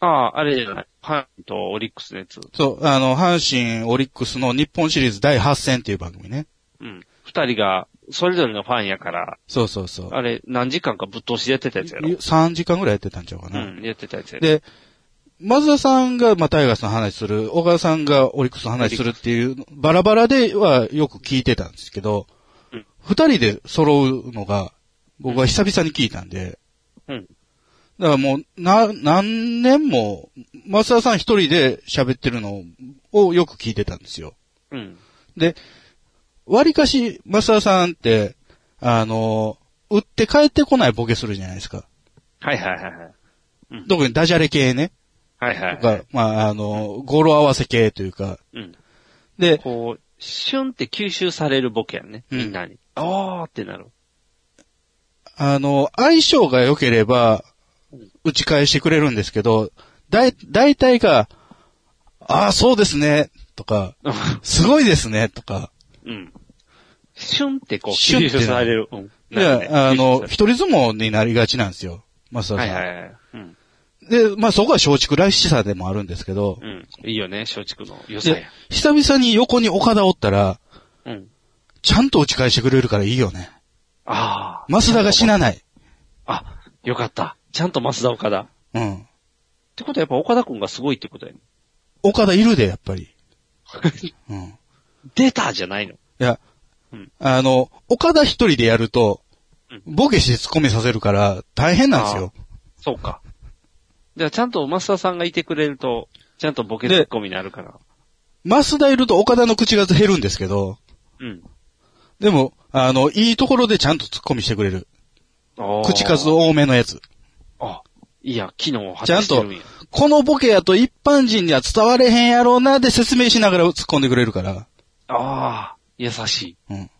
Speaker 2: ああ、あれじゃない。ハンとオリックスのやつ。
Speaker 3: そう、あの、阪神、オリックスの日本シリーズ第8戦っていう番組ね。
Speaker 2: うん。二人が、それぞれのファンやから、
Speaker 3: そうそうそう。
Speaker 2: あれ、何時間かぶっ通しでやってたやつやろ。
Speaker 3: 3時間ぐらいやってたんちゃうか
Speaker 2: う
Speaker 3: な。
Speaker 2: ん、やってたやつや
Speaker 3: <laughs>
Speaker 2: ろ。
Speaker 3: で、松田さんが、まあ、タイガースの話する、小川さんがオリックスの話するっていう、バラバラではよく聞いてたんですけど
Speaker 2: うん、
Speaker 3: 二、人で揃うのが、僕は久々に聞いたんで、
Speaker 2: うん
Speaker 3: だからもう、な、何年も、松田さん一人で喋ってるのをよく聞いてたんですよ。
Speaker 2: うん。
Speaker 3: 割かし、松田さんって、あの、売って帰ってこないボケするじゃないですか。
Speaker 2: はいはいはいはい。
Speaker 3: 特にダジャレ系ね。
Speaker 2: はいはい
Speaker 3: とか、まあ、あの、語呂合わせ系というか。
Speaker 2: うん。
Speaker 3: で、
Speaker 2: こう、シュンって吸収されるボケやんね。
Speaker 3: うん
Speaker 2: みんなに。あーってなる。 <laughs>
Speaker 3: あの、相性が良ければ、打ち返してくれるんですけど、だい、大体が、ああ、そうですね、とか、すごいですね、とか、
Speaker 2: うん。シュンってこう、
Speaker 3: シュン
Speaker 2: 吸
Speaker 3: って
Speaker 2: 収される。うん。
Speaker 3: で、
Speaker 2: なるね
Speaker 3: あ
Speaker 2: 吸
Speaker 3: の、
Speaker 2: 収さ
Speaker 3: 一人相撲になりがちなんですよ。マスターさん。
Speaker 2: れるはいはいはい。うん。
Speaker 3: で、まあ、そこは松竹らしさでもあるんですけど、
Speaker 2: うん。いいよね、松竹の良さ
Speaker 3: で
Speaker 2: や。
Speaker 3: 久々に横に岡田おったら、
Speaker 2: うん。
Speaker 3: ちゃんと打ち返してくれるからいいよね。
Speaker 2: ああ。
Speaker 3: マスダが死なない。
Speaker 2: あ、よかった。ちゃんと増田岡田。っ
Speaker 3: うん。
Speaker 2: てことはやっぱ岡田くんがすごいってこと <laughs> やね。
Speaker 3: 岡田いるで、やっぱり。うん。
Speaker 2: 出たじゃないの。
Speaker 3: いや、
Speaker 2: うん
Speaker 3: あの、岡田一人でやると
Speaker 2: うん、
Speaker 3: ボケして突っ込みさせるから大変なんですよ。
Speaker 2: そうか。じゃあちゃんと増田さんがいてくれると、ちゃんとボケツッコミになるから。
Speaker 3: 増田いると岡田の口が減るんですけど、
Speaker 2: うん。
Speaker 3: でも、あの、いいところでちゃんと突っ込みしてくれる。
Speaker 2: あー
Speaker 3: 口数。多めのやつ。
Speaker 2: あ、いや、機能を発揮してるんや。
Speaker 3: このボケやと一般人には伝われへんやろうなで説明しながら突っ込んでくれるから。
Speaker 2: ああ、優しい。
Speaker 3: うん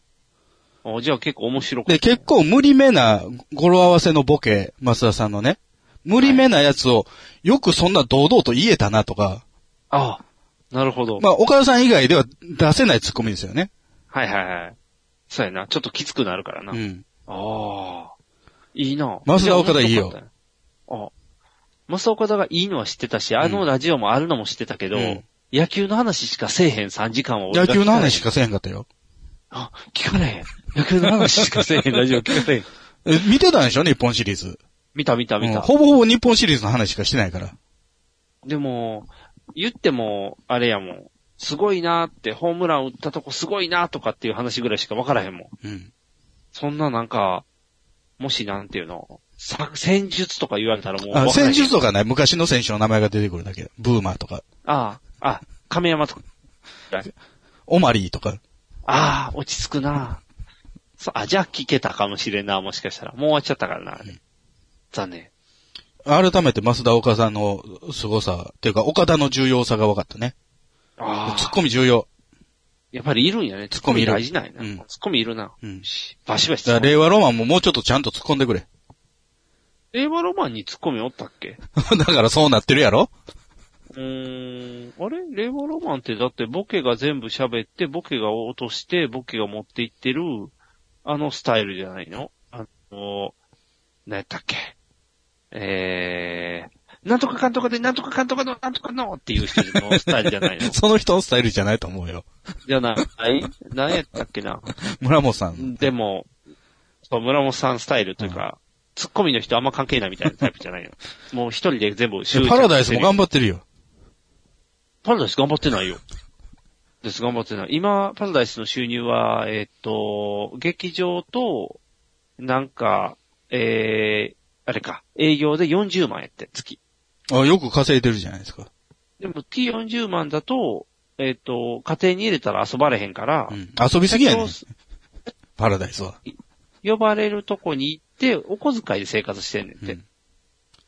Speaker 2: お。じゃあ結構面白く
Speaker 3: で、結構無理めな語呂合わせのボケ、増田さんのね。無理めなやつを、よくそんな堂々と言えたなとか、
Speaker 2: ああ、なるほど。
Speaker 3: まあ、岡田さん以外では出せない突っ込みですよね。
Speaker 2: はいはいはい。そうやな。ちょっときつくなるからな。
Speaker 3: うん。
Speaker 2: ああ、いいな。
Speaker 3: 増田岡田いいよ
Speaker 2: じゃあ面白かったね。あ増田岡田がいいのは知ってたし、あのラジオもあるのも知ってたけど、
Speaker 3: うん
Speaker 2: 野球の話しかせえへん3時間は俺
Speaker 3: 野
Speaker 2: が
Speaker 3: 球の話しかせへんかったよ。
Speaker 2: あ、聞かれへん。野球の話しかせえ
Speaker 3: <laughs>
Speaker 2: へんラジオ聞かれへん。
Speaker 3: え見てたんでしょ日本シリーズ。
Speaker 2: 見た見た見
Speaker 3: うん
Speaker 2: た。
Speaker 3: ほぼほぼ日本シリーズの話しかしてないから。
Speaker 2: でも、言っても、あれやもん。すごいなーって、ホームラン打ったとこすごいなーとかっていう話ぐらいしかわからへんもん。
Speaker 3: うん。
Speaker 2: そんななんか、もしなんていうの、さ戦術とか言われたらもうわか
Speaker 3: あ、
Speaker 2: らへん。
Speaker 3: 戦術とかない。昔の選手の名前が出てくるだけ。ブーマーとか、
Speaker 2: ああ、あ、亀山とか。
Speaker 3: オマリーとか。
Speaker 2: ああ、落ち着くなそう、あ、じゃあ聞けたかもしれんな、もしかしたら。もう終わっちゃったからな、あれ。残念。
Speaker 3: 改めて増田岡さんの凄さ、っていうか岡田の重要さが分かったね。
Speaker 2: あ
Speaker 3: ツッコミ重要。
Speaker 2: やっぱりいるんやね。ツッコ
Speaker 3: コミ
Speaker 2: ミ
Speaker 3: いる
Speaker 2: 大事なんやな。
Speaker 3: うん
Speaker 2: ツッコミいるな。
Speaker 3: うん。
Speaker 2: バシバシ
Speaker 3: だ
Speaker 2: 突
Speaker 3: か
Speaker 2: っ
Speaker 3: ら
Speaker 2: 込む。
Speaker 3: 令和ロマンももうちょっとちゃんと突っ込んでくれ。 <laughs>
Speaker 2: 令和ロマンにツッコミおったっけ
Speaker 3: だからそうなってるやろ
Speaker 2: うーん。あれ令和ロマンってだってボケが全部喋って、ボケが落として、ボケが持っていってる、あのスタイルじゃないのあの、何やったっけえー、なんとかかんとかで、なんとかかんとかの、なんとかのっていう人のスタイルじゃない
Speaker 3: <laughs>
Speaker 2: の
Speaker 3: その人のスタイルじゃないと思うよ。
Speaker 2: じゃない何やったっけな
Speaker 3: 村本さん。
Speaker 2: でも、そう、村本さんスタイルというか、ツッコミの人あんま関係ないみたいなタイプじゃないよ。もう一人で全部集
Speaker 3: パラダイスも頑
Speaker 2: 張
Speaker 3: 張ってるよ。
Speaker 2: パラダイス頑張ってないよ。です、頑張ってない。今、パラダイスの収入は、えーっと、劇場と、なんか、えー、あれか、営業で40万やって、月。
Speaker 3: あ、よく稼いでるじゃないですか。
Speaker 2: でも、T40 万だと、えーっと、家庭に入れたら遊ばれへんから、
Speaker 3: うん。遊びすぎやねん
Speaker 2: そう。
Speaker 3: パラダイスは。
Speaker 2: 呼ばれるとこに行って、お小遣いで生活してんねんって。
Speaker 3: うん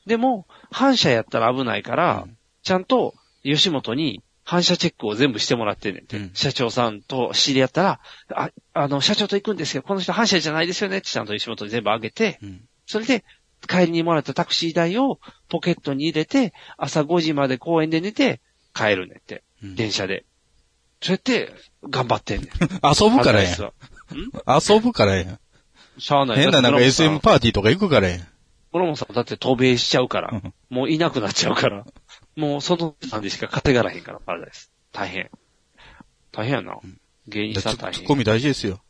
Speaker 2: でも、反射やったら危ないから、
Speaker 3: うん
Speaker 2: ちゃんと吉本に反射チェックを全部してもらってんねんって。
Speaker 3: うん
Speaker 2: 社長さんと知り合ったら、あ、あの、社長と行くんですよ。この人反射じゃないですよねってちゃんと吉本に全部あげて、
Speaker 3: うん。
Speaker 2: それで、帰りにもらったタクシー代をポケットに入れて、朝5時まで公園で寝て、帰るねんって。
Speaker 3: うん
Speaker 2: 電車で。そうやって、頑張ってんねん。
Speaker 3: 遊ぶからやん。遊ぶからやん。
Speaker 2: しゃあない。
Speaker 3: 変ななんか
Speaker 2: だって
Speaker 3: SM パーティーとか行くからやん。
Speaker 2: モロモンさんだって渡米しちゃうから
Speaker 3: うん、
Speaker 2: もういなくなっちゃうから、もうその時間でしか稼がらへんから、パラダイス。大変。大変やな。芸人
Speaker 3: ツ
Speaker 2: さん大
Speaker 3: ッツ
Speaker 2: 変。
Speaker 3: ッ
Speaker 2: ツ
Speaker 3: コ
Speaker 2: ッ
Speaker 3: ミ大事ですよ。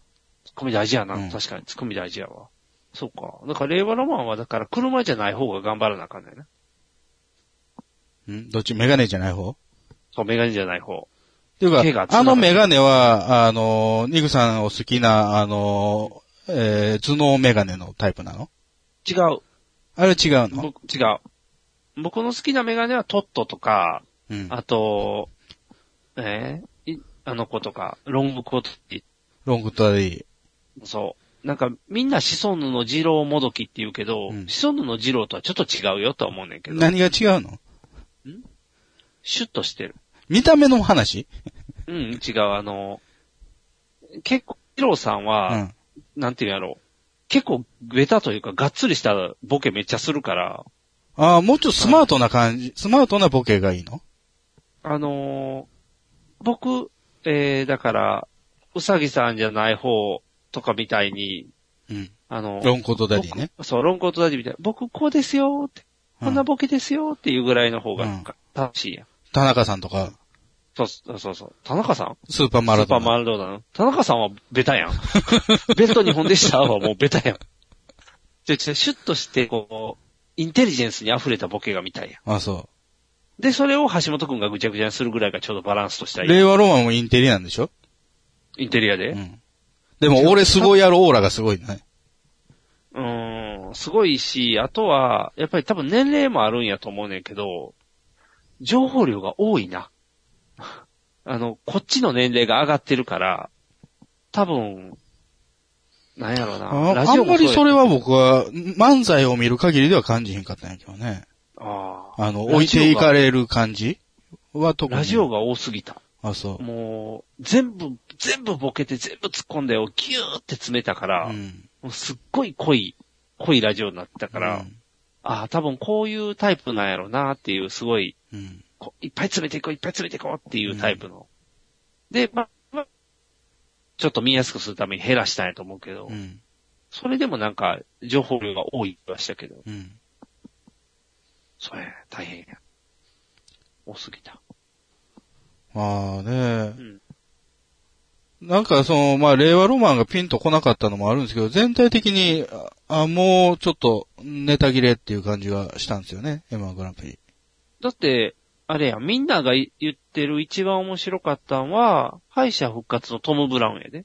Speaker 2: コミ大事やな。
Speaker 3: うん
Speaker 2: 確かに、ツッコミ大事やわ。そうか。だから、令和ロマンは、だから、車じゃない方が頑張らなあかんねんな。
Speaker 3: うんどっちメガネじゃない方
Speaker 2: そう、メガネじゃない方。
Speaker 3: っていう
Speaker 2: 手
Speaker 3: か、
Speaker 2: がつなが
Speaker 3: あの
Speaker 2: る
Speaker 3: メガネは、あの、ニグさんお好きな、あの、えー、頭脳メガネのタイプなの
Speaker 2: 違う。
Speaker 3: あれは違うの
Speaker 2: 僕、違う。僕の好きなメガネはトットとか、
Speaker 3: うん。
Speaker 2: あと、えーいあの子とか、ロングコートって
Speaker 3: ロングトラリ
Speaker 2: そう。なんか、みんなシソンヌの二郎もどきって言うけど、
Speaker 3: うん
Speaker 2: シソンヌの二郎とはちょっと違うよとは思うねんけ
Speaker 3: ー。
Speaker 2: ど、
Speaker 3: 何が違うの
Speaker 2: シュッとしてる。
Speaker 3: 見た目の話
Speaker 2: うん、違う。あの、結構、二郎さん
Speaker 3: う
Speaker 2: は、
Speaker 3: ん。
Speaker 2: なんていうんやろう。結構、ベタというか、がっつりしたボケめっちゃするから、
Speaker 3: ああ、もうちょっとスマートな感じ、スマートなボケがいいの
Speaker 2: あのー僕、えー、だから、うさぎさんじゃない方とかみたいに、
Speaker 3: うん。
Speaker 2: あの、
Speaker 3: ロングトラリーね。
Speaker 2: 僕そう、ロングコートダディみたいな、僕こうですよって、こんなボケですよっていうぐらいの方が、
Speaker 3: うん
Speaker 2: 楽しいやん。
Speaker 3: 田中さんとか、
Speaker 2: そうそうそうそう。田中さん
Speaker 3: スーパーマラ
Speaker 2: スーパ
Speaker 3: ド
Speaker 2: ーマ
Speaker 3: ー
Speaker 2: ラドーナの田中さんはベ
Speaker 3: <laughs>
Speaker 2: タやん。ベスト日本でしたはもうベタやん。で、ちょシュッとして、こう、インテリジェンスに溢れたボケが見たいやん。
Speaker 3: ナ。あ、そ
Speaker 2: で、それを橋本くんがぐちゃぐちゃにするぐらいがちょうどバランスとした
Speaker 3: う。
Speaker 2: い
Speaker 3: 令和ロマンもインテリなんでしょ
Speaker 2: インテリアで。
Speaker 3: う。
Speaker 2: うん
Speaker 3: でも俺すごいやろオーラがすごいね。
Speaker 2: ーん、すごいし、あとは、やっぱり多分年齢もあるんやと思うねんけど、情報量が多いな。 <laughs> あの、こっちの年齢が上がってるから、多分、なんやろうな。
Speaker 3: ああんまりそれ
Speaker 2: は
Speaker 3: は僕は漫才を見る限りでは感じへんかったんやけどね。
Speaker 2: ああ。
Speaker 3: あの、置いていかれる感じは特に。
Speaker 2: ラジオが多すぎた。
Speaker 3: あ、そう。
Speaker 2: もう、全部、全部ボケて、全部突っ込んでをギューって詰めたから、
Speaker 3: うん。
Speaker 2: もうすっごい濃い、濃いラジオになったから、ああ、多分こういうタイプなんやろうなっていう、すごい、
Speaker 3: うん。うん。
Speaker 2: こういっぱい詰めていこう、いっぱい詰めていこうっていうタイプの。で、まあ、まあちょっと見やすくするために減らしたんやと思うけど、
Speaker 3: うん。
Speaker 2: それでもなんか、情報量が多い気はしたけど、
Speaker 3: うん。
Speaker 2: それ、大変や。多すぎた。
Speaker 3: まあね
Speaker 2: うん。
Speaker 3: なんかその、まあ、令和ロマンがピンとこなかったのもあるんですけど、全体的に、あ、あもうちょっとネタ切れっていう感じがしたんですよね。M1 グランプリ。
Speaker 2: だって、あれや、みんながい言ってる一番面白かったんは、敗者復活のトム・ブラウンやで。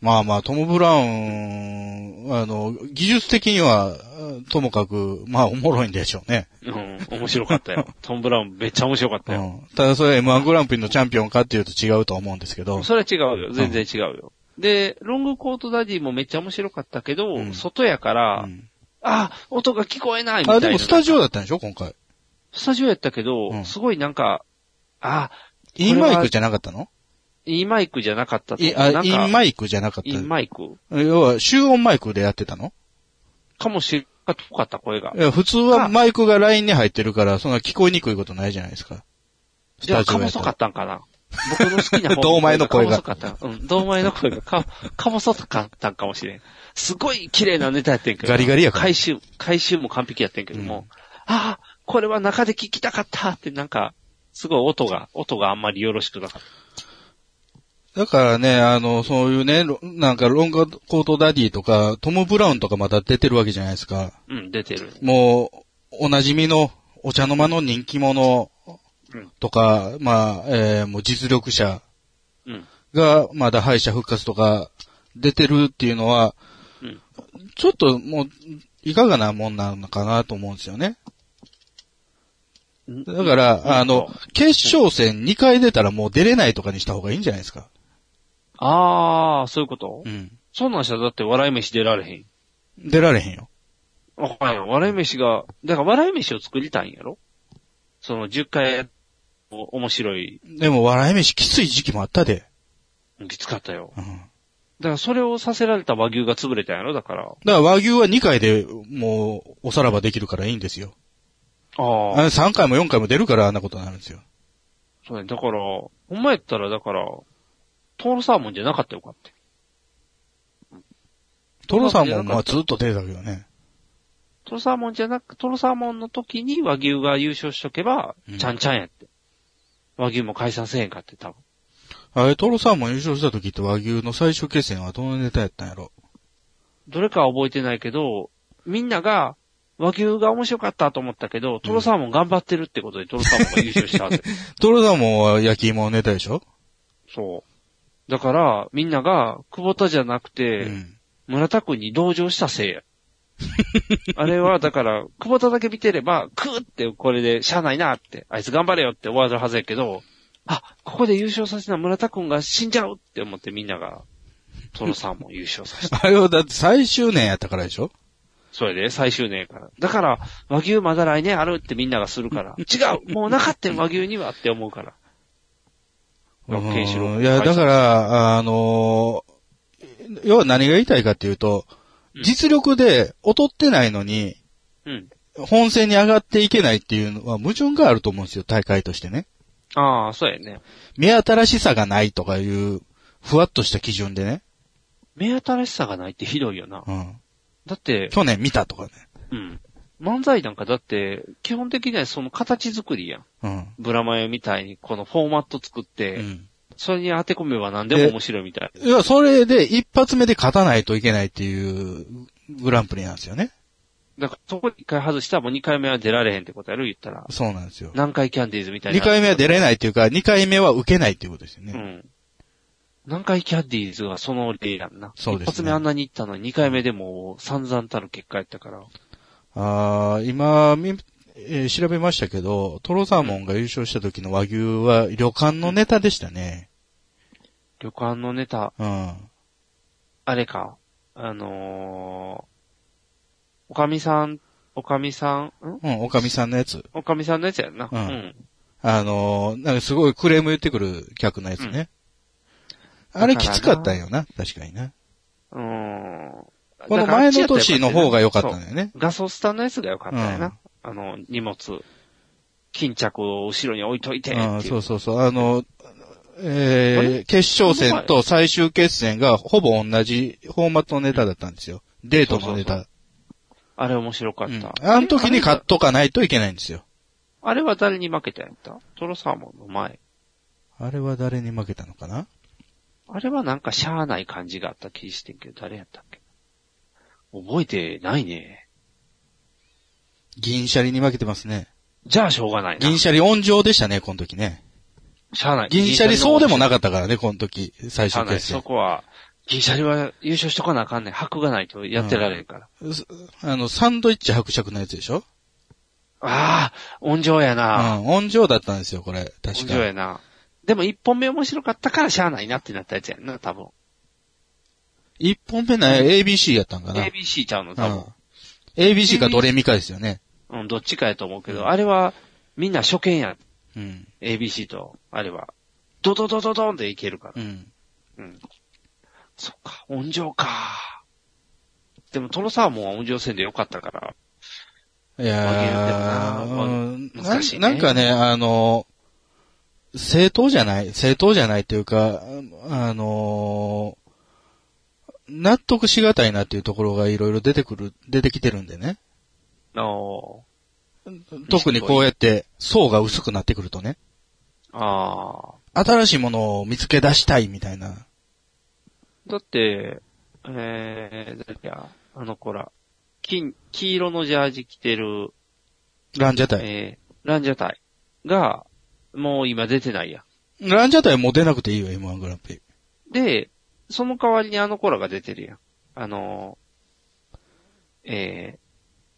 Speaker 3: まあまあ、トム・ブラウン、あの、技術的には、ともかく、まあ、おもろいんでしょうね。
Speaker 2: うん、面白かったよ。トム・ブラウンめっちゃ面白かった
Speaker 3: う
Speaker 2: よ。
Speaker 3: ん。ただ、それ M1 グランプリのチャンピオンかっていうと違うとは思うんですけど。
Speaker 2: それは違うよ。全然違うよ。で、ロングコートダディもめっちゃ面白かったけど、
Speaker 3: うん
Speaker 2: 外やから、
Speaker 3: うん
Speaker 2: あ、音が聞こえないみたい
Speaker 3: あ、
Speaker 2: な。
Speaker 3: でもスタジオだったんでしょ今回。
Speaker 2: スタジオやったけど、
Speaker 3: うん
Speaker 2: すごいなんか、あ、れは
Speaker 3: インマイクじゃなかったの
Speaker 2: インマイクじゃなかったと
Speaker 3: い
Speaker 2: 思うな
Speaker 3: あ
Speaker 2: ん
Speaker 3: イ
Speaker 2: か
Speaker 3: ンマイクじゃなか
Speaker 2: イン
Speaker 3: っ
Speaker 2: マイク
Speaker 3: た。要は、集音マイクでやってたの
Speaker 2: かもしれなかった、声が
Speaker 3: い。や、普通はマイクがラインに入ってるから、そんな聞こえにくいことないじゃないですか。ス
Speaker 2: じゃあ、か
Speaker 3: やた
Speaker 2: 細からったんかな。僕の好き
Speaker 3: <laughs>
Speaker 2: な方
Speaker 3: 堂前の声が
Speaker 2: か細かった。うん、堂前の
Speaker 3: <laughs>
Speaker 2: 声がか、か細かったんかもしれん。すごい綺麗なネタやってんけど。
Speaker 3: ガリガリやから
Speaker 2: 回収、回収も完璧やってんけども、ああ、これは中で聞きたかったってなんか、すごい音が、音があんまりよろしくなかっ
Speaker 3: だからね、あの、そういうね、ロなんか、ロングコートダディとか、トム・ブラウンとかまだ出てるわけじゃないですか。
Speaker 2: た。うん、出てる。
Speaker 3: もう、おなじみの、お茶の間の人気者とか、まあ、えーもう実力者
Speaker 2: うん。
Speaker 3: が、まだ敗者復活とか、出てるっていうのは、
Speaker 2: うん
Speaker 3: ちょっともう、いかがなもんなのかなと思うんですよね。
Speaker 2: ん
Speaker 3: だから、あの、決勝戦2回出たらもう出れないとかにした方がいいんじゃないですか。
Speaker 2: ああ、そういうこと、
Speaker 3: うん。
Speaker 2: そんなんしたらだって笑い飯出られへん。
Speaker 3: 出られへんよ。
Speaker 2: わかんない。笑い飯が、だから笑い飯を作りたいんやろその10回、お面白い、
Speaker 3: でも、笑い飯きつい時期もあったで。
Speaker 2: きつかったよ。
Speaker 3: うん。
Speaker 2: だからそれをさせられた和牛が潰れたんやろだから。
Speaker 3: だから和牛は2回でもう、おさらばできるからいいんですよ。
Speaker 2: あ
Speaker 3: あれ3回も4回も出るからあんなことになるんですよ。
Speaker 2: そうね。だから、ほんまやったら、だから、トールサーモンじゃなかったらよかったよ。
Speaker 3: トロさんもまあずっと出てたけどね。
Speaker 2: トールサーモンじゃなく、トールサーモンの時に和牛が優勝しとけば
Speaker 3: うん、
Speaker 2: ちゃんちゃんやって。和牛も解散せえへんかって、多分。
Speaker 3: あれ、トロさんも優勝した時って和牛の最終決戦はどのネタやったんやろ。
Speaker 2: どれかは覚えてないけど、みんなが、和牛が面白かったと思ったけど、トロサーモン頑張ってるってことでトロサーモンが優
Speaker 3: <laughs>
Speaker 2: 勝したはず。
Speaker 3: トロさんもは焼き芋のネタでしょ
Speaker 2: そう。だから、みんなが、久保田じゃなく
Speaker 3: う
Speaker 2: て、
Speaker 3: ん。
Speaker 2: 村田君に同情したせいや。あれは、だから、久保田だけ見てれば、クーってこれで、しゃあないなって、あいつ頑張れよって終わるはずやけど、あ、ここで優勝させた村田君が死んじゃうって思ってみんなが、トロサーモン優勝さ
Speaker 3: <laughs>
Speaker 2: せた。
Speaker 3: あれはだって最終年やったからでしょ
Speaker 2: それで、最終年やから。だから、和牛まだ来年あるってみんながするから、違うもうなかったよ和牛にはって思うから。
Speaker 3: う
Speaker 2: ロッケンシロ
Speaker 3: んいや、だから、あのー要は何が言いたいかっていうと、
Speaker 2: うん
Speaker 3: 実力で劣ってないのに、
Speaker 2: うん。
Speaker 3: 本戦に上がっていけないっていうのは矛盾があると思うんですよ、大会としてね。
Speaker 2: ああ、そうやね。
Speaker 3: 目新しさがないとかいう、ふわっとした基準でね。
Speaker 2: 目新しさがないってひどいよな。
Speaker 3: うん。
Speaker 2: だって、
Speaker 3: 去年見たとかね。
Speaker 2: うん。漫才なんかだって、基本的にはその形作りやん。
Speaker 3: うん。
Speaker 2: ブラマヨみたいにこのフォーマット作って、
Speaker 3: うん。
Speaker 2: それに当て込めば何でも面白いみたい。
Speaker 3: いや、それで一発目で勝たないといけないっていうグランプリなんですよね。
Speaker 2: だからそこで一回外したらもう二回目は出られへんってことやろ言ったら。
Speaker 3: そうなんですよ。
Speaker 2: 南海キャンディーズみたいな。
Speaker 3: 二回目は出れないっていうか、二回目は受けないっていうことですよね。
Speaker 2: うん。南海キャンディーズはその例やんな。
Speaker 3: そうですね
Speaker 2: 一発目あんなに行ったのに二回目でもう散々たる結果やったから。
Speaker 3: あー今、みえー調べましたけど、トロサーモンが優勝した時の和牛は旅館のネタでしたね。
Speaker 2: 旅館のネタ、
Speaker 3: うん。
Speaker 2: あれか。あのー、おかみさん、おかみさん、ん
Speaker 3: うん、おかみさんのやつ。
Speaker 2: おかみさんのやつやんな。
Speaker 3: うん
Speaker 2: うん
Speaker 3: あのーなんかすごいクレーム言ってくる客のやつね。
Speaker 2: ん
Speaker 3: あれきつかったんよな、確かにな。
Speaker 2: うーん。
Speaker 3: この前の年の方が良かったんだよね
Speaker 2: そう。ガソスタのやつが良かったよな。あの、荷物、巾着を後ろに置いといてっていうう。
Speaker 3: ん、そうそうそう。あの、え
Speaker 2: あ
Speaker 3: ー、決勝戦と最終決戦がほぼ同じフォーマットのネタだったんですよ。デートのネタ。
Speaker 2: あれ面白かった。
Speaker 3: うんあの時に買っとかないといけないんですよ。
Speaker 2: あれは誰に負けたんやったトロサーモンの前。
Speaker 3: あれは誰に負けたのかな
Speaker 2: あれはなんかしゃあない感じがあった気してんけど、誰やったっけ覚えてないね。
Speaker 3: 銀シャリに負けてますね。
Speaker 2: じゃあしょうがないな。
Speaker 3: 銀シャリ温情でしたね、この時ね。
Speaker 2: しゃあない。
Speaker 3: 銀シャリそうでもな
Speaker 2: かっ
Speaker 3: かったからね、この時、最
Speaker 2: しゃあ
Speaker 3: 終
Speaker 2: ない。
Speaker 3: 決
Speaker 2: そ
Speaker 3: 戦。
Speaker 2: こは、銀シャリは優勝しとかなあかんねん。箔がないとやってられんから。
Speaker 3: あの、サンドイッチ伯爵のやつでしょ
Speaker 2: ああ、温情や
Speaker 3: う
Speaker 2: な。
Speaker 3: ん、温情だったんですよ、これ。確
Speaker 2: 温
Speaker 3: か
Speaker 2: 情。やな。でも一本目面白かったからしゃあないなってなったやつやんな、多分。
Speaker 3: 一本目な ABC やったんかな。
Speaker 2: ABC ちゃうの、
Speaker 3: う
Speaker 2: 多分
Speaker 3: ん。。ABC かドレミかですよね。
Speaker 2: うん、どっちかやと思うけ
Speaker 3: う
Speaker 2: ど、
Speaker 3: ん
Speaker 2: あれは、みんな初見やん。
Speaker 3: うん。
Speaker 2: ABC と、あれは。ドドドドドンでいけるから。
Speaker 3: うん。
Speaker 2: そっか、温情か。でも、トロサーモンは温情戦でよかったから。
Speaker 3: いや
Speaker 2: わけ言うてるな
Speaker 3: ー、うん
Speaker 2: 難しいね
Speaker 3: なんかね、あの、正当じゃない正当じゃないというか、あの、納得しがたいなっていうところがいろいろ出てくる、出てきてるんでね。
Speaker 2: お
Speaker 3: 特にこうやって層が薄くなってくるとね、
Speaker 2: ーあ
Speaker 3: 新しいものを見つけ出したいみたいな。
Speaker 2: ー。だって、えー、だっけあの子ら、金、黄色のジャージ着てる、
Speaker 3: ランジャタイ。
Speaker 2: えー、ランジャタイが、もう今出てないや
Speaker 3: ランジャタイもう出なくていいよ、M1 グランプリ。
Speaker 2: ん。で、その代わりにあの子らが出てるやん。あのー、え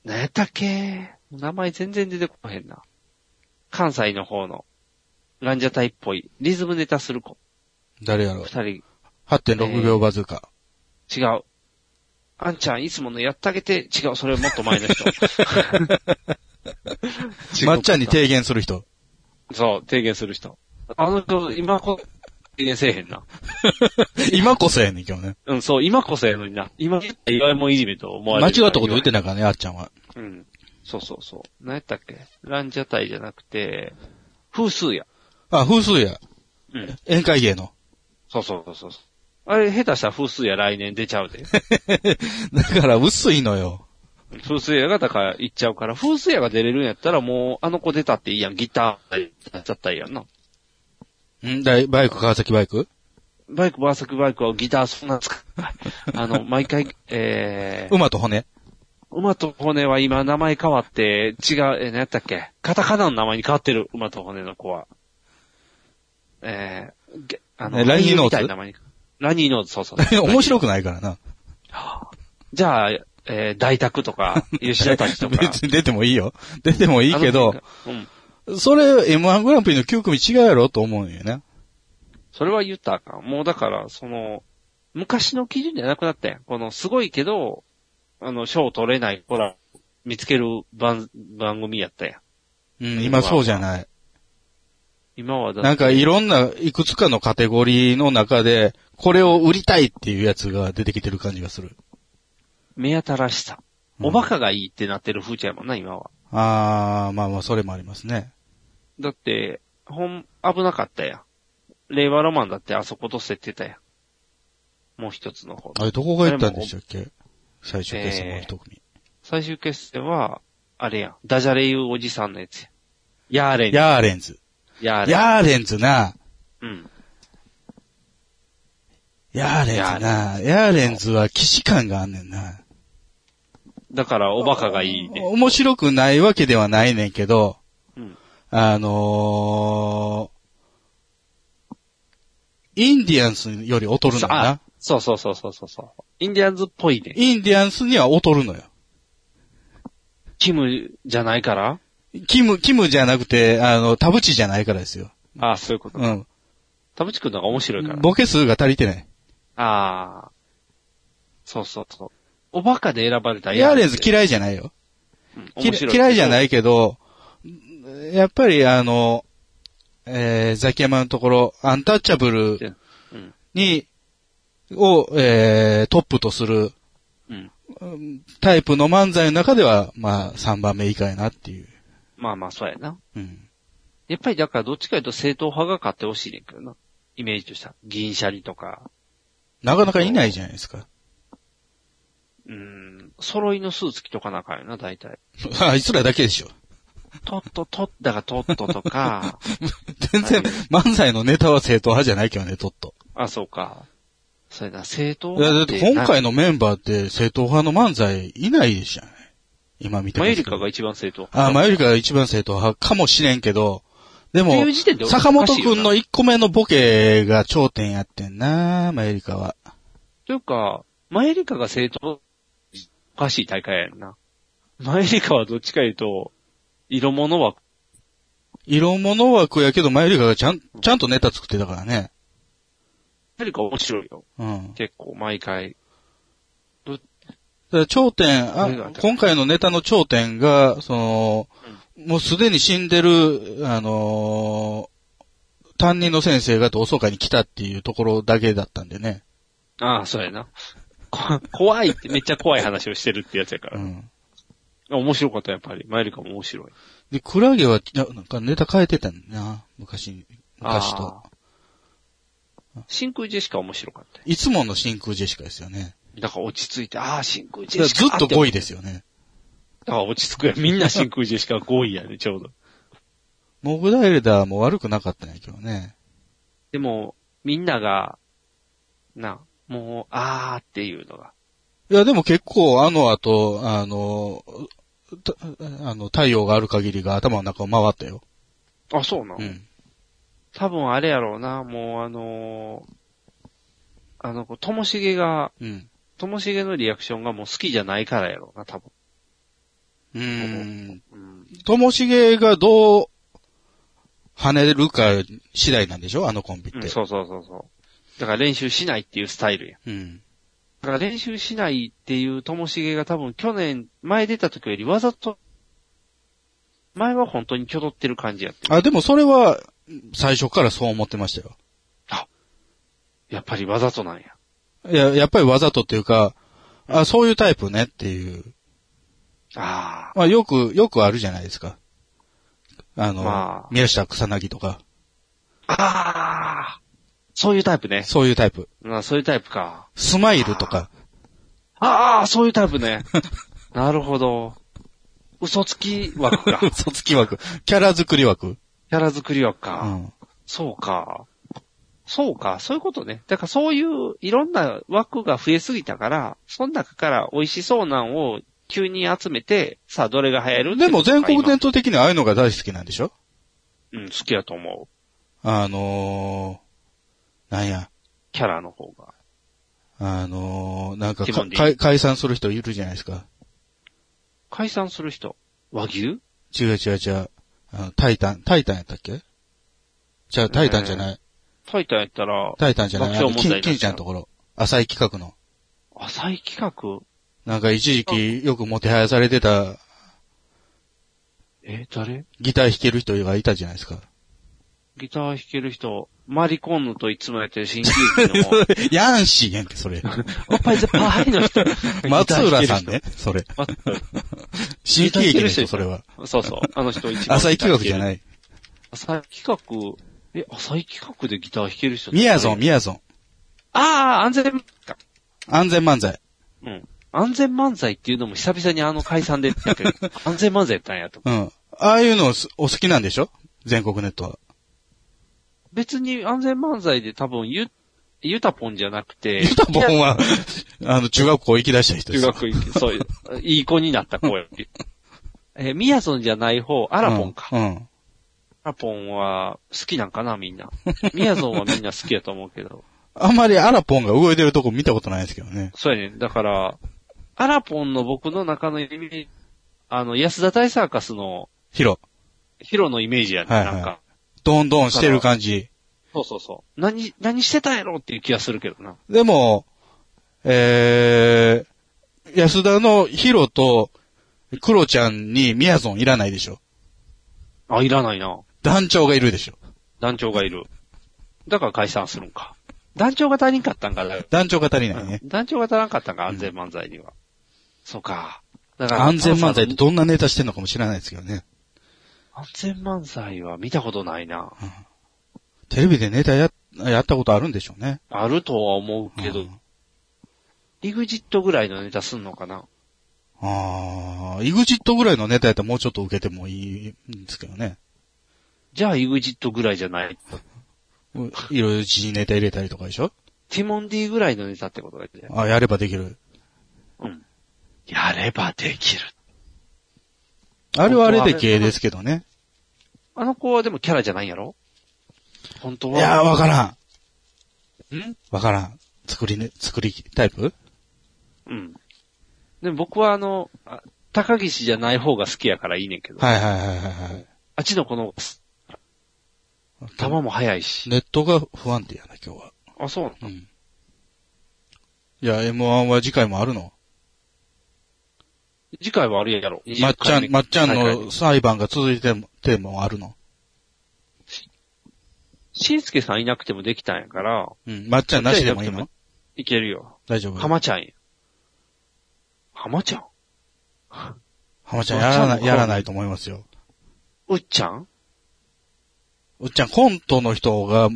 Speaker 2: ー、なんやったっけ名前全然出てこへんな。関西の方の、ランジャタイっぽい、リズムネタする子。
Speaker 3: 誰やろう
Speaker 2: 二人、
Speaker 3: 8.6秒バズーカ。
Speaker 2: 違う。あんちゃん、いつものやってあげて、違う、それもっと前の人。
Speaker 3: <laughs> まっちゃんに提言する <laughs> 人。
Speaker 2: そう、提言する人。あの人、今こ、提言せえへんな。
Speaker 3: 今こそやねん、今日ね。
Speaker 2: うん、そう、今こそやのにな。今、意外もいじめと思われ
Speaker 3: 間違
Speaker 2: る。
Speaker 3: ったこと言ってないからね、あっちゃんは。
Speaker 2: うん。そうそうそう。何やったっけランジャタイじゃなくて、風数や。
Speaker 3: あ、風水や。
Speaker 2: うん。
Speaker 3: 宴会芸の。 <laughs>
Speaker 2: そうそうそうそう。あれ、下手したら風数や来年出ちゃ <laughs> うで。
Speaker 3: だから薄いのよ。
Speaker 2: 風水屋がだから行っちゃうから、風水屋が出れるんやったらもう、あの子出たっていいやん。ギター、やっちゃったらいいやんな。
Speaker 3: んだいバイク、川崎バイク
Speaker 2: バイク、バーサクバイクはギターそんな使う。あの、毎回、えー、
Speaker 3: 馬と骨 <laughs>
Speaker 2: 馬と骨は今名前変わって、違う、えー、何やったっけカタカナの名前に変わってる、馬と骨の子は。えー、げあ
Speaker 3: えラニーノーズ
Speaker 2: みたいな名前にラニーノーズ、そ
Speaker 3: <laughs>
Speaker 2: うそう。
Speaker 3: 面白くないから
Speaker 2: <laughs>
Speaker 3: な。
Speaker 2: じゃあ、えー、大宅とか、吉田たちとか。
Speaker 3: <laughs> 別に出てもいいよ。出てもいいけど、
Speaker 2: あの。うん。
Speaker 3: それ M1 グランプリの9組違うやろと思うんよね。
Speaker 2: それは言ったらあかん。もうだから、その、昔の基準じゃなくなったやん。この、すごいけど、あの、賞を取れない子ら、見つける番、番組やったやん。
Speaker 3: うん、今そうじゃない。
Speaker 2: 今はだって
Speaker 3: なんかいろんないくつかのカテゴリーの中で、これを売りたいっていうやつが出てきてる感じがする。
Speaker 2: 目新しさ。
Speaker 3: うん
Speaker 2: おバカがいいってなってる風潮やもんな、今は。
Speaker 3: あー、まあまあ、それもありますね。
Speaker 2: だって、ほん、危なかったやん。令和ロマンだってあそこと捨ててたやん。もう一つの方。
Speaker 3: あれ、どこが行ったんでしたっけ最終決戦もう一組。
Speaker 2: 最終決戦は、あれやん。ダジャレ言うおじさんのやつやん。やーれん。や
Speaker 3: ヤーレンズ。
Speaker 2: ーれん。
Speaker 3: ヤーレンズな。
Speaker 2: うん。
Speaker 3: ヤーレンズな。ヤーレンズは騎士感があんねんな。
Speaker 2: だから、おバカがいいね。
Speaker 3: 面白くないわけではないねんけど、
Speaker 2: うん
Speaker 3: あのー、インディアンスより劣るのよ
Speaker 2: あ
Speaker 3: な。
Speaker 2: そうそうそうそうそうそう。インディアンズっぽいね。
Speaker 3: インディアンスには劣るのよ。
Speaker 2: キムじゃないから
Speaker 3: キム、キムじゃなくて、あの、田淵じゃないからですよ。
Speaker 2: ああ、そういうこと。
Speaker 3: うん。
Speaker 2: 田淵くんの方が面白いから。
Speaker 3: ボケ数が足りてない。
Speaker 2: ああ。そうそうそう。おバカで選ばれた
Speaker 3: ヤーレンズ
Speaker 2: い。
Speaker 3: 嫌いじゃないよ。
Speaker 2: うん
Speaker 3: き
Speaker 2: 面白。
Speaker 3: 嫌いじゃないいけど、やっぱりあの、えー、ザキヤマのところ、アンタッチャブルに、を、えー、トップとする
Speaker 2: うん。
Speaker 3: タイプの漫才の中では、まあ、3番目以下やなっていう。
Speaker 2: まあまあ、そうやな。
Speaker 3: うん。
Speaker 2: やっぱりだからどっちかというと正統派が勝ってほしいねんけどな。イメージとしたら。銀シャリとか。
Speaker 3: なかなかいないじゃないですか。 <laughs>
Speaker 2: うん。揃いのスーツ着とかなあかんよな、大体。
Speaker 3: あいつらだけでしょ。
Speaker 2: トット、トッだがトットと
Speaker 3: <laughs>
Speaker 2: か。
Speaker 3: 全然、漫才のネタは正統派じゃないけどね、とっと。
Speaker 2: あ、そうか。そうやな、正統
Speaker 3: いや、だっ
Speaker 2: 派
Speaker 3: て今
Speaker 2: な
Speaker 3: 回のメンバーって正統派の漫才いないじゃない。今見てま
Speaker 2: マ
Speaker 3: す
Speaker 2: ユ
Speaker 3: け
Speaker 2: リ
Speaker 3: ど。
Speaker 2: カが一番正当。
Speaker 3: あ、マユリカが一番正統派かもしれんけど、で
Speaker 2: って
Speaker 3: も
Speaker 2: いう、時点でおかしい
Speaker 3: 坂
Speaker 2: よな
Speaker 3: 本くんの1個目のボケが頂点やってんな、マユリカは。
Speaker 2: というか、マエリカが正当、おかしい大会やんな。マエリカはどっちか言うと、色物は、
Speaker 3: 色物枠やけど、マユリカがちゃん、ちゃんとネタ作ってたからね。
Speaker 2: マエリカ面白いよ。
Speaker 3: うん。
Speaker 2: 結構、毎回。
Speaker 3: だから頂点、
Speaker 2: どれが
Speaker 3: あ、今回のネタの頂点が、その、もうすでに死んでる、あのー担任の先生が同窓会に来たっていうところだけだったんでね。
Speaker 2: ああ、そうやな。こ <laughs> 怖いって、めっちゃ怖い話をしてるってやつやか
Speaker 3: う
Speaker 2: ら。
Speaker 3: ん。
Speaker 2: 面白かった、やっぱり。マエリカも面白い。
Speaker 3: で、クラゲは、ななんかネタ変えてたんだな、昔、昔と
Speaker 2: あ。あ。真空ジェシカ面白かったよ。
Speaker 3: いつもの真空ジェシカですよね。
Speaker 2: だから落ち着いて、ああ、真空ジ
Speaker 3: だから
Speaker 2: ェシ
Speaker 3: ず
Speaker 2: カ
Speaker 3: っと5位で
Speaker 2: で。
Speaker 3: すよね。
Speaker 2: だから落ち着くやん。みんな真空ジェシカ5位やね、ちょうど。
Speaker 3: モグライダーも悪くなかったんやけどね。
Speaker 2: でも、みんなが、な、もう、あーっていうのが。
Speaker 3: いや、でも結構あの後、あの、たあの、太陽がある限りが頭の中を回ったよ。
Speaker 2: あ、そうなの、
Speaker 3: うん。
Speaker 2: 多分あれやろうな、もうあのーあの子、ともしげが、
Speaker 3: うん。
Speaker 2: ともしげのリアクションがもう好きじゃないからやろうな、多分。
Speaker 3: うん。
Speaker 2: うん。
Speaker 3: ともしげがどう、跳ねるか次第なんでしょあのコンビって。
Speaker 2: うんそうそうそうそう。だから練習しないっていうスタイルや。
Speaker 3: うん。
Speaker 2: だから練習しないっていうともしげが多分去年、前出た時よりわざと、前は本当にきょどってる感じやった。
Speaker 3: あ、でもそれは、最初からそう思ってましたよ。
Speaker 2: やっぱりわざとなんや。
Speaker 3: いや、やっぱりわざとっていうか、あ、そういうタイプねっていう。
Speaker 2: あ
Speaker 3: まあ、よく、よくあるじゃないですか。あの、
Speaker 2: まあ
Speaker 3: 宮下草薙とか、
Speaker 2: あ。ああ。そういうタイプね。
Speaker 3: そういうタイプ。
Speaker 2: まあ、そういうタイプか。
Speaker 3: スマイルと
Speaker 2: <laughs>
Speaker 3: か、。
Speaker 2: ああ、そういうタイプね。なるほど。嘘つき枠か
Speaker 3: <laughs> 嘘つき枠、キャラ作り枠。
Speaker 2: キャラ作り枠
Speaker 3: う
Speaker 2: か。
Speaker 3: ん。
Speaker 2: そうか。そうか、そういうことね。だからそういういろんな枠が増えすぎたから、その中から美味しそうなんを急に集めて、さあどれが流行る
Speaker 3: でも全国伝
Speaker 2: で。
Speaker 3: 統的にああいうのが大好きなんでしょ
Speaker 2: うん、好きやと思う。
Speaker 3: あのー、なんや、
Speaker 2: キャラの方が。
Speaker 3: あのー、なんか
Speaker 2: ティモンディ
Speaker 3: か解散する人いるじゃないですか。
Speaker 2: 解散する人。和牛
Speaker 3: 違う違う違う。あのタイタン、タイタンやったっけじゃあ、タイタンじゃない。
Speaker 2: タイタンやったら、
Speaker 3: タイタンじゃない。あ
Speaker 2: 爆
Speaker 3: の
Speaker 2: 笑問題
Speaker 3: 金、金ちゃんのところ。浅い企画の。
Speaker 2: 浅い企画
Speaker 3: なんか一時期よくもてはやされてた
Speaker 2: え、誰
Speaker 3: ギター弾ける人がいたじゃないですか。
Speaker 2: ギター弾ける人、マリコンヌといつもやってる新喜劇の
Speaker 3: <laughs> ヤンシー <laughs> やんけ、それ。
Speaker 2: おっぱいぜっぱいの人。 <laughs>
Speaker 3: 松浦さん
Speaker 2: ギ
Speaker 3: ね、それ。
Speaker 2: ター弾ける人。
Speaker 3: 新喜劇の
Speaker 2: ギター弾ける人
Speaker 3: 人、それは。
Speaker 2: まそうそう。あの人一番。
Speaker 3: 浅い企画じゃ
Speaker 2: い。
Speaker 3: ない。
Speaker 2: 浅い企画、え、浅い企画でギター弾ける人って
Speaker 3: みやぞん、み
Speaker 2: 誰
Speaker 3: やぞん。
Speaker 2: ああ、安全か。
Speaker 3: 安全漫才。
Speaker 2: うん。安全漫才っていうのも久々にあの解散でやってる <laughs> 安全漫才やったんやと。
Speaker 3: うん。ああいうのすお好きなんでしょ全国ネットは。
Speaker 2: 別に安全漫才で多分ゆ、ゆたぽんじゃなくて、
Speaker 3: ゆたぼんは、 <laughs> あの、中学校行き出した人で
Speaker 2: 中
Speaker 3: すよ。
Speaker 2: 学行き、そういう、いい子になった子より。えー、みやぞんじゃない方、アラポンか。
Speaker 3: うん。うん
Speaker 2: アラポンは好きなんかな、みんな。みやぞんはみんな好きやと思うけど。
Speaker 3: あんまりアラポンが動いてるとこ見たことないですけどね。
Speaker 2: そうやね。だから、アラポンの僕の中のイメージ、あの、安田大サーカスの
Speaker 3: ヒロ。
Speaker 2: ヒロのイメージやね。
Speaker 3: はいはい
Speaker 2: なんか。
Speaker 3: どんどんしてる感じ。
Speaker 2: そうそうそう。何、何してたんやろっていう気がするけどな。
Speaker 3: でも、えー、安田のヒロと、クロちゃんにみやぞんいらないでしょ。
Speaker 2: あ、いらないな。
Speaker 3: 団長がいるでしょ。
Speaker 2: 団長がいる。だから解散するんか。団長が足りんかったんか、だよ
Speaker 3: 団長が足りないね。
Speaker 2: 団長が足らんかったんか、安全漫才には。そうか。だから、
Speaker 3: 安全漫才って
Speaker 2: 安
Speaker 3: どんなネタしてんのかも知らないですけどね。
Speaker 2: 全漫才は見たことないな。
Speaker 3: テレビでネタや、やったことあるんでしょうね。
Speaker 2: あるとは思うけど、
Speaker 3: うん
Speaker 2: リグジットぐらいのネタすんのかな。
Speaker 3: ああ、イグジットぐらいのネタやったらもうちょっと受けてもいいんですけどね。
Speaker 2: じゃあ、イグジットぐらいじゃない。
Speaker 3: いろいろ字にネタ入れたりとかでしょ
Speaker 2: ティモンディぐらいのネタってことだよね。
Speaker 3: あやればできる。
Speaker 2: やればできる。
Speaker 3: あれはあれで芸ですけどね。
Speaker 2: あの子はでもキャラじゃないんやろ本当
Speaker 3: い
Speaker 2: は。
Speaker 3: やー、わからん。
Speaker 2: ん
Speaker 3: わからん。作りね、作りタイプ
Speaker 2: うん。でも僕はあの、あ高岸じゃない方が好きやからいいねんけど。
Speaker 3: はいはいはいはいはい。
Speaker 2: あっちの子の、球も速いし。
Speaker 3: ネットが不安定やな、今日は。
Speaker 2: あ、そうなの
Speaker 3: うん。いや、M1 は次回もあるの
Speaker 2: 次回はあれやろ。
Speaker 3: まっちゃん、まっちゃん
Speaker 2: 大会
Speaker 3: の裁判が続いても、てもあるの
Speaker 2: しんすけさんいなくてもできたんやから、
Speaker 3: うん。まっちゃんなしでもいいの
Speaker 2: いけるよ。
Speaker 3: 大丈夫
Speaker 2: 浜ちゃんや。浜ちゃん
Speaker 3: 浜ちゃんやら
Speaker 2: まっ
Speaker 3: な
Speaker 2: ちゃん
Speaker 3: い、
Speaker 2: の
Speaker 3: やらないと思いますよ。
Speaker 2: うっちゃん
Speaker 3: うっちゃん、コントの人が、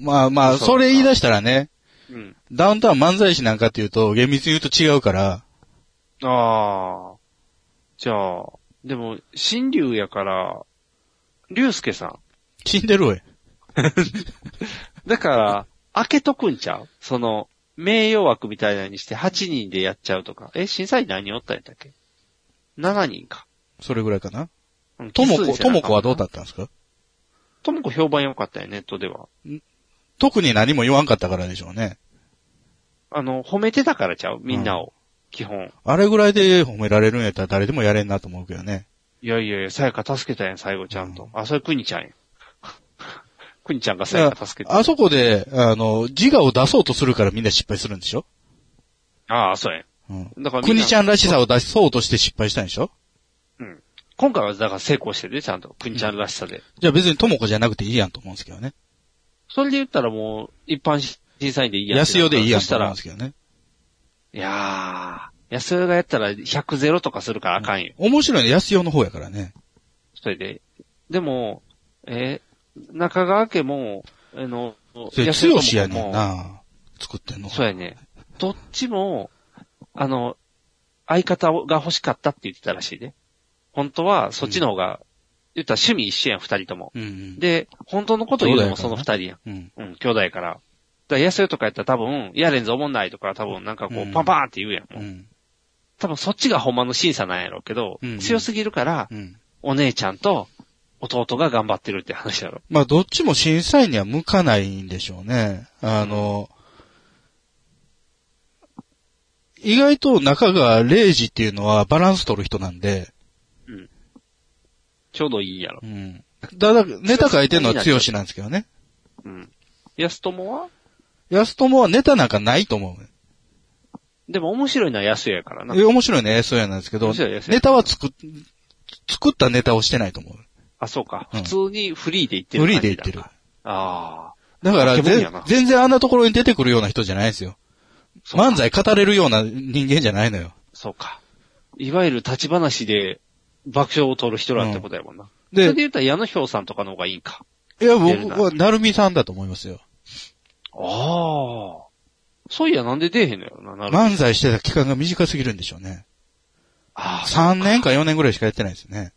Speaker 3: まあまあ、
Speaker 2: そう
Speaker 3: それ言い出したらね、
Speaker 2: うん。
Speaker 3: ダウンタウン漫才師なんかっていうと、厳密に言うと違うから、
Speaker 2: ああ。じゃあ、でも、新竜やから、竜介さん。
Speaker 3: 死んでるわよ。<laughs>
Speaker 2: だから、開けとくんちゃうその、名誉枠みたいなのにして8人でやっちゃうとか。え、審査員何人おったんやったっけ ?7 人か。
Speaker 3: それぐらいかな。
Speaker 2: うん
Speaker 3: とも
Speaker 2: 奇数
Speaker 3: こ、
Speaker 2: じゃ
Speaker 3: と
Speaker 2: な
Speaker 3: も
Speaker 2: か
Speaker 3: こ
Speaker 2: た
Speaker 3: はどうだったんですか
Speaker 2: ともこ評判良かったよ、ネットでは。
Speaker 3: 特に何も言わんかったからでしょうね。
Speaker 2: あの、褒めてたからちゃうみんなを。基本。
Speaker 3: あれぐらいで褒められるんやったら誰でもやれんなと思うけどね。
Speaker 2: いやいやいや、さやか助けたやん、最後ちゃんと。あ、それくにちゃんや。くにちゃんがさやか助けた。
Speaker 3: あそこで、あの、自我を出そうとするからみんな失敗するんでしょ
Speaker 2: ああ、そうや
Speaker 3: うん。
Speaker 2: ん。だからみ
Speaker 3: く
Speaker 2: んな
Speaker 3: にちゃんらしさを出そうとして失敗したんでしょ
Speaker 2: 今回はだから成功してるね、ちゃんと。くにちゃんらしさで。
Speaker 3: じゃあ別にともこじゃなくていいやんと思うんですけどね。
Speaker 2: それで言ったらもう、一般審査員でいいやん。
Speaker 3: 安代でいいやん
Speaker 2: そし
Speaker 3: と
Speaker 2: た
Speaker 3: 思うん
Speaker 2: ら
Speaker 3: で、すけどね。
Speaker 2: いやー、安代がやったら100ゼロとかするからあかんよ。
Speaker 3: 面白いの安代の方やからね。
Speaker 2: それで。でも、えー中川家も、あの、
Speaker 3: それ、
Speaker 2: 安代
Speaker 3: 強
Speaker 2: も
Speaker 3: しやねんな。作ってんの。
Speaker 2: そうやね。どっちも、あの、相方が欲しかったって言ってたらしいね。本当は、そっちの方が、言ったら趣味一緒やん、二人とも。
Speaker 3: うんうん。
Speaker 2: で、本当のこと言うのも
Speaker 3: そ
Speaker 2: そう
Speaker 3: だ
Speaker 2: の
Speaker 3: よ
Speaker 2: 二
Speaker 3: ね
Speaker 2: 人
Speaker 3: う
Speaker 2: やん。
Speaker 3: ん。
Speaker 2: うん、兄弟やから。だから、安代とかやったら多分、やれんぞおもんないとか、多分、なんかこ
Speaker 3: うん
Speaker 2: う、パンパーンって言うやん。も
Speaker 3: う。
Speaker 2: うん多分、そっちがほんまの審査なんやろうけど、
Speaker 3: うん
Speaker 2: 強すぎるから、
Speaker 3: うん。
Speaker 2: お姉ちゃんと弟が頑張ってるって話やろ。
Speaker 3: まあ、どっちも審査員には向かないんでしょうね。あの、意外と中が0時っていうのはバランス取る人なんで、
Speaker 2: ちょうどいいやろ
Speaker 3: う。ん。だ、だ、ネタ書いてるのは強しなんですけどね。
Speaker 2: うん。安友は
Speaker 3: 安友はネタなんかないと思う。
Speaker 2: でも面白いのは安代やからな
Speaker 3: え。面白いね、そうやなんですけど、
Speaker 2: 面白いね
Speaker 3: ネタは作っ、作ったネタをしてないと思う。
Speaker 2: あ、そうか。
Speaker 3: うん
Speaker 2: 普通にフリーで言ってる
Speaker 3: 無
Speaker 2: 感じ
Speaker 3: 理
Speaker 2: だ
Speaker 3: で言ってる。
Speaker 2: ああ。
Speaker 3: だから、
Speaker 2: あ煙
Speaker 3: ぜ
Speaker 2: やな
Speaker 3: 全然あんなところに出てくるような人じゃないですよ。
Speaker 2: そうか
Speaker 3: 漫才語れるような人間じゃないのよ。
Speaker 2: そうか。いわゆる立ち話で爆笑を取る人らってことやもんな。それ
Speaker 3: で
Speaker 2: で、言ったら矢野ひょうさんとかの方がいいんか。
Speaker 3: いや、
Speaker 2: 出るな
Speaker 3: 僕は、なるみさんだと思いますよ。
Speaker 2: ああ。そういや、なんで出えへんのやろな。なる
Speaker 3: 漫才してた期間が短すぎるんでしょうね。
Speaker 2: ああ。
Speaker 3: 3年か4年ぐらいしかやってないですよね。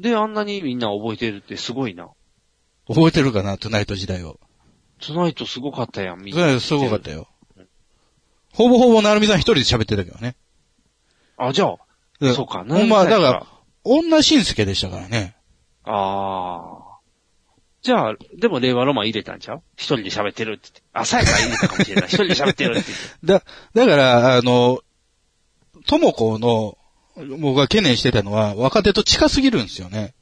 Speaker 2: で、あんなにみんな覚えてるってすごいな。
Speaker 3: 覚えてるかな、トゥナイト時代を。
Speaker 2: トゥナイトすごかったやん、み
Speaker 3: ト
Speaker 2: ん
Speaker 3: ゥナイ
Speaker 2: な。
Speaker 3: トすごかったよ。ほぼほぼなるみさん一人で喋ってたけどね。
Speaker 2: あ、じゃあ、
Speaker 3: で
Speaker 2: そうか。
Speaker 3: ほんまは、
Speaker 2: な
Speaker 3: だ
Speaker 2: ん
Speaker 3: か
Speaker 2: や
Speaker 3: ら、女しんすけでしたからね。
Speaker 2: ああ。じゃあ、でも令和ロマン入れたんちゃう一人で喋ってるって言って。あ、さやか入れたかもし
Speaker 3: <laughs>
Speaker 2: れない。一人で喋ってるって言って。
Speaker 3: だ、だから、あの、ともこの、僕が懸念してたのは、若手と近すぎるんですよね。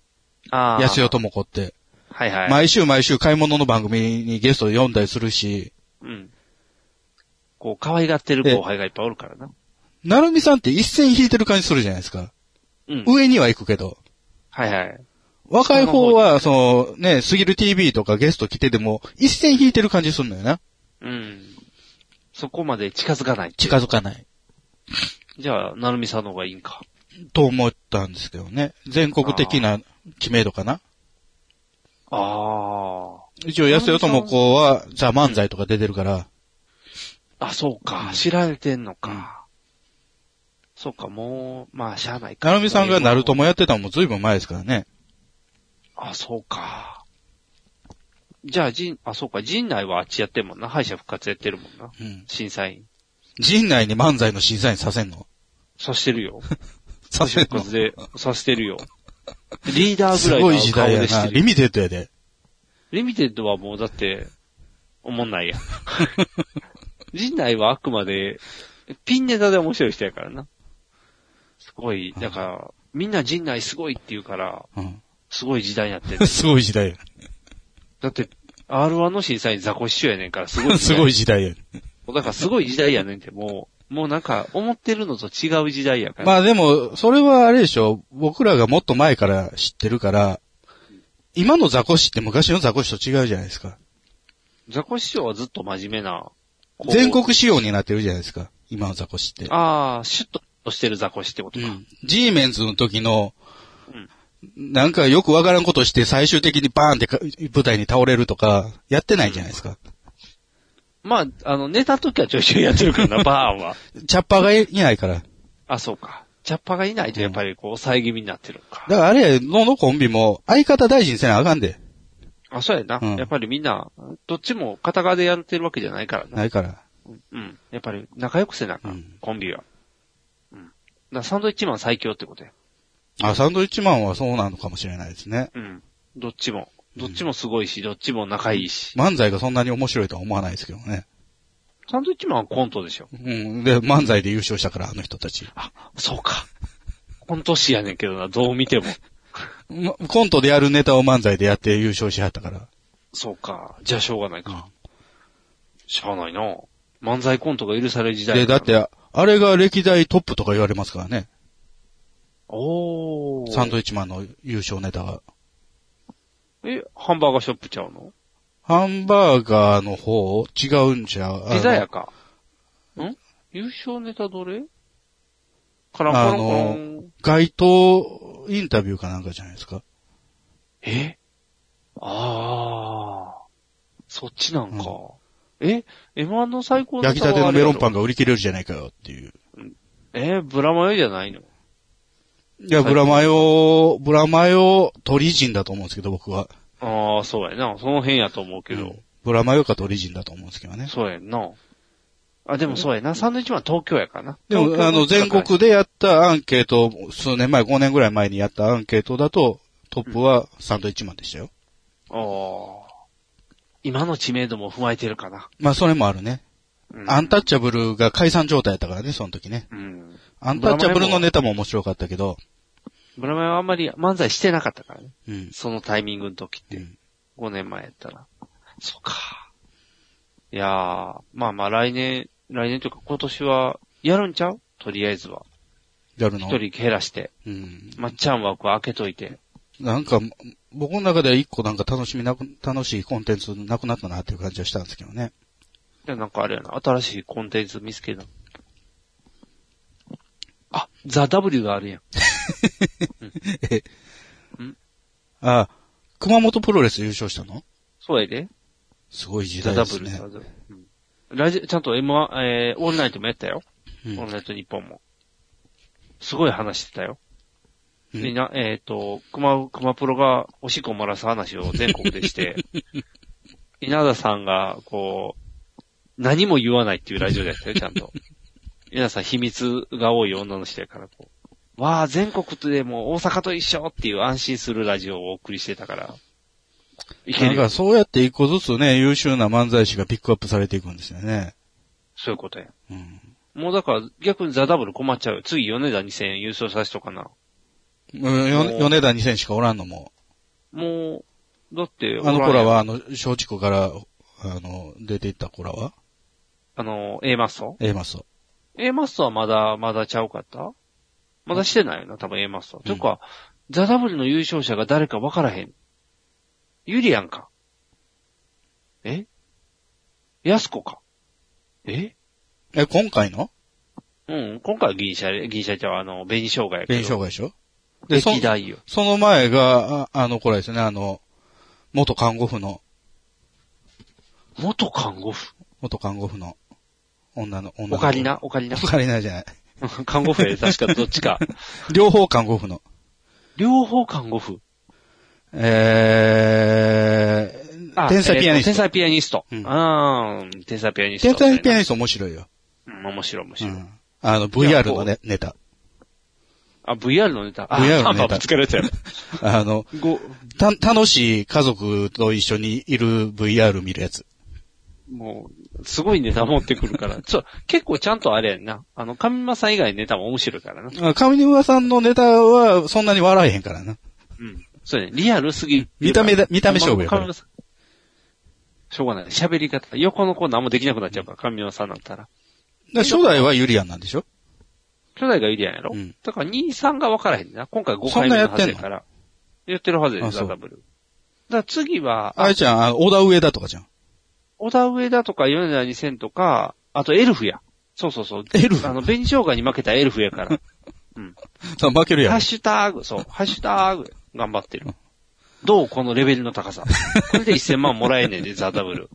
Speaker 2: ああ。
Speaker 3: 安代ともこって。
Speaker 2: はいはい。
Speaker 3: 毎週毎週買い物の番組にゲストを呼んだりするし、
Speaker 2: うん。こう、可愛がってる後輩がいっぱいおるからな。
Speaker 3: なるみさんって一線引いてる感じするじゃないですか。
Speaker 2: うん。
Speaker 3: 上には行くけど。
Speaker 2: はいはい。
Speaker 3: 若い方は、そのね、すぎる TV とかゲスト来てでも、一線引いてる感じするのよな。
Speaker 2: うん。そこまで近づかない。
Speaker 3: 近づかない。
Speaker 2: じゃあ、なるみさんの方がいいんか。
Speaker 3: と思ったんですけどね。全国的な知名度かな。
Speaker 2: あ
Speaker 3: 一応、安代智子は、ザ・漫才とか出てるから、
Speaker 2: あ。あ、そうか。知られてんのか。そうか、もう、まあ、しゃあないか。
Speaker 3: なるみさんがナルトもやってたのも随分前ですからね。
Speaker 2: あ、そうか。じゃあ、陣、あ、そうか、陣内はあっちやってるもんな。敗者復活やってるもんな。
Speaker 3: うん。 <laughs>
Speaker 2: 審査員。
Speaker 3: 陣内に漫才の審査員させんの。 <laughs>
Speaker 2: そうしてるよ。
Speaker 3: させるの。
Speaker 2: 活でさせてるよ。リーダー
Speaker 3: す
Speaker 2: ぐらい
Speaker 3: ご
Speaker 2: の
Speaker 3: い時
Speaker 2: 顔
Speaker 3: 代や
Speaker 2: でし
Speaker 3: な。
Speaker 2: て
Speaker 3: リ
Speaker 2: る。
Speaker 3: ミテッドやで。
Speaker 2: リミテッドはもうだって、おもんないやん。陣内はあくまで、ピンネタで面白い人やからな。すごい、だから、みんな陣内すごいって言うから、
Speaker 3: うん。。
Speaker 2: すごい時代になってる
Speaker 3: すごい時代
Speaker 2: だって、R1 の審査員ザコシショウやねんから、すご
Speaker 3: や。
Speaker 2: い。
Speaker 3: すごい。時代や。
Speaker 2: だからすごい時代やねんって、もう、もうなんか、思ってるのと違う時代やから。
Speaker 3: まあでも、それはあれでしょ。僕らがもっと前から知ってるから、今のザコシって昔のザコシと違うじゃないですか。
Speaker 2: ザコシショウはずっと真面目な。こう
Speaker 3: 全国仕様になってるじゃないですか。今のザコシって。
Speaker 2: ああ、シュッとしてるザコシってこと
Speaker 3: う
Speaker 2: か。
Speaker 3: ん。G メンズの時の、なんかよくわからんことして最終的にバーンってか舞台に倒れるとか、やってないじゃないですか。
Speaker 2: まあ、あの、寝た時はちょいちょいやってるからな、バーンは。
Speaker 3: チャッパーがいないから。
Speaker 2: あ、そうか。チャッパがいないとやっぱりこう、抑え気味になってるのか。
Speaker 3: だからあれ、ののコンビも相方大事にせなあかんで。
Speaker 2: あ、そうやな。
Speaker 3: うん
Speaker 2: やっぱりみんな、どっちも片側でやってるわけじゃないからな。
Speaker 3: ないから。
Speaker 2: うん。やっぱり仲良くせなあかん、
Speaker 3: うん
Speaker 2: コンビは。うん。だからサンドイッチマン最強ってことや。
Speaker 3: あ、サンドイッチマンはそうなのかもしれないですね。
Speaker 2: うん。どっちも。どっちもすごいし、どっちも仲いいし。
Speaker 3: 漫才がそんなに面白いとは思わないですけどね。
Speaker 2: サンドイッチマンはコントでしょ。
Speaker 3: うん。で、漫才で優勝したから、あの人たち。
Speaker 2: そうか。コント師やねんけどな、どう見ても。
Speaker 3: まコントでやるネタを漫才でやって優勝しはったから。
Speaker 2: そうか。じゃあしょうがないか。しゃあないな。漫才コントが許される時代
Speaker 3: で、だ
Speaker 2: から
Speaker 3: っ。て、あれが歴代トップとか言われますからね。
Speaker 2: おー。
Speaker 3: サンドイッチマンの優勝ネタが。
Speaker 2: え、ハンバーガーショップちゃうの
Speaker 3: ハンバーガーの方、違うんちゃう
Speaker 2: ピザや
Speaker 3: か。
Speaker 2: か。ん優勝ネタどれカラン
Speaker 3: あ
Speaker 2: コロンコロ
Speaker 3: の
Speaker 2: ン。、
Speaker 3: 街頭インタビューかなんかじゃないですか。
Speaker 2: えああ。そっちなんか。え ?M1 の最高
Speaker 3: 焼きたてのメロンパ
Speaker 2: ン。
Speaker 3: ンが売り切れるじゃないかよっていう。
Speaker 2: えーブラマヨじゃないの
Speaker 3: いや、
Speaker 2: はい
Speaker 3: ブラマヨ、ブラマヨ、鳥人だと思うんですけど、僕は。
Speaker 2: ああ、そうやな。その辺やと思うけど。
Speaker 3: うんブラマヨか鳥人だと思うんですけどね。
Speaker 2: そうやんな。あ、でもそうやな。サンドイッチマン東京やからな。
Speaker 3: でも、あの、全国でやったアンケート、数年前、5年ぐらい前にやったアンケートだと、トップはサンドイッチマンでしたよ。
Speaker 2: ああ。今の知名度も踏まえてるかな。
Speaker 3: まあ、それもあるね。
Speaker 2: うん
Speaker 3: アンタッチャブルが解散状態だったからね、その時ね。
Speaker 2: うん。
Speaker 3: アンタッチャブルのネタも面白かったけど、
Speaker 2: ブラマヨはあんまり漫才してなかったからね。
Speaker 3: うん。
Speaker 2: そのタイミングの時って。
Speaker 3: うん
Speaker 2: 5年前やったら。そうか。いやー、まあまあ来年、来年というか今年はやるんちゃうとりあえずは。
Speaker 3: やるの。
Speaker 2: 一人減らして、
Speaker 3: うん。
Speaker 2: まっちゃん枠開けといて。
Speaker 3: なんか、僕の中では一個なんか楽しみなく、楽しいコンテンツなくなったなっていう感じはしたんですけどね。
Speaker 2: で、なんかあれやな、新しいコンテンツ見つけた。あ、ザ・ W があるやん。
Speaker 3: あ、熊本プロレス優勝したの
Speaker 2: そうやで。
Speaker 3: すごい時
Speaker 2: ザ・ W
Speaker 3: 代ですね
Speaker 2: ザ。W うんラジちゃんと M1、えー、オールナイトもやったよ。
Speaker 3: うん
Speaker 2: オールナイト日本も。すごい話してたよ。
Speaker 3: うん
Speaker 2: みんな、えっ、と、熊、熊プロがおしっこ漏らす話を全国
Speaker 3: <laughs>
Speaker 2: でして、稲田さんが、こう、何も言わないっていうラジオでやったよ、ちゃんと。稲田さん秘密が多い女の人やから、こう。わあ、全国でも大阪と一緒っていう安心するラジオをお送りしてたから。いけ
Speaker 3: な
Speaker 2: る
Speaker 3: ん
Speaker 2: よ
Speaker 3: かそうやって一個ずつね、優秀な漫才師がピックアップされていくんですよね。
Speaker 2: そういうことや。
Speaker 3: うん。
Speaker 2: もうだから逆にザ・ダブル困っちゃうよ。次、米田2000優勝させとかな。
Speaker 3: うんよ
Speaker 2: おー
Speaker 3: 米田2000しかおらんのも。
Speaker 2: もう、だって、
Speaker 3: あの子ら
Speaker 2: おんやん、
Speaker 3: は、あの、松竹から、あの、出ていった子らは、
Speaker 2: あの、A マッソ
Speaker 3: A マスを。
Speaker 2: A マストはまだ、まだちゃうかったまだしてないよな、多分 A マストは。というか、ザ・ダブルの優勝者が誰か分からへん。ユリアンか。えヤスコか。え
Speaker 3: え、今回の
Speaker 2: うん、今回は銀シャリ、銀シャリちゃうあの、紅生姜やけど。
Speaker 3: 弁償
Speaker 2: 姜。
Speaker 3: 会でしょで、そ
Speaker 2: 歴、代よ。
Speaker 3: その前が、ああの子らですね、あの、元看護婦の、
Speaker 2: 元看護婦。
Speaker 3: 元看護婦の、女の、女の子
Speaker 2: オカリ。ナオカリナ
Speaker 3: オカリナじゃない。
Speaker 2: <laughs> 看護婦やで確かどっちか。
Speaker 3: 両方看護婦の。
Speaker 2: 両方看護婦。
Speaker 3: えー、天才ピアニスト。
Speaker 2: えーと天才ピアニスト。
Speaker 3: う
Speaker 2: うんん。あー天才ピアニスト。
Speaker 3: 天才ピア
Speaker 2: ニ
Speaker 3: ニスト面白いよ。
Speaker 2: スト。面白い面
Speaker 3: う
Speaker 2: 白い。
Speaker 3: ん。あの、VR のね、ネタ。
Speaker 2: あ、VR のネタ。あ
Speaker 3: VR のネタ
Speaker 2: ハンマーぶつけられたよ。
Speaker 3: あの、
Speaker 2: ご、
Speaker 3: た、楽しい家族と一緒にいる VR 見るやつ。
Speaker 2: もう、すごいネタ持ってくる <laughs> から。そう、結構ちゃんとあれやんな。あの、上間さん以外のネタも面白いからな。
Speaker 3: あ上沼さんのネタはそんなに笑えへんからな。
Speaker 2: うん。そうね、リアルすぎるから。
Speaker 3: 見た目だ見た目勝負やから
Speaker 2: 上沼さんしょうがない。喋り方。横の子何もできなくなっちゃうから、上間さんだったら。
Speaker 3: だから初代はユリアンなんでしょ
Speaker 2: 兄弟がいるやんやろ、
Speaker 3: うん
Speaker 2: だから2、3が分からへんな。今回5回目のはずやから。やってるはずやで
Speaker 3: あそ
Speaker 2: ザ・
Speaker 3: う
Speaker 2: ダブル。だから次は、
Speaker 3: あれちゃん、あ小田上だとかじゃん。
Speaker 2: 小田上だとか米田2000とか、あとエルフや。そうそうそう。
Speaker 3: エルフ
Speaker 2: あの、紅生姜に負けたエルフや
Speaker 3: <laughs>
Speaker 2: から。
Speaker 3: さ負けるや
Speaker 2: ハ
Speaker 3: ん
Speaker 2: ッ。シュタグ、そう、ハッシュタグ、頑張ってる。どうこのレベルの高さ。これで1000万もらえねえで、 <laughs> ザ・ダブル。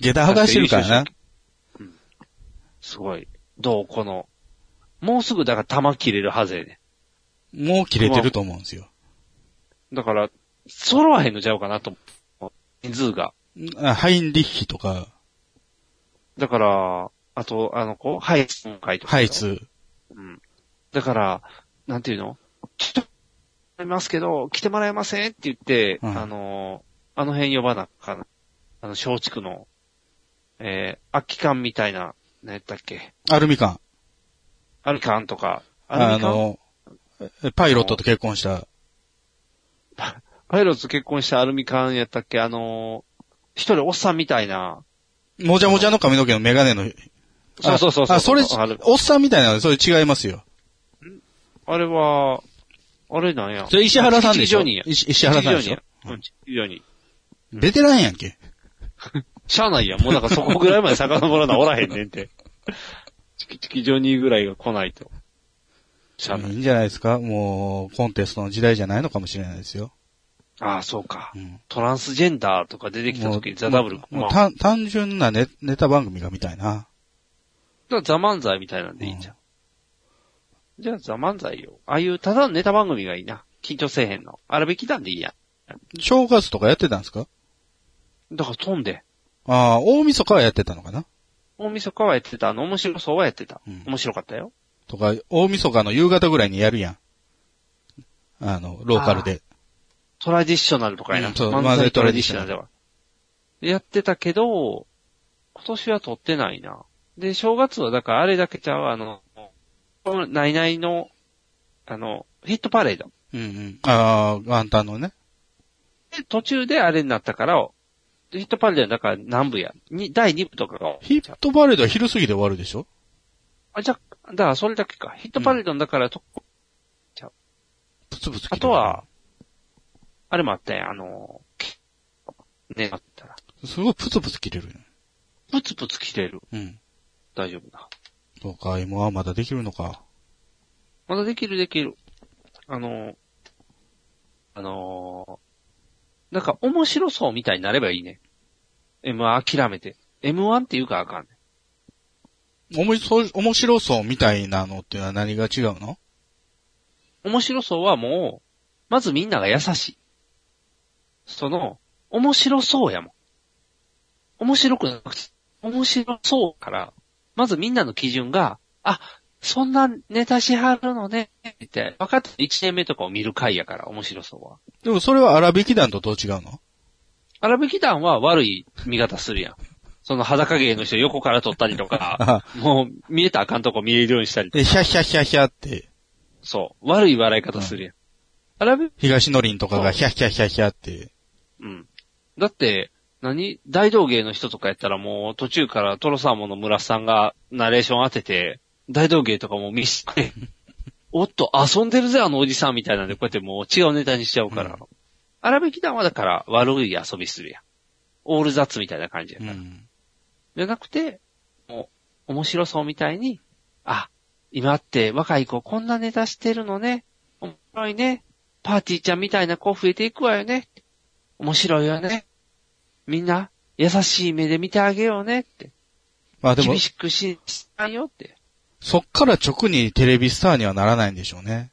Speaker 3: 下駄剥がしてるからな。
Speaker 2: すごい。どうこの、もうすぐだから玉切れるはずやね
Speaker 3: もう切れてると思うんですよ。
Speaker 2: ん。だから、揃わへんのちゃうかなと思う。人数が。
Speaker 3: あハインリッヒとか、
Speaker 2: だから、あと、あの子、ハイツの回とか。
Speaker 3: ハイ。ツ。
Speaker 2: うん。だから、なんていうのちょっと、ありますけど、来てもらえませんって言って、
Speaker 3: うん
Speaker 2: あの、あの辺呼ばなあかんあの、松竹の、えー、空き缶みたいな、何やったっけ
Speaker 3: アルミカン。
Speaker 2: アルミ缶とか、アル
Speaker 3: あ
Speaker 2: ミ缶
Speaker 3: の、パイロットと結婚した。
Speaker 2: パイロットと結婚したアルミ缶やったっけあの、一人おっさんみたいな、
Speaker 3: もじゃもじゃの髪の毛のメガネの。
Speaker 2: そうそうそうそう
Speaker 3: あ、それ
Speaker 2: ある、
Speaker 3: おっさんみたいなの、それ違いますよ。
Speaker 2: あれは、あれなんや。
Speaker 3: それ石原さんでしょ
Speaker 2: 吉木ジョニーや
Speaker 3: 石石原さんでしょ
Speaker 2: 吉木ジョニーやうん、吉木ジョニー。
Speaker 3: ベテランやんけ。
Speaker 2: しゃあないやん。もうなんかそこぐらいまで遡らなおらへんねん <laughs> て。チキチキジョニーぐらいが来ないと。しゃあない。
Speaker 3: いいんじゃないですかもう、コンテストの時代じゃないのかもしれないですよ。
Speaker 2: ああ、そうか
Speaker 3: う。ん。
Speaker 2: トランスジェンダーとか出てきた時にザ・ダブル。
Speaker 3: もう
Speaker 2: まあ、だか
Speaker 3: 単単純なネネタ番組が見たいな。
Speaker 2: らザ・漫才みたいなんでいいじゃん。じゃあザ・漫才よ。ああいうただのネタ番組がいいな。緊張せえへんの。あれべきなんでいいや
Speaker 3: 正月とかやってたんですか
Speaker 2: ん。だから飛んで。
Speaker 3: ああ、大晦日はやってたのかな
Speaker 2: 大晦日はやってた。あの、面白そうはやってた。
Speaker 3: うん
Speaker 2: 面白かったよ。
Speaker 3: とか、大晦日の夕方ぐらいにやるやん。あの、ローカルで。
Speaker 2: トラディショナルとかやな。
Speaker 3: うんそう
Speaker 2: 漫
Speaker 3: 漫
Speaker 2: 才
Speaker 3: 才
Speaker 2: ト
Speaker 3: ト
Speaker 2: ラ
Speaker 3: ラ
Speaker 2: デ
Speaker 3: デ
Speaker 2: ィ
Speaker 3: ィ
Speaker 2: シ
Speaker 3: シ
Speaker 2: ョ
Speaker 3: ョ
Speaker 2: ナ
Speaker 3: ナ
Speaker 2: ル
Speaker 3: ル
Speaker 2: では。やってたけど、今年は撮ってないな。で、正月はだからあれだけちゃう、あの、ナイナイの、あの、ヒットパレード。
Speaker 3: うんうん。ああ、元旦のね。
Speaker 2: で、途中であれになったから、ヒットパレードはだから南部や。に、第2部とかが。
Speaker 3: ヒットパレードは昼過ぎで終わるでしょ
Speaker 2: あ、じゃあ、だからそれだけか。ヒットパレードのだからと、
Speaker 3: プツプツ切れ
Speaker 2: あ
Speaker 3: る
Speaker 2: とは、、あれもあったやん、あの、ね、あったら。
Speaker 3: すごいプツプツ切れるよね。
Speaker 2: プツプツ切れる。
Speaker 3: うん。
Speaker 2: 大丈夫だ。
Speaker 3: そうか、M はまだできるのか。
Speaker 2: まだできるできる。あのー、あのー、なんか面白そうみたいになればいいね。M1 諦めて。M1 って言うかあかんね。
Speaker 3: おもそう、面白そうみたいなのっていうのは何が違うの
Speaker 2: 面白そうはもう、まずみんなが優しい。その、面白そうやもん。面白くなくて、面白そうから、まずみんなの基準が、あ、そんなネタしはるのね、って、分かった1年目とかを見る回やから、面白そうは。
Speaker 3: でもそれは荒引き団とどう違うの
Speaker 2: 荒引き団は悪い見方するやん。その裸芸の人横から撮ったりとか、もう見えたらあかんとこ見えるようにしたり、
Speaker 3: で、ヒャヒャヒャヒャって、
Speaker 2: そう、悪い笑い方するやん。荒引き、
Speaker 3: 東のりんとか
Speaker 2: そ
Speaker 3: が
Speaker 2: う
Speaker 3: ヒャヒャヒャヒャって、
Speaker 2: うん。だって、何大道芸の人とかやったらもう途中からトロサーモンの村さんがナレーション当てて、大道芸とかも見せて、おっと、遊んでるぜ、あのおじさんみたいなんで、こうやってもう違うネタにしちゃうから。荒引き団はだから悪い遊びするやん。オール雑みたいな感じや
Speaker 3: う
Speaker 2: から。
Speaker 3: ん。
Speaker 2: じゃなくて、もう、面白そうみたいに、あ、今って若い子こんなネタしてるのね。面白いね。パーティーちゃんみたいな子増えていくわよね。面白いよね。みんな、優しい目で見てあげようねって。
Speaker 3: まあでも
Speaker 2: 厳、しくしないよって。
Speaker 3: そっから直にテレビスターにはならないんでしょうね。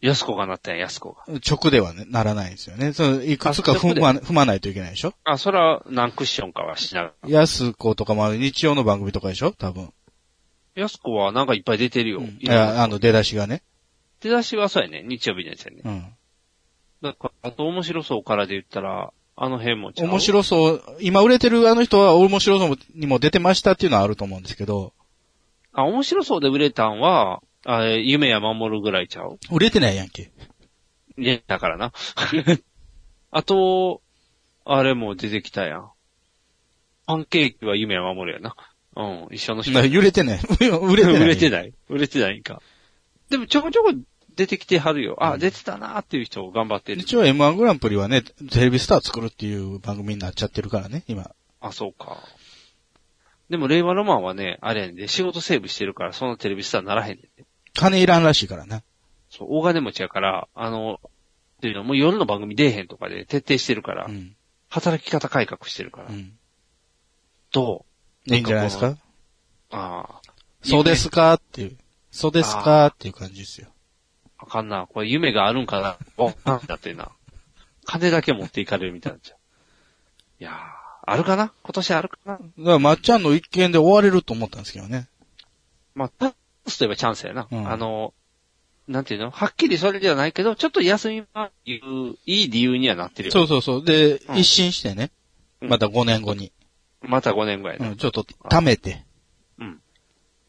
Speaker 2: 安子がなったんや、安子が。
Speaker 3: 直ではね、ならないですよね。そのいくつか
Speaker 2: あ直
Speaker 3: 踏
Speaker 2: で
Speaker 3: ま踏まないといけないでしょ
Speaker 2: あ、それは何クッションかはしながら。
Speaker 3: 安子とかもある日曜の番組とかでしょ多分。
Speaker 2: 安子はなんかいっぱい出てるよ。
Speaker 3: うんいや、あの、出だしがね。
Speaker 2: 出だしはそうやね。日曜日のやつやね。
Speaker 3: うん。
Speaker 2: だから、あと面白そうからで言ったら、あの辺もちゃう
Speaker 3: 面白そう、今売れてるあの人は面白そうにも出てましたっていうのはあると思うんですけど、
Speaker 2: あ、面白そうで売れたんは、あ夢や守るぐらいちゃう
Speaker 3: 売れてないやんけ。
Speaker 2: いや、だから
Speaker 3: <laughs>
Speaker 2: な。あと、あれも出てきたやん。パンケーキは夢や守るやな。うん、一緒の人。
Speaker 3: な揺れてない。 <laughs> 売れてない。
Speaker 2: 売れて
Speaker 3: い。
Speaker 2: ない。売れてないんか。でもちょこちょこ出てきてはるよ。あ、出てたなーっていう人を頑張ってる。
Speaker 3: 一応 M1 グランプリはね、テレビスター作るっていう番組になっちゃってるからね、今。
Speaker 2: あ、そうか。でも、令和ロマンはね、あれやねんで、仕事セーブしてるから、そんなテレビスターならへんねんで。
Speaker 3: 金いらんらしいからな。
Speaker 2: そう、大金持ちやから、あの、っていうのもう夜の番組出えへんとかで徹底してるから、
Speaker 3: うん。
Speaker 2: 働き方改革してるから、
Speaker 3: うん。
Speaker 2: どう
Speaker 3: いいんじゃないですか
Speaker 2: ああ。
Speaker 3: そうですかっていう。そうですかっていう感じですよ。
Speaker 2: あかんな。これ夢があるんかな。お、なんだってな。金だけ持っていかれるみたいになっちゃう。いやー、あるかな今年あるかな
Speaker 3: だから、まっちゃんの一件で終われると思ったんですけどね。
Speaker 2: まあ、チャンスといえばチャンスやな。
Speaker 3: うん
Speaker 2: あの、なんていうのはっきりそれではないけど、ちょっと休みまっていう、いい理由にはなってるよ。
Speaker 3: そうそうそう。で、
Speaker 2: うん
Speaker 3: 一新してね。
Speaker 2: うん
Speaker 3: また5年後に。
Speaker 2: また5年ぐらいな、
Speaker 3: うん、ちょっと貯めて。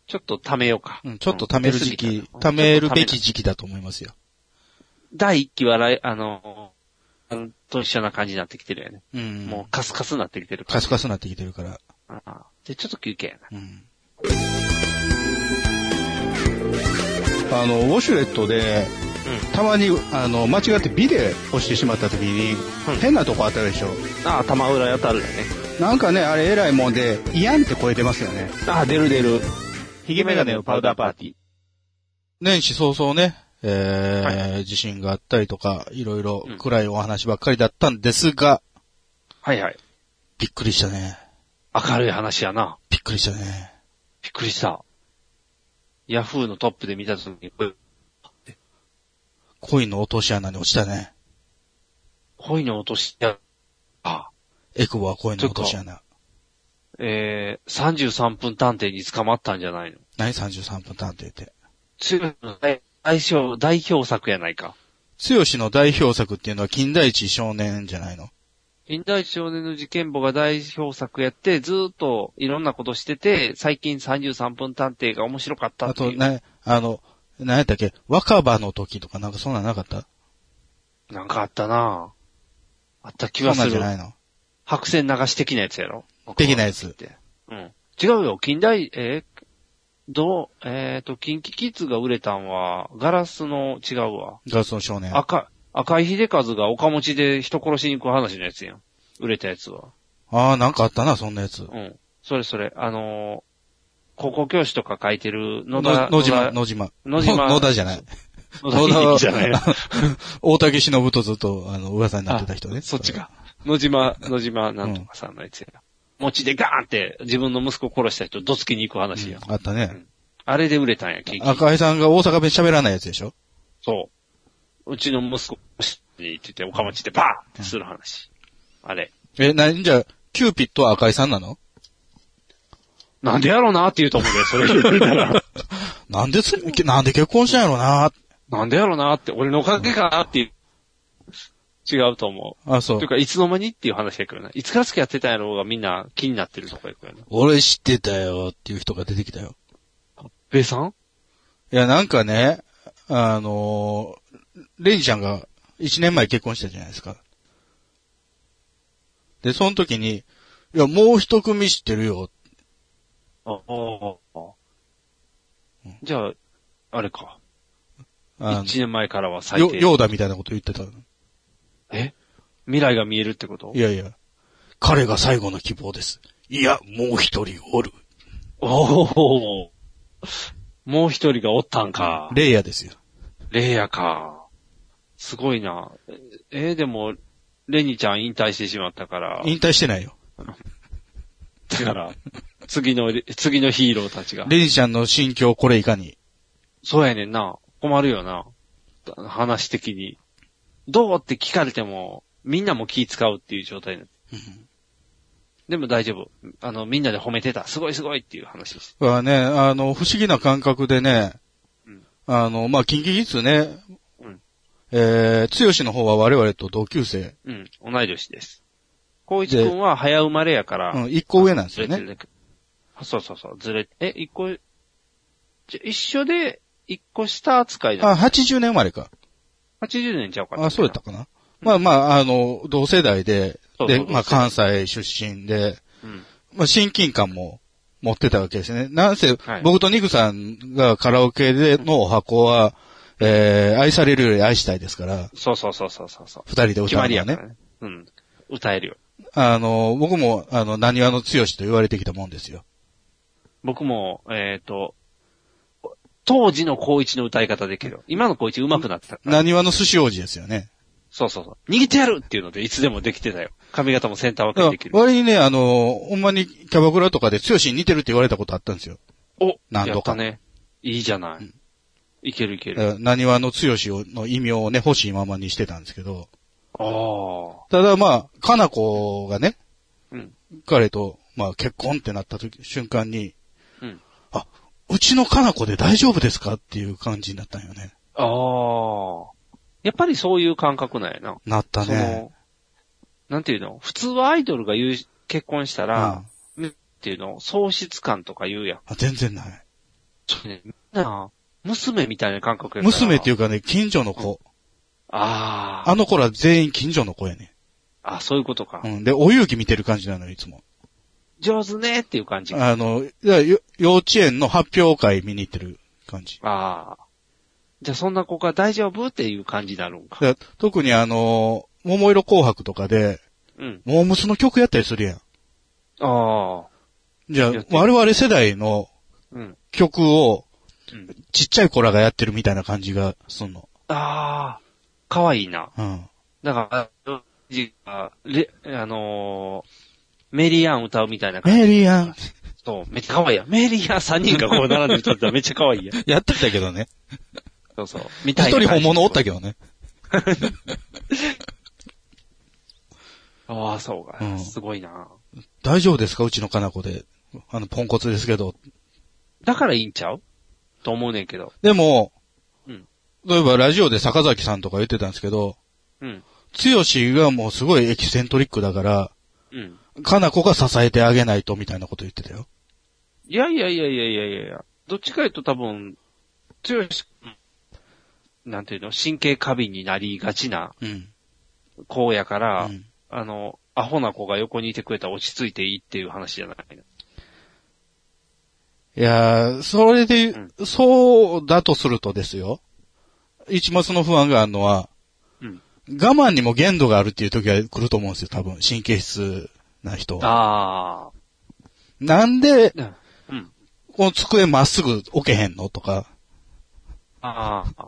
Speaker 2: ちょっと貯めようか。
Speaker 3: うん、ちょっと貯める時
Speaker 2: うん
Speaker 3: 期
Speaker 2: 出過ぎ、た
Speaker 3: 貯
Speaker 2: な
Speaker 3: めるべき
Speaker 2: うんちょっと貯めな
Speaker 3: 時期だと思いますよ。
Speaker 2: 第一期は来、あの、あのと一緒な感じになってきてるよね。
Speaker 3: うん。
Speaker 2: もうカスカスになってきてる
Speaker 3: カ
Speaker 2: 感
Speaker 3: ス
Speaker 2: じ。
Speaker 3: カスになってきてるから。
Speaker 2: ああで、ちょっと休憩やな。
Speaker 3: うん。
Speaker 9: あの、ウォシュレットで、たまに、あの、間違ってビデ押してしまった時に、
Speaker 2: うん
Speaker 9: 変なとこあったでしょ。
Speaker 2: ああ、玉裏やたるよね。
Speaker 9: なんかね、あれ偉いもんで、イヤンって声出ますよね。
Speaker 2: ああ、出る出る。
Speaker 9: ヒゲメガネのパウダーパーティー。
Speaker 3: 年始早々ね、えー地震があったりとか、いろいろ
Speaker 2: うん
Speaker 3: 暗いお話ばっかりだったんですが、
Speaker 2: はいはい。
Speaker 3: びっくりしたね。
Speaker 2: 明るい話やな。
Speaker 3: びっくりしたね。
Speaker 2: びっくりした。ヤフーのトップで見たときに、
Speaker 3: 恋の落とし穴に落ちたね。
Speaker 2: 恋の落としや、あ、
Speaker 3: エクボは恋の落とし穴。
Speaker 2: えー、33分探偵に捕まったんじゃないの
Speaker 3: 何 ?33 分探偵って。
Speaker 2: つ代表、代表作やないか。
Speaker 3: つよしの代表作っていうのは金田一少年じゃないの
Speaker 2: 近代少年の事件簿が代表作やって、ずーっといろんなことしてて、最近33分探偵が面白かった
Speaker 3: あ
Speaker 2: って
Speaker 3: と
Speaker 2: いう。
Speaker 3: ね、あの、何やったっけ若葉の時とかなんかそんなんなかった
Speaker 2: なんかあったなぁあった気
Speaker 3: そ
Speaker 2: が
Speaker 3: んな
Speaker 2: す
Speaker 3: んじゃ
Speaker 2: る。
Speaker 3: ないの
Speaker 2: 白線流し的なやつやろ
Speaker 3: 的なやつ
Speaker 2: って。うん。違うよ、近代、えーどう、えっ、と、近畿キッズが売れたんは、ガラスの違うわ。
Speaker 3: ガスの少年。あ
Speaker 2: 赤、赤井秀和が岡持ちで人殺しに行く話のやつやん。売れたやつは。
Speaker 3: あー、なんかあったな、そんなやつ。
Speaker 2: うん。それそれ、あのー高校教師とか書いてる野田
Speaker 3: の、野島、
Speaker 2: 野
Speaker 3: 野島。
Speaker 2: 野島
Speaker 3: 野田じゃない。
Speaker 2: 田野田じゃない。
Speaker 3: <laughs> 大竹しのぶとずっと、あの、噂になってた人ね。
Speaker 2: そっちか。。野島、野島なんとかさんのやつや。持ちでガーンって自分の息子を殺した人どつきに行く話や。ん、
Speaker 3: あったね。
Speaker 2: あれで売れたんや、近畿。
Speaker 3: 赤井さんが大阪弁喋らないやつでしょ
Speaker 2: そう。うちの息子に言ってて、岡町でバーンってする話。あれ。
Speaker 3: え、なんじゃ、キューピットは赤井さんなの
Speaker 2: なんでやろうなって言うと思うで、それ言ったら。
Speaker 3: <laughs> なんでつ、なんで結婚したんやろな
Speaker 2: なんでやろうなって、俺のおかげかなっていう。違うと思。
Speaker 3: あ、そう
Speaker 2: という。か、いつの間にっていう話やけどな。いつから付き合ってたんやろうがみんな気になってるとこやけどな。
Speaker 3: 俺知ってたよっていう人が出てきたよ。
Speaker 2: べさん
Speaker 3: いや、なんかね、あのーレイジちゃんが1年前結婚したじゃないですか。で、その時に、いや、もう一組知ってるよ。
Speaker 2: あああ。じゃあ、あれか。
Speaker 3: あ
Speaker 2: 一年前からは最
Speaker 3: の、よ
Speaker 2: 低。
Speaker 3: ヨーダみたいなこと言ってたの。
Speaker 2: え未来が見えるってこと
Speaker 3: いやいや、彼が最後の希望です。いや、もう一人おる。
Speaker 2: おおもう一人がおったんか。
Speaker 3: レイヤーですよ。
Speaker 2: レイヤか。すごいな。えー、でも、レニちゃん引退してしまったから、
Speaker 3: 引退してないよ。
Speaker 2: だから、次の、次のヒーローたちが。
Speaker 3: レイジちゃんの心境これいかに。
Speaker 2: そうやねんな。困るよな。話的に。どうって聞かれても、みんなも気使うっていう状態になってでも大丈夫。あの、みんなで褒めてた。すごいすごいっていう話です。
Speaker 3: はね、あの、不思議な感覚でね、
Speaker 2: うん
Speaker 3: あの、まあ、近畿技術ね、えー、つよしの方は我々と同級生、
Speaker 2: うん、同い年です。光一くんは早生まれやか
Speaker 3: う
Speaker 2: ら、
Speaker 3: ん、一個上なんです
Speaker 2: ずれ
Speaker 3: よ
Speaker 2: て
Speaker 3: ね
Speaker 2: る。だけ。あそうそうそう、ずれて、え、一個、じゃ一緒で、一個下扱いじゃ
Speaker 3: あ、
Speaker 2: ん。
Speaker 3: 80年生まれか。
Speaker 2: 80年ちゃうか
Speaker 3: あ、そうやった。かな。まあまあ、あの、同世代で、
Speaker 2: そうそう
Speaker 3: で、まあ関西出身で、
Speaker 2: うん
Speaker 3: まあ親近感も持ってたわけですね。なんせ、
Speaker 2: はい
Speaker 3: 僕とニグさんがカラオケでのお箱は、えー、愛されるより愛したいですから、
Speaker 2: そうそうそうそうそうそう。
Speaker 3: 二人で歌う
Speaker 2: 決
Speaker 3: の
Speaker 2: ま
Speaker 3: は
Speaker 2: りやか
Speaker 3: ね
Speaker 2: ら。ね。うん。歌えるよ。
Speaker 3: あの、僕も、あの、何話の強しと言われてきたもんですよ。
Speaker 2: 僕も、えっ、と、当時の高一の歌い方できるよ。今の高一上手くなってたから。
Speaker 3: 何話の寿司王子ですよね。
Speaker 2: そうそうそう。握ってやるっていうのでいつでもできてたよ。髪型もセンター分け
Speaker 3: だ
Speaker 2: で
Speaker 3: か
Speaker 2: き
Speaker 3: ら
Speaker 2: る。
Speaker 3: 割にね、あの、ほんまにキャバクラとかで強しに似てるって言われたことあったんですよ。
Speaker 2: お
Speaker 3: 何
Speaker 2: や
Speaker 3: 度
Speaker 2: っ
Speaker 3: か
Speaker 2: たね。いいじゃな
Speaker 3: う
Speaker 2: い。
Speaker 3: ん
Speaker 2: いけるいけ
Speaker 3: だ
Speaker 2: る。
Speaker 3: から何話の強しの異名をね、欲しいままにしてたんですけど。
Speaker 2: ああ。
Speaker 3: ただまあ、かなこがね、
Speaker 2: うん
Speaker 3: 彼と、まあ結婚ってなった時瞬間に、
Speaker 2: うん
Speaker 3: あ、うちのかなこで大丈夫ですかっていう感じになったんよね。
Speaker 2: ああ。やっぱりそういう感覚なんやな。
Speaker 3: なった
Speaker 2: そ
Speaker 3: ね。
Speaker 2: の、なんていうの普通はアイドルが言う、結婚したら、っていうの喪失感とか言うやん。
Speaker 3: あ全然ない。
Speaker 2: ちょっとね、みんな、娘みたいな感覚やから。。
Speaker 3: 娘っていううかね、近所の子。
Speaker 2: ああ。
Speaker 3: あの子ら全員近所の子やね。
Speaker 2: あ、そういうことか。
Speaker 3: うん。で、お遊戯見てる感じなのよ、いつも。
Speaker 2: 上手ねっていう感じ。あ
Speaker 3: あの、いやよ幼稚園の発表会見に行ってる感じ。
Speaker 2: あ。じゃあそんな子が大丈夫っていう感じになるんか。
Speaker 3: だ特にあの、桃色紅白とかで、
Speaker 2: うん。
Speaker 3: モームスの曲やったりするやん。
Speaker 2: ああ。
Speaker 3: じゃあ
Speaker 2: やっ、てる
Speaker 3: 我々世代の
Speaker 2: うん。
Speaker 3: 曲を
Speaker 2: うん、
Speaker 3: ちっちゃい子らがやってるみたいな感じがすんの。
Speaker 2: ああ。かわいいな。
Speaker 3: うん。
Speaker 2: だから、じあレあのーメリーアン歌うみたいな感じ。
Speaker 3: メリーアン。
Speaker 2: そう、めっちゃ可愛いやん。メリーアン3人がこう並んで歌ってたらめっちゃ可愛いやん。
Speaker 3: <laughs> やってたけどね。
Speaker 2: そうそう。み
Speaker 3: 一
Speaker 2: たいな。
Speaker 3: 人本物おったけどね。
Speaker 2: ああ、そうか。
Speaker 3: うん
Speaker 2: すごいな。
Speaker 3: 大丈夫ですかうちのかな子で。あの、ポンコツですけど。
Speaker 2: だからいいんちゃうと思うねんけど。
Speaker 3: でも、
Speaker 2: うん
Speaker 3: 例えばラジオで坂崎さんとか言ってたんですけど、
Speaker 2: うん。
Speaker 3: つよしがもうすごいエキセントリックだから、
Speaker 2: うん。
Speaker 3: かなこが支えてあげないとみたいなこと言ってたよ。
Speaker 2: いやいやいやいやいやいやいや。どっちかいうと多分、強し、なんていうの、神経過敏になりがちな
Speaker 3: うん。
Speaker 2: 子やから、
Speaker 3: うん
Speaker 2: あの、アホな子が横にいてくれたら落ち着いていいっていう話じゃないの。
Speaker 3: いやー、それで、そうだとするとですよ。一抹の不安があるのは、
Speaker 2: うん
Speaker 3: 我慢にも限度があるっていう時が来ると思うんですよ、多分。神経質な人は。
Speaker 2: あ
Speaker 3: なんで、
Speaker 2: あ。うん。
Speaker 3: この机まっすぐ置けへんのとか、
Speaker 2: ああ。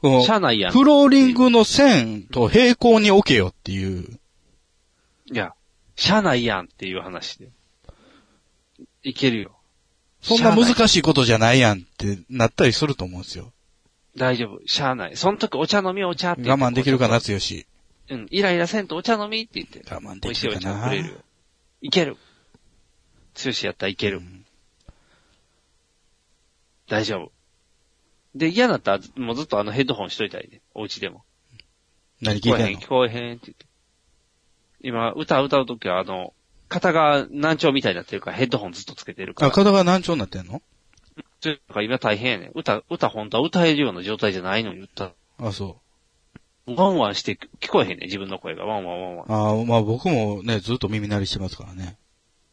Speaker 3: この
Speaker 2: 車内やん。
Speaker 3: フローリングの線と平行に置けよっていう。
Speaker 2: いや、車内やんっていう話で。いけるよ。
Speaker 3: そんな
Speaker 2: しゃあい
Speaker 3: 難しいことじゃないやんってなったりすると思うんですよ。
Speaker 2: 大丈夫。車内。その時お茶飲みお茶って言
Speaker 3: 我
Speaker 2: って
Speaker 3: 慢できるかな、
Speaker 2: こ
Speaker 3: つよし。
Speaker 2: ううん。イライラせんとお茶飲みって言って。
Speaker 3: 我慢
Speaker 2: 美
Speaker 3: で
Speaker 2: 味
Speaker 3: き
Speaker 2: しい
Speaker 3: る
Speaker 2: お
Speaker 3: か
Speaker 2: 茶
Speaker 3: な。
Speaker 2: くれるよ。いける。強しやったらいける。
Speaker 3: うん
Speaker 2: 大丈夫。で、嫌だったら、もうずっとあのヘッドホンしといたらいいね。お家でも。
Speaker 3: 何
Speaker 2: 聞
Speaker 3: 聞
Speaker 2: こ
Speaker 3: い
Speaker 2: え
Speaker 3: て
Speaker 2: へ
Speaker 3: ん
Speaker 2: ん、
Speaker 3: の
Speaker 2: 聞こえへんって言って。今、歌歌うときは、あの、肩が難聴みたいになってるから、ヘッドホンずっとつけてるから。
Speaker 3: あ、体が難聴になってんの
Speaker 2: というか今大変やね。歌、歌本当は歌えるような状態じゃないのに歌。
Speaker 3: あ、そう。
Speaker 2: ワンワンして聞こえへんね。自分の声が。ワンワンワンワン。だか
Speaker 3: ああ、まあ僕もね、ずっと耳鳴りしてますからね。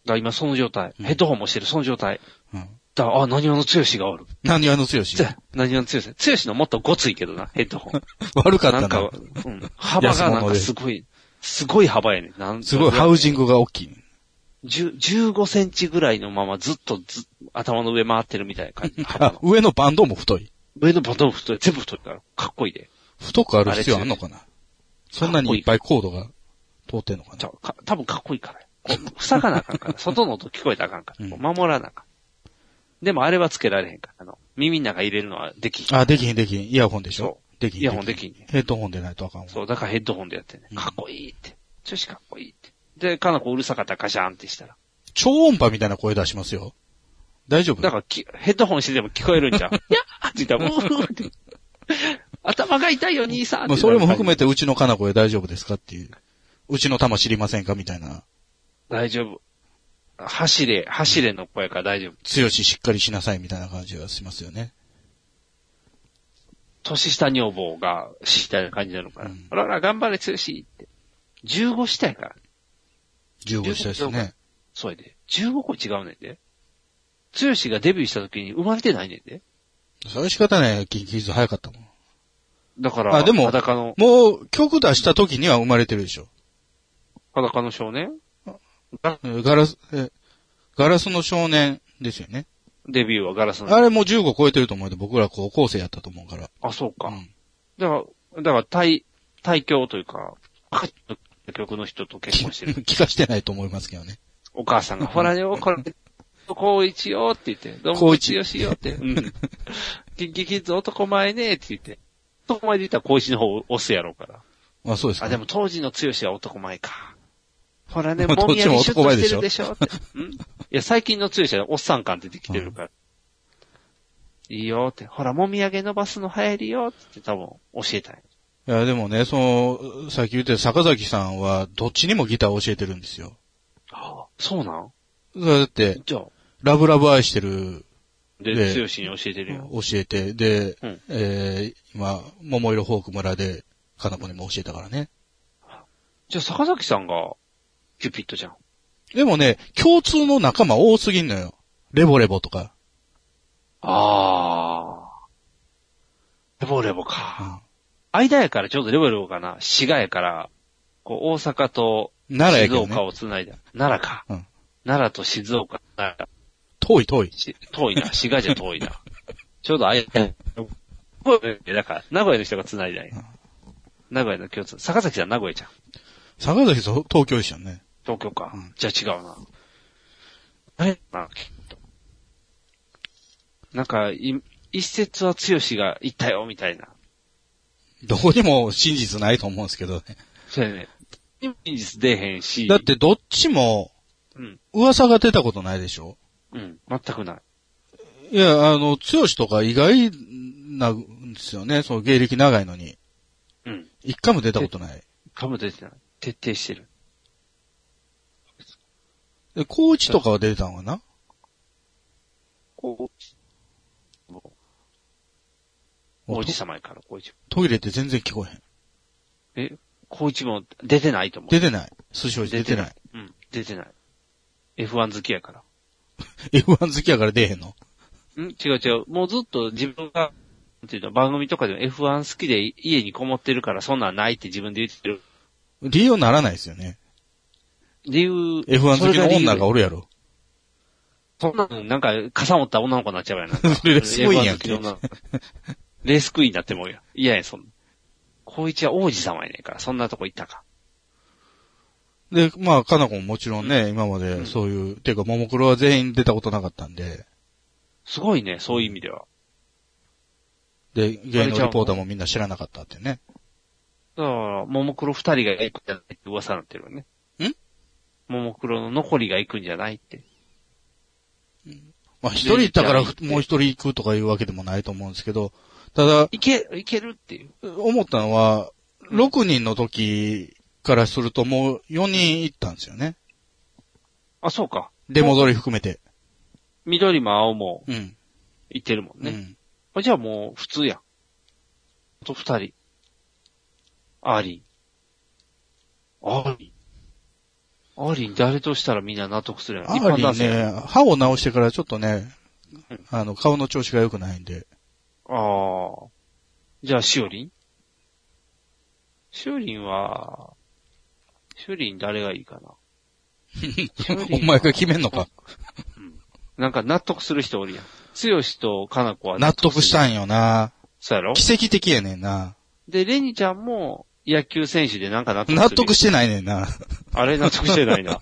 Speaker 2: ら今その状態。
Speaker 3: うん
Speaker 2: ヘッドホンもしてる、その状態。
Speaker 3: うん。
Speaker 2: だから、あ、何話の強しがおる。
Speaker 3: 何あの強し
Speaker 2: じ。ゃ <laughs> 何話の強し。強しのもっとごついけどな、ヘッドホン。
Speaker 3: 悪かった
Speaker 2: な
Speaker 3: なん
Speaker 2: か、うん。幅がなんかすごい、すごい幅やね。なん
Speaker 3: すごいハウジングが大きい。
Speaker 2: 10 15センチぐらいのままずっとず頭の上回ってるみたいな感
Speaker 3: <laughs>
Speaker 2: じ。幅
Speaker 3: あ
Speaker 2: の、。
Speaker 3: 上のバンドも太い。
Speaker 2: 上のボトム太い、全部太いから、かっこいいで。
Speaker 3: 太くある必要あんのかなそんなにいっぱいコードが通ってんのか
Speaker 2: ちゃ
Speaker 3: な
Speaker 2: うか、多分かっこいいからよ。こう塞がなあかん
Speaker 3: <laughs>
Speaker 2: から。外の音聞こえたらあかんから。こう守らなあかん。でもあれはつけられへんから。あの、耳の中入れるのはできひん。
Speaker 3: あ、できひんできひん。イヤホンでしょできひん。
Speaker 2: イヤホンできひんね
Speaker 3: ヘッドホンでないとあかんわ。
Speaker 2: そう、だからヘッドホンでやってね。かっこいいって。女子かっこいいって。で、かなこうるさかったらガシャンってしたら。
Speaker 3: 超音波みたいな声出しますよ。大丈夫
Speaker 2: なんかき、ヘッドホンしてでも聞こえるんじゃん。 <laughs> いやっって言ったら、うーって。 <laughs> 頭が痛いよ、兄さん。
Speaker 3: まあ、それも含め
Speaker 2: て。
Speaker 3: て、うちのかなこへ大丈夫ですかっていう。うちの玉知りませんかみたいな。
Speaker 2: 大丈夫。走れ、走れの子やから大丈夫。
Speaker 3: 強ししっかりしなさいみたいな感じはしますよね。
Speaker 2: 年下女房が知ったような感じなのかな。
Speaker 3: うん
Speaker 2: あらら、頑張れ、強しって。15下やから。
Speaker 3: 15したですね。
Speaker 2: そうやで。15個違うねんで。強しがデビューした時に生まれてないねんで。
Speaker 3: それは仕方ない。キンキーズ早かったもん。
Speaker 2: だから、
Speaker 3: あ、でも
Speaker 2: 裸の、、
Speaker 3: もう曲出した時には生まれてるでしょ。
Speaker 2: 裸の少年
Speaker 3: えガラス、えガラスの少年ですよね。
Speaker 2: デビューはガラスの。
Speaker 3: あれもう15超えてると思うんで、僕ら高校生やったと思うから。
Speaker 2: あ、そうか。
Speaker 3: うん
Speaker 2: だから、だから、対、対教というか、赤ちゃんの曲の人と結婚してる。
Speaker 3: <laughs> 聞かしてないと思いますけどね。
Speaker 2: <laughs> お母さんが、ほらよ、これ、高一よって言って、どうも、
Speaker 3: 高
Speaker 2: 高
Speaker 3: 一
Speaker 2: 一よしよって。うん。キンキキッズ男前ねって言って。男前で言ったら高一の方押すやろうから。
Speaker 3: あ、そうですか。
Speaker 2: あ、でも当時の強しは男前か。ほらね、
Speaker 3: まあ
Speaker 2: もみや
Speaker 3: どっ
Speaker 2: に
Speaker 3: ち
Speaker 2: シ
Speaker 3: も男
Speaker 2: ュッと
Speaker 3: 前で
Speaker 2: して
Speaker 3: しょ
Speaker 2: るでしょって。んいや、最近の強しはおっさん感出てきてるから。いいよって。ほら、もみあげ伸ばすの流行りよって多分教えたんや
Speaker 3: いや、でもね、その、さっき言ってた坂崎さんは、どっちにもギターを教えてるんですよ。
Speaker 2: そうなん
Speaker 3: それはだって、
Speaker 2: じゃあ。
Speaker 3: ラブラブ愛してる、で
Speaker 2: で、強しに教えてるよ。
Speaker 3: 教えて、で、
Speaker 2: うん
Speaker 3: えー、今、桃色フォーク村で、かなこにも教えたからね。
Speaker 2: じゃあ、坂崎さんが、キューピットじゃん。
Speaker 3: でもね、共通の仲間多すぎんのよ。レボレボとか。
Speaker 2: あー。レボレボか。間やから、ちょうどレボレボかな。滋賀やから、こう、大阪と
Speaker 3: 奈良やけ
Speaker 2: 静
Speaker 3: ど
Speaker 2: 岡
Speaker 3: ね。
Speaker 2: をつないだ。奈良か。
Speaker 3: うん
Speaker 2: 奈良と静岡。奈良
Speaker 3: 遠い遠い。
Speaker 2: し
Speaker 3: <laughs>
Speaker 2: 遠いな。滋賀じゃ遠いな。ちょうど間や。こうだから、名古屋の人がつないだんや。名古屋の共通。坂崎さん名古屋じゃん。
Speaker 3: 坂崎さん東京でしたよね。
Speaker 2: 東京か。
Speaker 3: うん
Speaker 2: じゃあ違うな。あれな、きっと。なんか、い一説は強しが言ったよ、みたいな。
Speaker 3: どこにも真実ないと思うんですけどね。
Speaker 2: そうやね。真実出えへんし。
Speaker 3: だっ。てどっちも
Speaker 2: うん。
Speaker 3: 噂が出たことないでしょ
Speaker 2: うん。全くない。
Speaker 3: いや、あの、強しとか意外なんですよね。その芸歴長いのに。
Speaker 2: うん。
Speaker 3: 一回も出たことない。
Speaker 2: かも出てない。徹底してる。
Speaker 3: で、高一とかは出てたのかな
Speaker 2: こう。王子様やから、高一も。
Speaker 3: トイレって全然聞こえへん。
Speaker 2: 高一も出てないと思う。
Speaker 3: 出てない。寿司王子出てない。
Speaker 2: うん。出てない。F1 好きやから。
Speaker 3: F1 好きやから出えへんの
Speaker 2: ん違う違う。もうずっと自分が、なんていうの、番組とかでも F1 好きで家にこもってるからそんなんないって自分で言ってる。
Speaker 3: 理由ならないですよね。
Speaker 2: 理由。
Speaker 3: F1 好きの女が
Speaker 2: お
Speaker 3: おるやろ。
Speaker 2: そんなの、なんか、傘持った女の子になっちゃうやん。なんか
Speaker 3: それレースクイーンやん
Speaker 2: F1 好きの女の子レースクイーンだってもうや。いやいや、そんな。高一は王子様やねんから、そんなとこ行ったか。
Speaker 3: で、まあ、かなこももちろんね、今までそういう、ていうか、ももクロは全員出たことなかったんで、
Speaker 2: すごいね、そういう意味では。
Speaker 3: で、芸能リポーターもみんな知らなかったってね。
Speaker 2: だから、ももクロ二人が行くんじゃないって噂になってるよね。
Speaker 3: ん
Speaker 2: ももクロの残りが行くんじゃないって。
Speaker 3: まあ、一人行ったから
Speaker 2: じゃあ行っ
Speaker 3: ふ
Speaker 2: て
Speaker 3: もう一人行くとかいうわけでもないと思うんですけど、ただ、
Speaker 2: いけ、いけるっていう。
Speaker 3: 思ったのは、6人の時からするともう4人行ったんですよね。
Speaker 2: あ、そうか。
Speaker 3: 出戻り含めて。
Speaker 2: 緑も青も
Speaker 3: うん。
Speaker 2: 行ってるもん
Speaker 3: う
Speaker 2: ね。
Speaker 3: ん。
Speaker 2: あじゃあもう普通やん。あと二人。アーリン。アーリン。アーリン誰としたらみんな納得するやん。
Speaker 3: ア
Speaker 2: 一般
Speaker 3: ー
Speaker 2: 男
Speaker 3: リ
Speaker 2: 性やん。
Speaker 3: ね、歯を直してからちょっとね
Speaker 2: うん、
Speaker 3: あの、顔の調子が良くないんで、
Speaker 2: ああ。じゃあしおりんしおりんは、しおりん誰がい
Speaker 3: <laughs>
Speaker 2: いかなしおりんは
Speaker 3: お前が決めんのか。
Speaker 2: なんか納得する人おるやん。つよしとかなこは
Speaker 3: 納得し
Speaker 2: い。
Speaker 3: たんよな。
Speaker 2: そうやろ
Speaker 3: 奇跡的やねんな。
Speaker 2: で、レニちゃんも野球選手でなんか納得す
Speaker 3: 納
Speaker 2: る。
Speaker 3: 得してないねん <laughs> な。
Speaker 2: あれ納得してないな。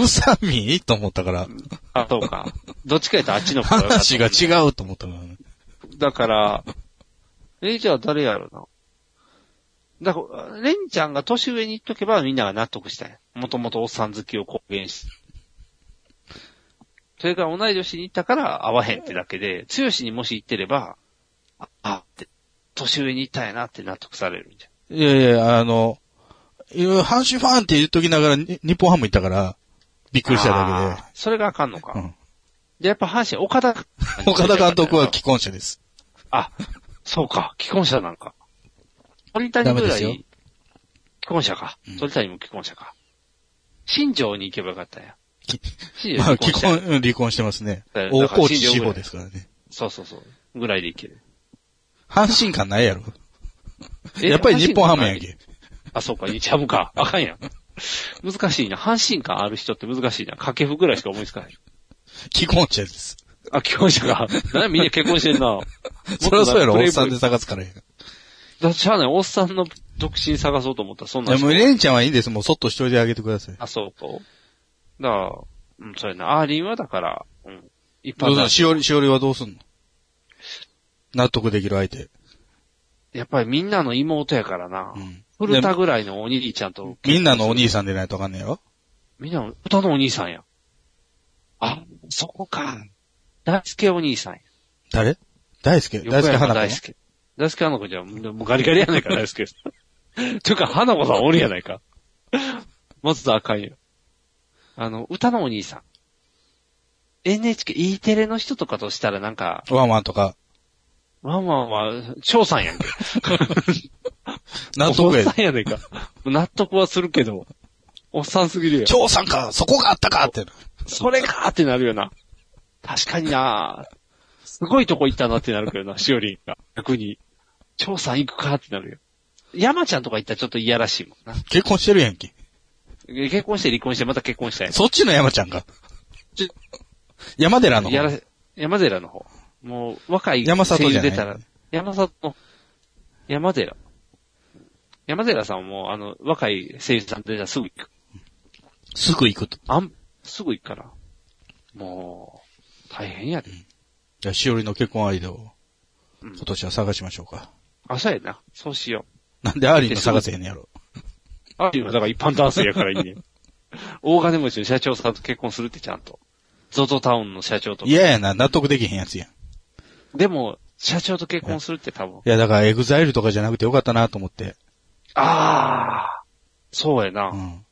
Speaker 3: うさみと思ったから、
Speaker 2: あ、そう
Speaker 3: <laughs>
Speaker 2: か。どっちか言ったらあっちの方が良かった
Speaker 3: 話が違うと思ったからね。
Speaker 2: だから、レニちゃんは誰やろな。だから、レニちゃんが年上に行っとけばみんなが納得したんや。もともとおっさん好きを公言し。それから同い年に行ったから会わへんってだけで、強しにもし行ってれば、あ、あって、年上に行ったんやなって納得されるみたい
Speaker 3: いやいや、あの、いや阪神ファンって言っときながら、に日本ハム行ったから、びっく
Speaker 2: な。
Speaker 3: りしただ
Speaker 2: あーそれがあかんのか。
Speaker 3: うん
Speaker 2: で、やっぱ阪神、岡田監
Speaker 3: け
Speaker 2: 督。
Speaker 3: で。岡田監督は既婚者です。
Speaker 2: あ、そうか、既婚者なんか。鳥
Speaker 3: ダ
Speaker 2: 谷ぐ
Speaker 3: メで
Speaker 2: らい、
Speaker 3: すよ
Speaker 2: 既婚者か
Speaker 3: うん。
Speaker 2: 鳥谷も既婚者か。新庄に行けばよかったんや。
Speaker 3: き <laughs>
Speaker 2: 新
Speaker 3: まあ、
Speaker 2: 庄
Speaker 3: 既
Speaker 2: 既婚者
Speaker 3: 婚、うん離婚してますね。
Speaker 2: だから
Speaker 3: 大河内
Speaker 2: 新
Speaker 3: 志
Speaker 2: 庄ぐら
Speaker 3: 保
Speaker 2: い
Speaker 3: ですからね。
Speaker 2: そうそうそう。ぐらいで行ける。
Speaker 3: 阪神感ないやろ。
Speaker 2: え
Speaker 3: やっぱり日本ハムやん。け。
Speaker 2: あ、そうか、日ハ
Speaker 3: <laughs>
Speaker 2: ムか。あかんやん。難しいな。阪神感ある人って難しいな。掛布ぐらいしか思いつかない。
Speaker 3: 既婚者です。
Speaker 2: あ、既婚者が。なんやみんな結婚してんな。
Speaker 3: <laughs> そりゃそうやろ、おっさんで
Speaker 2: だ
Speaker 3: 探すからやん。い
Speaker 2: ってしゃあない。おっさんの独身探そうと思ったら、そんな
Speaker 3: や、
Speaker 2: んしか
Speaker 3: もうレンちゃんはいいんです。もうそっとしといてあげてください。
Speaker 2: あ、そうか。だから、うん、そうやな。アーリンはだから、うん。一
Speaker 3: どう
Speaker 2: 般
Speaker 3: すんの
Speaker 2: だ
Speaker 3: しおり、しおりはどうすんの納得できる相手。
Speaker 2: やっぱりみんなの妹やからな。
Speaker 3: うん。
Speaker 2: 古田ぐらいのお兄ちゃんと、
Speaker 3: みんなのお兄さんでないとわかんねえよ。
Speaker 2: みんなの、歌のお兄さんや。あ、そこか。大輔お兄さんや。
Speaker 3: 誰大輔。大輔
Speaker 2: 横山
Speaker 3: 花
Speaker 2: 大
Speaker 3: 子。
Speaker 2: 輔。大輔花子じゃん、もうガリガリやな
Speaker 3: <laughs>
Speaker 2: いか、大輔。というか、花子さんおるやないか。もっとあかんよ。あの、歌のお兄さん。NHK、E テレの人とかとしたらなんか、
Speaker 3: ワンワンとか。
Speaker 2: ワンワンは、翔さんやんけ。
Speaker 3: <laughs> 納得
Speaker 2: おっ
Speaker 3: や
Speaker 2: さ。んやねんか。納得はするけど、おっさんすぎるよ。
Speaker 3: 長さんかそこがあったかってな。
Speaker 2: それかーってなるよな。確かになすごいとこ行ったなってなるけどな、しおりんが。逆に。翔さん行くかーってなるよ。山ちゃんとか行ったらちょっといやらしいもんな。
Speaker 3: 結婚してるやんけ。
Speaker 2: え結婚して離婚してまた結婚したやん。
Speaker 3: そっちの山ちゃんか。山寺の方。
Speaker 2: やら山寺の方。もう、若い
Speaker 3: 山里じゃない
Speaker 2: 声優出たら、山里の、山寺。山寺さんはもう、あの、若い声優さん出たらすぐ行く。
Speaker 3: すぐ行くと。
Speaker 2: あん、すぐ行くから。もう、大変やで。
Speaker 3: じゃあ、しおりの結婚相手を、
Speaker 2: うん
Speaker 3: 今年は探しましょうか。
Speaker 2: あ、そうやな。そうしよ
Speaker 3: なんでアーリンの探せへんのやろ。
Speaker 2: う。あるよ。だから一般男性やからいいね。 <laughs> 大金持ちの社長さんと結婚するってちゃんと。ゾゾタウンの社長とか。
Speaker 3: 嫌やな、納得できへんやつやん。い
Speaker 2: でも、社長と結婚するって多分。
Speaker 3: や、だからエグザイルとかじゃなくてよかったなと思って。
Speaker 2: ああ、そうや
Speaker 3: う
Speaker 2: な。
Speaker 3: ん。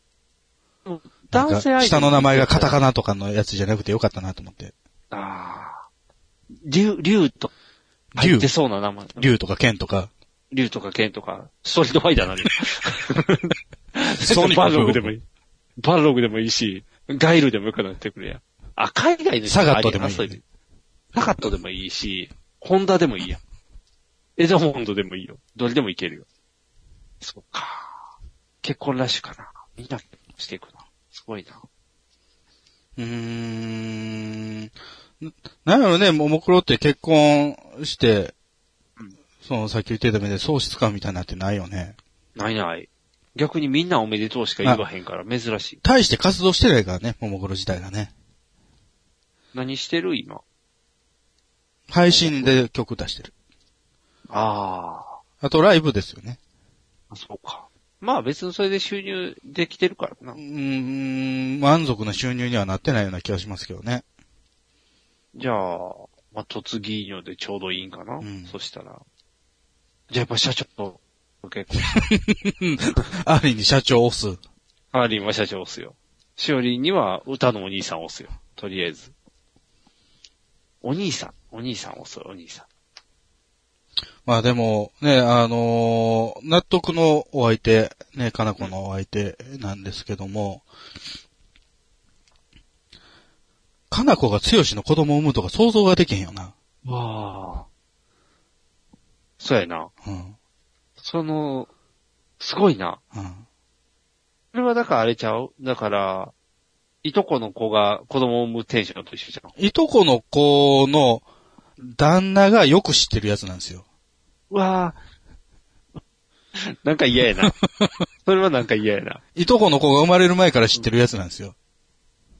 Speaker 2: 男性
Speaker 3: なんか
Speaker 2: 相手。
Speaker 3: 下の名前がカタカナとかのやつじゃなくてよかったなと思って。
Speaker 2: ああ。竜、竜と、
Speaker 3: 竜
Speaker 2: 入ってそうな名前。
Speaker 3: 竜とか剣とか、
Speaker 2: 竜とか剣とか、ストリートファイターなるよ。
Speaker 3: <laughs> ソニック
Speaker 2: バルログでもいい。バルログでもいいし、ガイルでもよくなってくるやん。あ、海外の人
Speaker 3: サガットでもいい
Speaker 2: ありなそううサガットでもいいし、ホンダでもいいやん。エドモンドでもいいよ。どれでもいけるよ。そっか。結婚ラッシュかな。みんな結婚していくな。すごいな。
Speaker 3: うーん。ななんやろね、ももクロって結婚して、その、さっき言ってたみたいに喪失感みたいになってないよね。
Speaker 2: ないない。逆にみんなおめでとうしか言わへんから珍しい。
Speaker 3: 大して活動してないからね、ももクロ自体がね。
Speaker 2: 何してる今。
Speaker 3: 配信で曲出してる。
Speaker 2: ああ。
Speaker 3: あとライブですよね。
Speaker 2: そうか。まあ別にそれで収入できてるからな
Speaker 3: う。ーん、満足な収入にはなってないような気がしますけどね。 <laughs>
Speaker 2: じゃあ、まあ、突撃業でちょうどいいんかな、
Speaker 3: ん
Speaker 2: そしたら。じゃあやっぱ社長と結構、
Speaker 3: アーリンに社長を押す。
Speaker 2: アーリンは社長押すよ。しおりんには歌のお兄さん押すよ。とりあえず。お兄さん、お兄さん押すよ、お兄さん。
Speaker 3: まあでも、ね、あのー納得のお相手、ね、かなこのお相手なんですけども、かなこが強しの子供を産むとか想像ができへんよな。
Speaker 2: わあ。そうやな。
Speaker 3: うん。
Speaker 2: その、すごいな。
Speaker 3: うん。
Speaker 2: それはだからあれちゃうだから、いとこの子が子供を産むテンションと一緒じゃん。
Speaker 3: いとこの子の旦那がよく知ってるやつなんですよ。
Speaker 2: うわぁ。なんか嫌や <laughs> な。それはなんか嫌やな。
Speaker 3: いとこの子が生まれる前から知ってるやつなんですよ。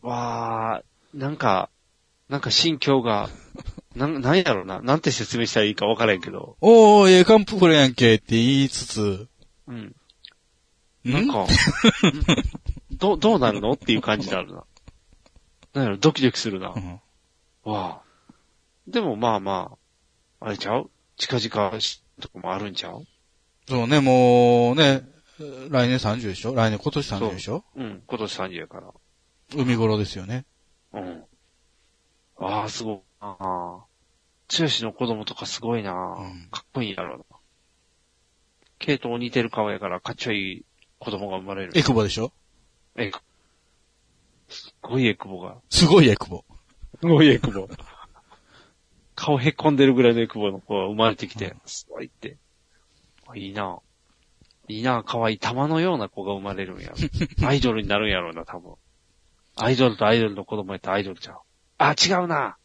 Speaker 2: わぁ、なんか、なんか心境が、なん、なんやろな。なんて説明したらいいかわからへんけど。
Speaker 3: おー、ええカンプレやんけって言いつつ、
Speaker 2: うん。
Speaker 3: ん
Speaker 2: なんか、ど、どうなるのっていう感じになるな。なんやろ、ドキドキするな。
Speaker 3: うん
Speaker 2: わあ。でもまあまあ、あれちゃう近々しとかもあるんちゃう
Speaker 3: そうね、もうね、来年30でしょ来年、今年30でしょ
Speaker 2: うん、今年30やから。
Speaker 3: 海頃ですよね。
Speaker 2: うん。ああ、すごいなあ。剛の子供とかすごいなあ、
Speaker 3: うん
Speaker 2: かっこいいやろうな。系統似てる顔やから、かっちょいい子供が生まれる。
Speaker 3: エクボでしょ
Speaker 2: え、すっごいエクボが。
Speaker 3: すごいエクボ。
Speaker 2: すごいエクボ。顔へっこんでるぐらいのエクボの子が生まれてきて、すごいって。あいいな。いいな、可愛い玉のような子が生まれるん <laughs> や。アイドルになるんやろうな、多分。アイドルとアイドルの子供やったらアイドルちゃう。あ、違うな。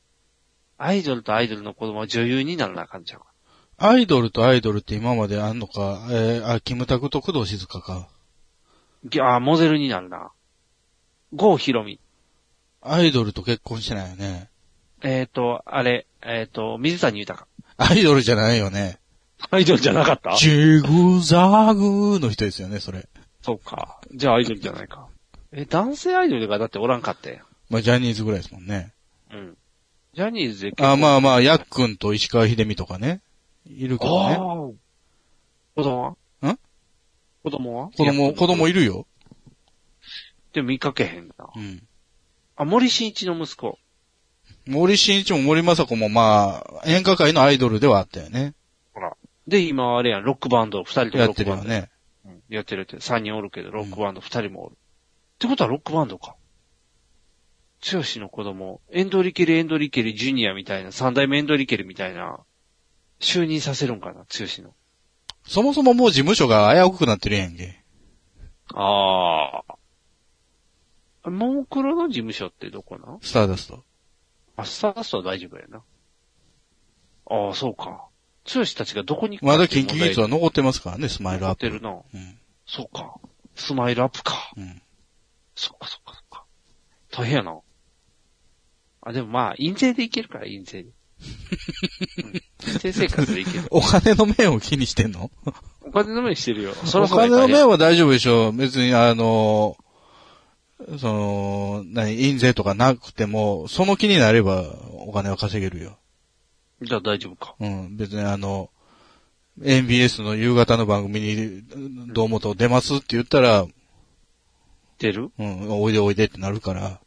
Speaker 2: アイドルとアイドルの子供は女優にならなあかんちゃうか。
Speaker 3: アイドルとアイドルって今まであんのか、えー、あ、キムタクと工藤静香か。
Speaker 2: ぎゃあ、モデルになるな。郷ひろみ。
Speaker 3: アイドルと結婚してないよね。
Speaker 2: えっ、と、あれ、えっ、と、水谷豊。
Speaker 3: アイドルじゃないよね。
Speaker 2: アイドルじゃなかった
Speaker 3: ジグザグの人ですよね、それ。
Speaker 2: そうか。じゃあアイドルじゃないか。え、男性アイドルがだっておらんかったよ。
Speaker 3: まあ、ジャニーズぐらいですもんね。
Speaker 2: うん。ジャニーズで結構
Speaker 3: あ、まあまあ、ヤックンと石川秀美とかね。いるけどね。
Speaker 2: あー子供は
Speaker 3: ん
Speaker 2: 子供は
Speaker 3: 子供、子供
Speaker 2: い
Speaker 3: いるよ。
Speaker 2: でも見かけへんな。
Speaker 3: うん。
Speaker 2: あ、森進一の息子。
Speaker 3: 森進一も森正子もまあ、演歌界のアイドルではあったよね。
Speaker 2: で、今あれやん、ロックバンド、二人とも
Speaker 3: や
Speaker 2: ロ
Speaker 3: っ
Speaker 2: ッ
Speaker 3: て
Speaker 2: ク
Speaker 3: る
Speaker 2: バ
Speaker 3: よ
Speaker 2: ンド。
Speaker 3: ね。
Speaker 2: うんやってるって、三人おるけど、ロックバンド二人もおる。ってことはロックバンドか。剛の子供、エンドリケル、エンドリケル、ジュニアみたいな、三代目エンドリケルみたいな、就任させるんかな、剛の。
Speaker 3: そもそももう事務所が危うくなってるやんけ。
Speaker 2: ああ。モンクロの事務所ってどこなん
Speaker 3: スターダスト。
Speaker 2: あ、スターダストは大丈夫やな。ああ、そうか。剛たちがどこに行く
Speaker 3: まだ
Speaker 2: っていう
Speaker 3: 近畿技術は
Speaker 2: 問
Speaker 3: 残ってますからね、スマイ
Speaker 2: 題
Speaker 3: ル
Speaker 2: が
Speaker 3: ア
Speaker 2: や
Speaker 3: ッ
Speaker 2: って
Speaker 3: プ。
Speaker 2: るな。
Speaker 3: うん。
Speaker 2: そうか。スマイルアップか。
Speaker 3: うん。
Speaker 2: そっかそっかそっか。大変やな。あ、でもまあ、印税でいけるから、印税で。うん、先生活でいける。
Speaker 3: お金の面を気にしてんの
Speaker 2: お金の面してるよ。そ
Speaker 3: お
Speaker 2: ろそろ
Speaker 3: 金の面は大丈夫でしょう。別にあの、その、何、印税とかなくても、その気になればお金は稼げるよ。
Speaker 2: じゃあ大丈夫か。
Speaker 3: うん。別にあの、NBS の夕方の番組に、どうもと出ますって言ったら、
Speaker 2: 出る
Speaker 3: うん、おいでおいでってなるから。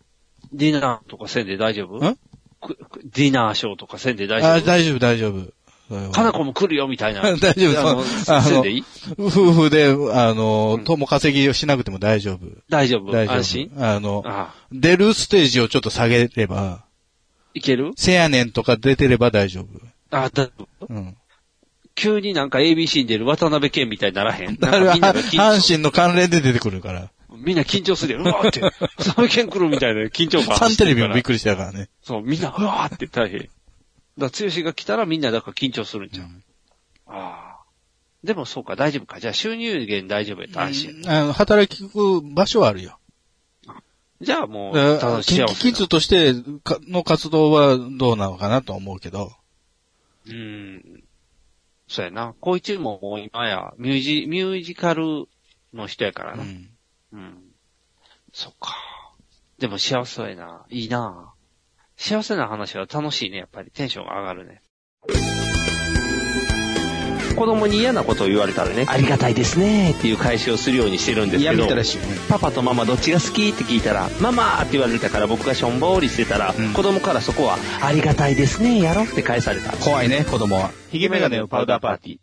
Speaker 2: ディナーとかせんで大丈夫
Speaker 3: ん
Speaker 2: くくディナーショーとかせんで大
Speaker 3: あ、
Speaker 2: 丈夫
Speaker 3: 大丈夫、大丈夫。それは
Speaker 2: かなこも来るよみたいな。
Speaker 3: <laughs> 大丈夫
Speaker 2: あの
Speaker 3: そうあの
Speaker 2: せんでいい
Speaker 3: 夫婦で、あの
Speaker 2: う、ん
Speaker 3: 友稼ぎをしなくても大丈夫。
Speaker 2: 大丈夫
Speaker 3: 大丈夫。
Speaker 2: 安心
Speaker 3: あの、
Speaker 2: ああ、
Speaker 3: 出るステージをちょっと下げれば、
Speaker 2: いける
Speaker 3: せやねんとか出てれば大丈夫。
Speaker 2: ああ、だ、
Speaker 3: うん。
Speaker 2: 急になんか ABC に出る渡辺謙みたいにならへん。
Speaker 3: あ
Speaker 2: なん
Speaker 3: れ
Speaker 2: か
Speaker 3: は、
Speaker 2: みんなが緊張
Speaker 3: 阪神の関連で出てくるから。
Speaker 2: みんな緊張するよ。うわ
Speaker 3: <laughs>
Speaker 2: ーって。渡辺謙来るみたいな緊張感
Speaker 3: サンテレビもびっ
Speaker 2: り。
Speaker 3: くりしたからね。
Speaker 2: そう、みんな、うわーって大変。だから、剛が来たらみんなだから緊張するんじゃん。ああ。でもそうか、大丈夫か。じゃあ収入源大丈夫やったら安心。
Speaker 3: あの、働く場所はあるよ。
Speaker 2: じゃあもう、
Speaker 3: だから
Speaker 2: 楽し
Speaker 3: キ
Speaker 2: 幸
Speaker 3: ン
Speaker 2: せ
Speaker 3: キ
Speaker 2: だ
Speaker 3: キッズとしてかの活動はどうなのかなとは思うけど。
Speaker 2: うーん。そうやな。こいつももう今や、ミュージ、ミュージカルの人やから
Speaker 3: う
Speaker 2: な。うん。
Speaker 3: ん。
Speaker 2: そっか。でも幸せそうやな。いいな。幸せな話は楽しいね、やっぱり。テンション上がるね。子供に嫌なことを言われたらね、ありがたいですねっていう返しをするようにしてるんですけど。
Speaker 9: 嫌みたらしいよね。
Speaker 2: パパとママどっちが好きって聞いたら、ママって言われたから僕がしょんぼりしてたら、子供からそこは、ありがたいですね、やろって返された。
Speaker 9: 怖いね、子供は。
Speaker 2: ヒゲメガネのパウダーパーティー。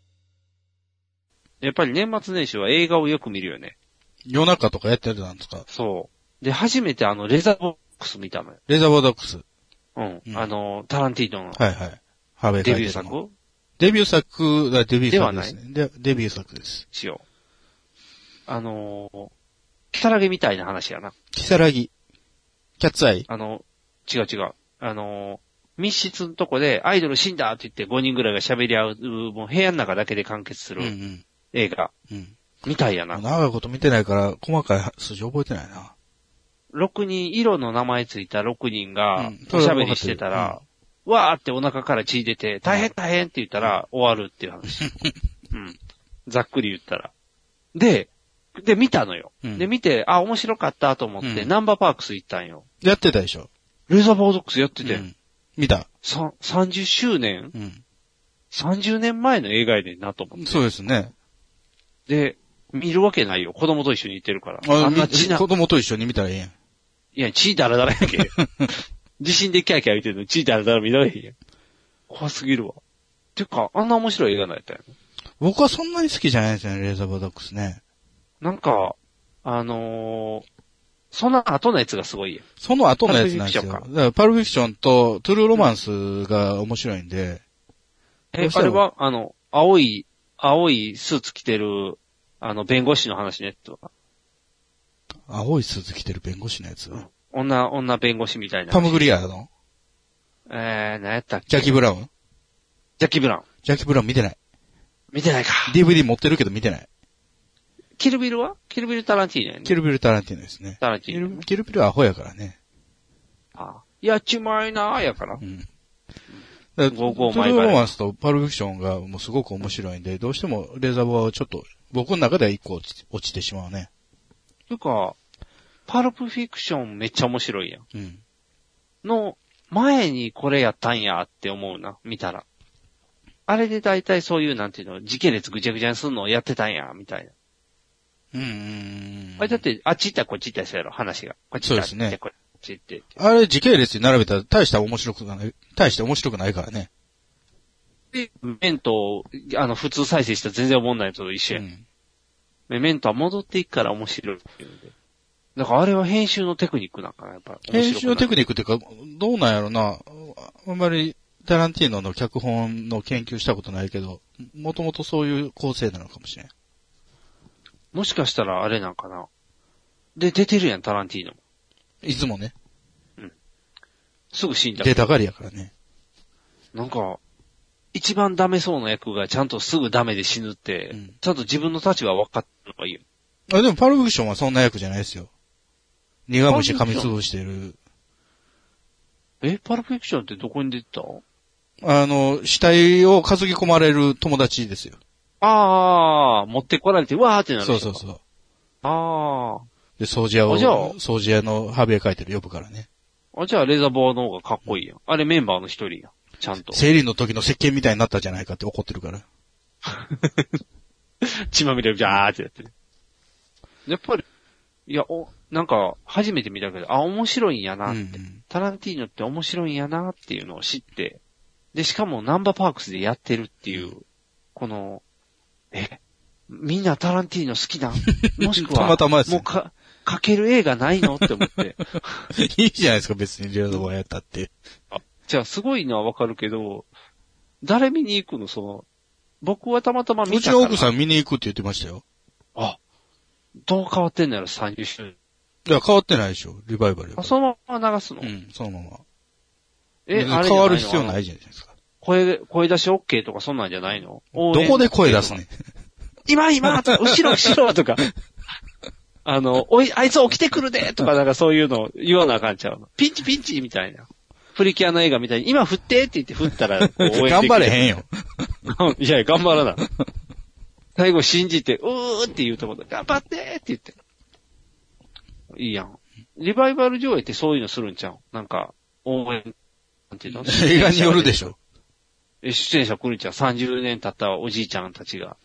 Speaker 2: やっぱり年末年始は映画をよく見るよね。
Speaker 3: 夜中とかやってたんですか
Speaker 2: そう。で、初めてあの、レザーボックス見たのよ。
Speaker 3: レザーバードックス。
Speaker 2: うん。
Speaker 3: うん
Speaker 2: あの、タランティーノの
Speaker 3: はいはい。ハーベイ
Speaker 2: デ
Speaker 3: カイ
Speaker 2: ビュー
Speaker 3: テルの
Speaker 2: 作
Speaker 3: デビュー作、あデビュー
Speaker 2: では
Speaker 3: 作
Speaker 2: な
Speaker 3: で
Speaker 2: い
Speaker 3: すね。でデビュー作です。
Speaker 2: しよう。あのー、キサラゲみたいな話やな。
Speaker 3: キサラギ。キャッツアイ。
Speaker 2: あの、違う違う。あのー、密室のとこでアイドル死んだって言って5人ぐらいが喋り合う、もう部屋の中だけで完結す
Speaker 3: うんう
Speaker 2: る
Speaker 3: ん。
Speaker 2: 映画
Speaker 3: うん。
Speaker 2: みたいやな。
Speaker 3: 長いこと見てないから、細かい数字覚えてないな。
Speaker 2: 6人、色の名前ついた6人
Speaker 3: う
Speaker 2: が
Speaker 3: ん、
Speaker 2: おしゃべりしてたら、わーってお腹から血出て、大変大変って言ったら終わるっていう
Speaker 3: <laughs>
Speaker 2: 話。うん。ざっくり言ったら。で、で、見たのよ。
Speaker 3: うん
Speaker 2: で、見て、あ、面白かったと思って、
Speaker 3: うん
Speaker 2: ナンバーパークス行ったんよ。
Speaker 3: やってたでしょ。
Speaker 2: レーザーバードックスやって
Speaker 3: う
Speaker 2: て、
Speaker 3: ん見た。
Speaker 2: さ30周年
Speaker 3: うん。
Speaker 2: ?30 年前の映画やねんなと思って。
Speaker 3: そうですね。
Speaker 2: で、見るわけないよ。子供と一緒に行ってるから。あんな
Speaker 3: み
Speaker 2: 血な
Speaker 3: 子、供と一緒に見たらええやん。
Speaker 2: いや、血だらだらやけ。
Speaker 3: <laughs>
Speaker 2: 地震でキャーキャー言ってるの血だらだら見られへんやん。怖すぎるわ。てか、あんな面白い映画なんやったよ。
Speaker 3: 僕はそんなに好きじゃないですよね、レーザーバードックスね。
Speaker 2: なんか、あのー、その後のやつがすごいやん。
Speaker 3: その後のやつなんですよ。
Speaker 2: パ
Speaker 3: だ
Speaker 2: ルプフィクションか
Speaker 3: からパルプフィクションとトゥルーロマンスが面白いんで、ど
Speaker 2: え
Speaker 3: う、した
Speaker 2: あ
Speaker 3: の
Speaker 2: れは、あの、青い、青いスーツ着てる、あの、弁護士の話ね、とか。
Speaker 3: 青いスーツ着てる弁護士のやつ。
Speaker 2: 女、女弁護士みたいな。
Speaker 3: パムグリアの
Speaker 2: えー、何やったっけ
Speaker 3: ジャッキー・ブラウン
Speaker 2: ジャッキー・ブラウン。
Speaker 3: ジャッキー・ブラウン見てない。
Speaker 2: 見てないか。
Speaker 3: DVD 持ってるけど見てない。
Speaker 2: キルビルはキルビル・タランティーノやね。
Speaker 3: キルビル・タランティーノですね。
Speaker 2: タランテ
Speaker 3: キ
Speaker 2: ィーノ
Speaker 3: ル
Speaker 2: ね。
Speaker 3: キルビルはアホやからね。
Speaker 2: あやっちまいなーやから
Speaker 3: う。ん。だからト
Speaker 2: ゴーゴー
Speaker 3: ゥ
Speaker 2: マイ
Speaker 3: ルー
Speaker 2: バレー
Speaker 3: ロマンスとパルプフィクションがもうすごく面白いんで、どうしてもレーザーバーはちょっと、僕の中では一個落ち落ちてしまうね。
Speaker 2: てか、パルプフィクションめっちゃ面白いやん。
Speaker 3: うん。
Speaker 2: の前にこれやったんやって思うな、見たら。あれで大体そういう、なんていうの、時系列ぐちゃぐちゃにするのをやってたんや、みたいな。
Speaker 3: うんうんうん。
Speaker 2: あれだって、あっち行ったらこっち行ったりするやろ、話が。こっち行ったら
Speaker 3: そうですね
Speaker 2: こっち行って。
Speaker 3: あれ時系列に並べたら大した面白くない、大して面白くないからね。
Speaker 2: で、メントを、あの、普通再生したら全然思わないのと一緒
Speaker 3: う
Speaker 2: やん。
Speaker 3: ん。
Speaker 2: メメントは戻っていくから面白いっていうので。だからあれは編集のテクニックなんかな、やっぱ。
Speaker 3: 編集のテ
Speaker 2: ニッ
Speaker 3: クニックっていうか、どうなんやろな。あんまりタランティーノの脚本の研究したことないけど、もともとそういう構成なのかもしれん。
Speaker 2: ク。もしかしたらあれなんかな。で、出てるやん、タランティーノも。
Speaker 3: いつもね、
Speaker 2: すぐ死んだ。
Speaker 3: 出たがりやからね。
Speaker 2: なんか、一番ダメそうな役がちゃんとすぐダメで死ぬって、
Speaker 3: うん
Speaker 2: ちゃんと自分の立場分かってるのがいいよ。
Speaker 3: あ、でもパルプフィクションはそんな役じゃないですよ。苦虫噛みつぶしてる。
Speaker 2: え、パルプフィクションってどこに出てた
Speaker 3: あの、死体を担ぎ込まれる友達ですよ。
Speaker 2: あー、持ってこられて、わーってなる
Speaker 3: そうそう
Speaker 2: う。
Speaker 3: そう。
Speaker 2: あ
Speaker 3: で、掃除屋を、
Speaker 2: あじゃあ
Speaker 3: 掃除屋のハビエ書いてる呼ぶからね。
Speaker 2: ー。あ、じゃあレーザーボーの方がかっこいいやん。あれメンバーの一人やん。ちゃんと。
Speaker 3: 生理の時の石鹸みたいになったじゃないかって怒ってるから。
Speaker 2: 血まみれ、ジャーってやってる。やっぱり、いや、お、なんか、初めて見たけど、あ、面白いんやなって。
Speaker 3: うん <laughs>
Speaker 2: タランティーノって面白いんやなっていうのを知って、で、しかもナンバーパークスでやってるっていう、この、え、みんなタランティーノ好きなん
Speaker 3: <laughs>
Speaker 2: もしくは、
Speaker 3: たまたまですね
Speaker 2: もうか、かける映画ないのって思
Speaker 3: <laughs>
Speaker 2: って。
Speaker 3: うんいいじゃないですか、別にレーザーバーやったって。
Speaker 2: じゃあ、すごいのはわかるけど、誰見に行くのその、僕はたまたま見
Speaker 3: うち
Speaker 2: たから。
Speaker 3: の奥さ
Speaker 2: ん。
Speaker 3: ん見に行くって言ってましたよ。
Speaker 2: どう変わってんのやろ、30周年。
Speaker 3: いや、変わってないでしょ、リバイバルやか
Speaker 2: あ、
Speaker 3: ら。
Speaker 2: そのまま流すの、
Speaker 3: うん、そのまま。
Speaker 2: え、
Speaker 3: 別に
Speaker 2: あれ
Speaker 3: 変わる必要
Speaker 2: い
Speaker 3: な
Speaker 2: の。
Speaker 3: いじゃないですか。
Speaker 2: 声、声出し OK とかそんなんじゃないのど
Speaker 3: どこで声出すねん。
Speaker 2: 今今とか後ろ後ろとか。 <laughs> あの、おい、あいつ起きてくるでとかなんかそういうの言わなあかんちゃうの。ピンチピンチみたいな。プリキュアの映画みたいに、今振ってって言って振ったら、こう応援でき
Speaker 3: <laughs>
Speaker 2: る
Speaker 3: 頑張れへんよ。
Speaker 2: <laughs> いやいや、頑張らない。最後信じて、うーって言うとこで、頑張ってって言って。いいやん。リバイバル上映ってそういうのするんちゃうなんか、応援、なんていうの
Speaker 3: 映画によるでしょ。
Speaker 2: え出演者来るんちゃう ?30 年経ったおじいちゃんたちが。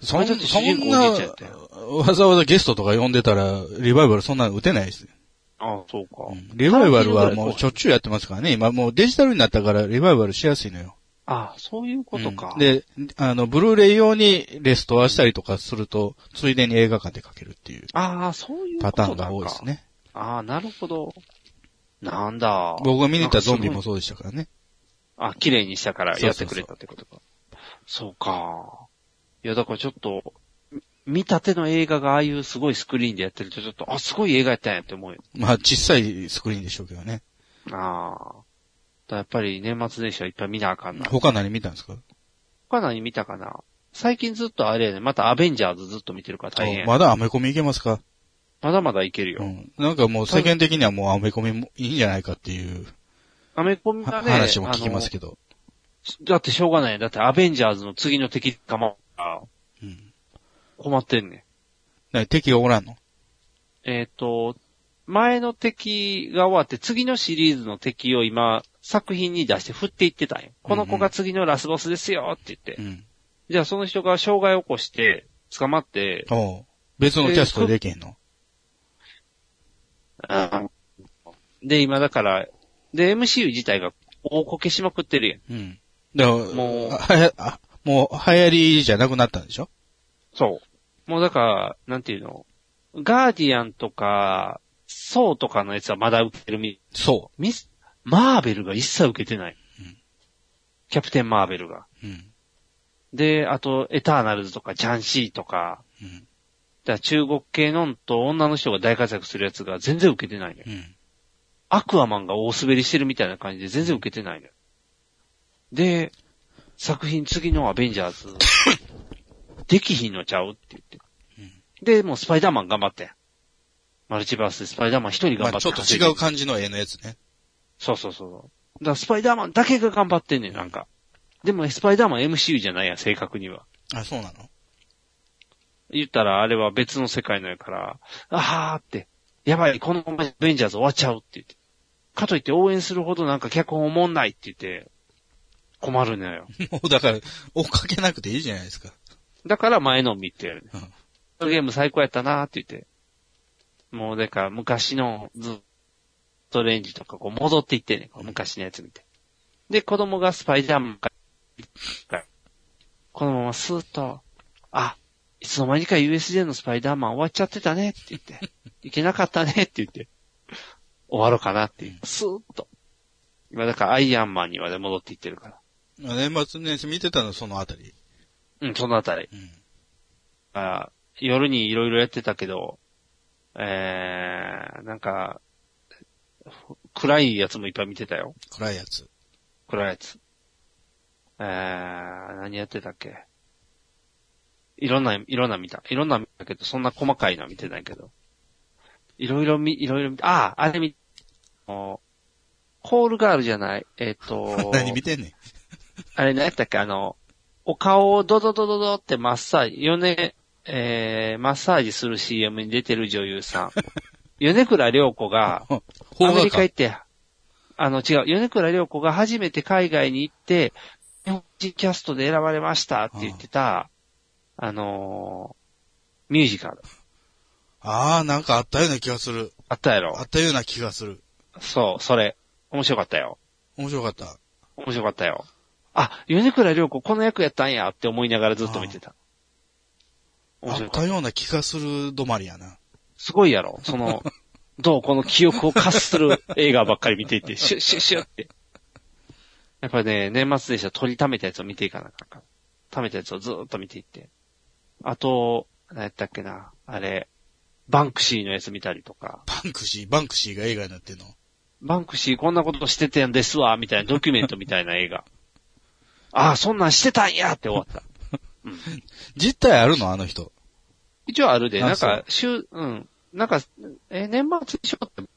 Speaker 3: そん
Speaker 2: あれだって主
Speaker 3: そ
Speaker 2: 人公
Speaker 3: んな
Speaker 2: おじいちゃんやった、
Speaker 3: わざわざゲストとか呼んでたら、リバイバルそんなの打てないですよ。
Speaker 2: ああ、そうか。
Speaker 3: うんリバイバルはもうしょっちゅうやってますからね。今もうデジタルになったからリバイバルしやすいのよ。
Speaker 2: ああ、そういうことか。
Speaker 3: うんで、あの、ブルーレイ用にレストアしたりとかすると、ついでに映画館でかけるっていう
Speaker 2: ああ、そういうこ
Speaker 3: パタ
Speaker 2: となん
Speaker 3: ーン
Speaker 2: か
Speaker 3: が多いです。ね。
Speaker 2: ああ、なるほど。なんだ。
Speaker 3: 僕が見に行ったゾンビ
Speaker 2: な
Speaker 3: も
Speaker 2: んかす
Speaker 3: そうでしたからね。
Speaker 2: ごい。あ、綺麗にしたからやってくれたってことか。そうか。いや、だからちょっと、み見たての映画がああいうすごいスクリーンでやってると、ちょっと、あ、すごい映画やったんやって思うよ。
Speaker 3: まあ、小さいスクリーンでしょうけどね。
Speaker 2: ああ。だからやっぱり年末年始はいっぱい見なあかんな。
Speaker 3: 他何見たんですか
Speaker 2: 他何見たかな最近ずっとあれやね、またアベンジャーズずっと見てるから大変やね。
Speaker 3: まだアメコミいけますか
Speaker 2: まだまだいけるよ。
Speaker 3: うん。なんかもう世間的にはもうアメコミもいいんじゃないかっていう
Speaker 2: アメコミ
Speaker 3: は
Speaker 2: がね、
Speaker 3: 話も聞きますけど。
Speaker 2: ど。だってしょうがない。だってアベンジャーズの次の敵かま
Speaker 3: うん。
Speaker 2: 困ってんねん。
Speaker 3: 何敵がおらんの
Speaker 2: えっ、と、前の敵が終わって、次のシリーズの敵を今、作品に出して振っていってたんよ。この子が次のラスボスですよって言って。
Speaker 3: うん。
Speaker 2: じゃあその人が障害を起こして、捕まって、
Speaker 3: おう別のキャストできへんの
Speaker 2: で、今だから、で、MCU 自体が大こけしまくってるやん。
Speaker 3: うん。だから、
Speaker 2: もう
Speaker 3: あはや、あ、もう、流行りじゃなくなったんでしょ
Speaker 2: そう。もうだから、なんていうの、ガーディアンとか、ソーとかのやつはまだ受けてるみ、
Speaker 3: そ
Speaker 2: ミス、マーベルが一切受けてない。キャプテンマーベルが。
Speaker 3: う。うん。
Speaker 2: で、あと、エターナルズとか、ジャンシーとか、
Speaker 3: うん。
Speaker 2: だから中国系のんと女の人が大活躍するやつが全然受けてないのよ。
Speaker 3: うん。
Speaker 2: アクアマンが大滑りしてるみたいな感じで全然受けてないのよ。で、作品次のアベンジャ
Speaker 3: <laughs>
Speaker 2: ーズ、できひんのちゃうって言って。で、もうスパイダーマン頑張って。マルチバースでスパイダーマン一人頑張
Speaker 3: ま
Speaker 2: って
Speaker 3: あ、ちょっと
Speaker 2: 稼い
Speaker 3: 違
Speaker 2: で
Speaker 3: う感じの絵のやつね。
Speaker 2: そうそうそう。だからスパイダーマンだけが頑張ってんねん、なんか。でもスパイダーマン MCU じゃないやん、正確には。
Speaker 3: あ、そうなの <laughs>
Speaker 2: 言ったらあれは別の世界のやから、あーって、やばい、このままアベンジャーズ終わっちゃうって言って。かといって応援するほどなんか脚本思んないって言って、困るのよ。
Speaker 3: もうだから、追っかけなくていいじゃないですか。
Speaker 2: だから前のを見てやる
Speaker 3: うん。
Speaker 2: このゲーム最高やったなーって言って。もうだから昔のずっとレンジとかこう戻っていってね、こう昔のやつ見て。で、子供がスパイダーマンから、このままスーッと、あ、いつの間にか USJ のスパイダーマン終わっちゃってたねって言って、
Speaker 3: <laughs>
Speaker 2: いけなかったねって言って、終わろうかなっていう。スーッと。今だからアイアンマンにまで戻っていってるから。
Speaker 3: まあ年末年始見てたの、そのあたり。
Speaker 2: うん、そのあたり。
Speaker 3: うん。
Speaker 2: あ夜にいろいろやってたけど、えー、なんか、ふ暗いやつもいっぱい見てたよ。
Speaker 3: 暗いやつ。、
Speaker 2: 暗いやつ。えー、何やってたっけいろんな、いろんな見た。いろんな見たけど、そんな細かいのは見てないけど。いろいろ見、いろいろ見た。ああ、あれ見、あのコールガールじゃない。えっ、と
Speaker 3: <laughs> 何見てんねん。
Speaker 2: あれ何やったっけあの、お顔をドドドドドってマッサージ、米、えー、マッサージする CM に出てる女
Speaker 3: <laughs>
Speaker 2: 優さん。米倉涼子が、
Speaker 3: あ
Speaker 2: ア
Speaker 3: 邦
Speaker 2: メ
Speaker 3: 画
Speaker 2: リカ
Speaker 3: か。
Speaker 2: 行って、あの違う、米倉涼子が初めて海外に行って、日本人キャストで選ばれましたって言ってた、あのーミュージカル。
Speaker 3: ああ、なんかあったような気がする。
Speaker 2: あったやろ
Speaker 3: あ。ったような気がする。
Speaker 2: そう、それ。面白かったよ。
Speaker 3: 面白かった。
Speaker 2: 面白かったよ。あ、米倉涼子この役やったんやって思いながらずっと見てた。面
Speaker 3: あ
Speaker 2: 白
Speaker 3: っ
Speaker 2: かった
Speaker 3: たような気がする止まりやな。
Speaker 2: すごいやろその、どうこの記憶を活する映画ばっかり見ていて、シュッシュッシュッって。やっぱね、年末でした取りためたやつを見ていかなあかんから。溜めたやつをずーっと見ていって。あと、何やったっけな、あれ、バンクシーのやつ見たりとか、
Speaker 3: バンクシー、バンクシーが映画になってんの。
Speaker 2: バンクシーこんなことしててんですわ、みたいなドキュメントみたいな映画。ああ、そんなんしてたんやって終わった。
Speaker 3: 実態あるのあの人。 <laughs>
Speaker 2: 一応あるで、
Speaker 3: あ
Speaker 2: なん
Speaker 3: そう
Speaker 2: か、週、うん。なんか、え、年末に招待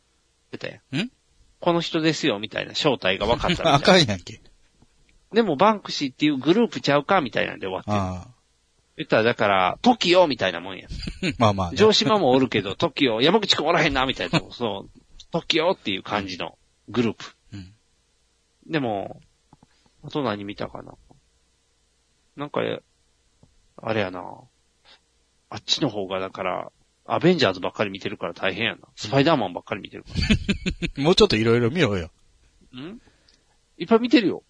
Speaker 2: 出てたや
Speaker 3: ん
Speaker 2: この人ですよ、みたいな正体が分かったみたい
Speaker 3: <laughs> あ
Speaker 2: な。
Speaker 3: かんやんけ。
Speaker 2: でも、バンクシーっていうグループちゃうか、みたいなんで終わってる。
Speaker 3: あ
Speaker 2: 言ったら、だから、トキオみたいなもんや。
Speaker 3: あ。まあまあ、ね。
Speaker 2: <laughs> 城島もおるけど、トキオ、山口くんおらへんな、
Speaker 3: <laughs>
Speaker 2: みたいな。そう、トキオっていう感じのグループ。
Speaker 3: うん
Speaker 2: でも、あと何見たかな。なんか、あれやな。あっちの方が、だから、アベンジャーズばっかり見てるから大変やな。スパイダーマンばっかり見てるか
Speaker 3: もうちょっといろいろ見ろよ。
Speaker 2: ら。んいっぱい見てるよ。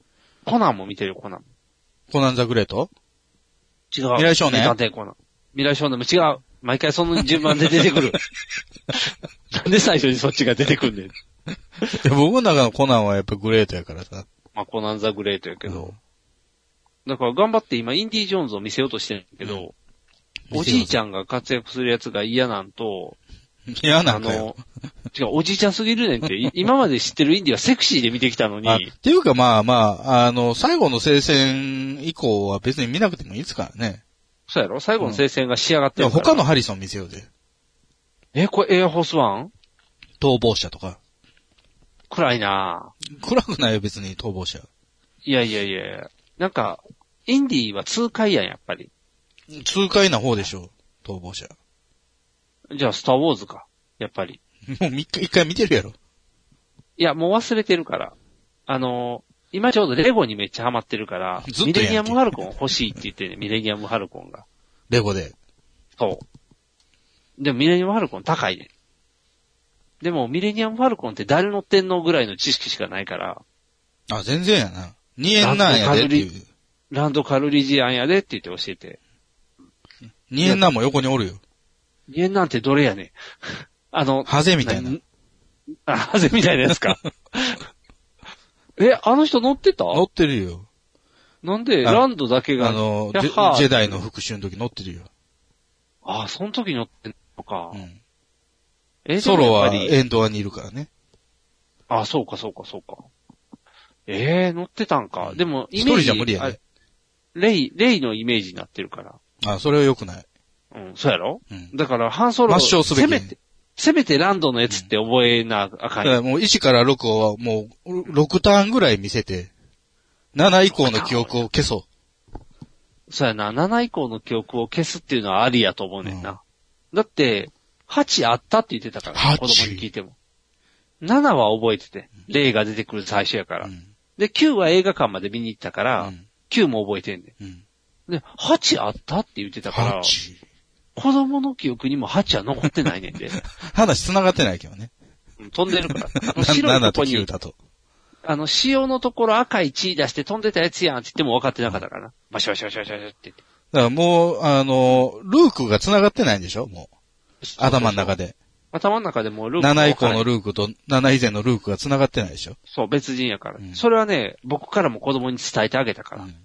Speaker 2: コナンも見てるよ、コナン。
Speaker 3: コナンザグレート
Speaker 2: 違う。
Speaker 3: 未来少年
Speaker 2: 名探偵コナン。未来少年も違う。毎回その順番で出て
Speaker 3: <laughs>
Speaker 2: くる。なんで最初にそっちが出てくんねん。
Speaker 3: いや僕の中のコナンはやっぱグレートやからさ。
Speaker 2: まあ、コナンザグレートやけ
Speaker 3: う
Speaker 2: ど
Speaker 3: ん。
Speaker 2: だから頑張って今、インディ・ジョーンズを見せようとしてるんやけど、おじいちゃんが活躍するやつが嫌なんと、
Speaker 3: 嫌な
Speaker 2: あ
Speaker 3: んかよ。
Speaker 2: の、違う、おじいちゃんすぎるね
Speaker 3: <laughs>
Speaker 2: んって、い今まで知ってるインディはセクシーで見てきたの
Speaker 3: あっ
Speaker 2: に、
Speaker 3: ていうかまあまあ、あの、最後の聖戦以降は別に見なくてもいいですからね。
Speaker 2: そうやろ最後の聖戦が仕上がっ
Speaker 3: い
Speaker 2: て
Speaker 3: や
Speaker 2: るから。
Speaker 3: 他のハリソン見せようぜ。
Speaker 2: え、これエアホースワン
Speaker 3: 逃亡者とか。
Speaker 2: 暗いなぁ
Speaker 3: 暗くないよ別に逃亡者。
Speaker 2: いやいやいやなんか、インディは痛快やん、やっぱり。
Speaker 3: 痛快な方でしょう。逃亡者。
Speaker 2: じゃあ、スターウォーズか。やっぱり。
Speaker 3: もうみ一回見てるやろ。
Speaker 2: いや、もう忘れてるから。あのー今ちょうどレゴにめっちゃハマってるから、
Speaker 3: ずっとやんけ
Speaker 2: ミレニアムファルコン欲しいって言ってね、ミレニアムファルコンが。
Speaker 3: レゴで。
Speaker 2: そう。でもミレニアムファルコン高いね。でもミレニアムファルコンって誰乗ってんのぐらいの知識しかないから、
Speaker 3: あ、全然やな。2円なんやでっていう。
Speaker 2: ランドカルリジアンやでって言って教えて。
Speaker 3: 2円なんも横におるよ。
Speaker 2: 2円なんてどれやねん。 <laughs> あの、
Speaker 3: ハゼみたいな
Speaker 2: 何。。あ、ハゼみたいなやつか。え、あの人乗ってた
Speaker 3: 乗ってるよ。
Speaker 2: なんで、
Speaker 3: あ
Speaker 2: ランドだけが。
Speaker 3: あの、ジ
Speaker 2: や
Speaker 3: ェ
Speaker 2: っ
Speaker 3: ジ
Speaker 2: はー
Speaker 3: ェダイの復讐の時乗ってるよ。
Speaker 2: あ、その時乗ってんのか
Speaker 3: う。ん
Speaker 2: え
Speaker 3: ソロは
Speaker 2: でもやっぱり
Speaker 3: エンドアにいるからね。
Speaker 2: あ、そうか、そうか、そうか。ええ乗ってたんか。でも、イ
Speaker 3: 一
Speaker 2: メー
Speaker 3: 人
Speaker 2: ジ。
Speaker 3: じゃ無理やね。
Speaker 2: あレイ、レイのイメージになってるから。
Speaker 3: あ、それは良くない。
Speaker 2: うん、そうやろ
Speaker 3: うん。
Speaker 2: だから、半ソロ。
Speaker 3: 抹消すべき
Speaker 2: せめて、せめてランドのやつって覚えなあか
Speaker 3: だ
Speaker 2: ん
Speaker 3: か
Speaker 2: よ。
Speaker 3: らもう1から6をもう6ターンぐらい見せて、7以降の記憶を消そ
Speaker 2: そうやな、7以降の記憶を消すっていうのはありやと思うねんな。だって、8あったって言ってたから、
Speaker 3: 8
Speaker 2: 子供に聞いても。7は覚えてて、霊が出てくる最初やか
Speaker 3: う。
Speaker 2: ら。
Speaker 3: うん
Speaker 2: で、9は映画館まで見に行ったか
Speaker 3: う
Speaker 2: ら、
Speaker 3: ん。
Speaker 2: 9も覚えてんね
Speaker 3: うん。
Speaker 2: ん。で、8あったって言ってたから、
Speaker 3: 8。
Speaker 2: 子供の記憶にも8は残ってないねん
Speaker 3: <laughs>
Speaker 2: で。
Speaker 3: 話繋がってないけどね。
Speaker 2: うん飛んでるか
Speaker 3: <laughs>
Speaker 2: ら。あの白い
Speaker 3: 7
Speaker 2: と
Speaker 3: と
Speaker 2: こ
Speaker 3: 9
Speaker 2: に、
Speaker 3: だと。
Speaker 2: あの、潮のところ赤い血出して飛んでたやつやんって言っても分かってなかったからな。バシャバシャバシャバシャって言って。
Speaker 3: だからもう、あの、ルークが繋がってないんでしょもう。頭の中
Speaker 2: で。
Speaker 3: で。
Speaker 2: 頭の中でもうループ
Speaker 3: 7以降のルークと7以前のルークが繋がってないでしょ
Speaker 2: そう、別人やから。
Speaker 3: うん
Speaker 2: それはね、僕からも子供に伝えてあげたから。
Speaker 3: うん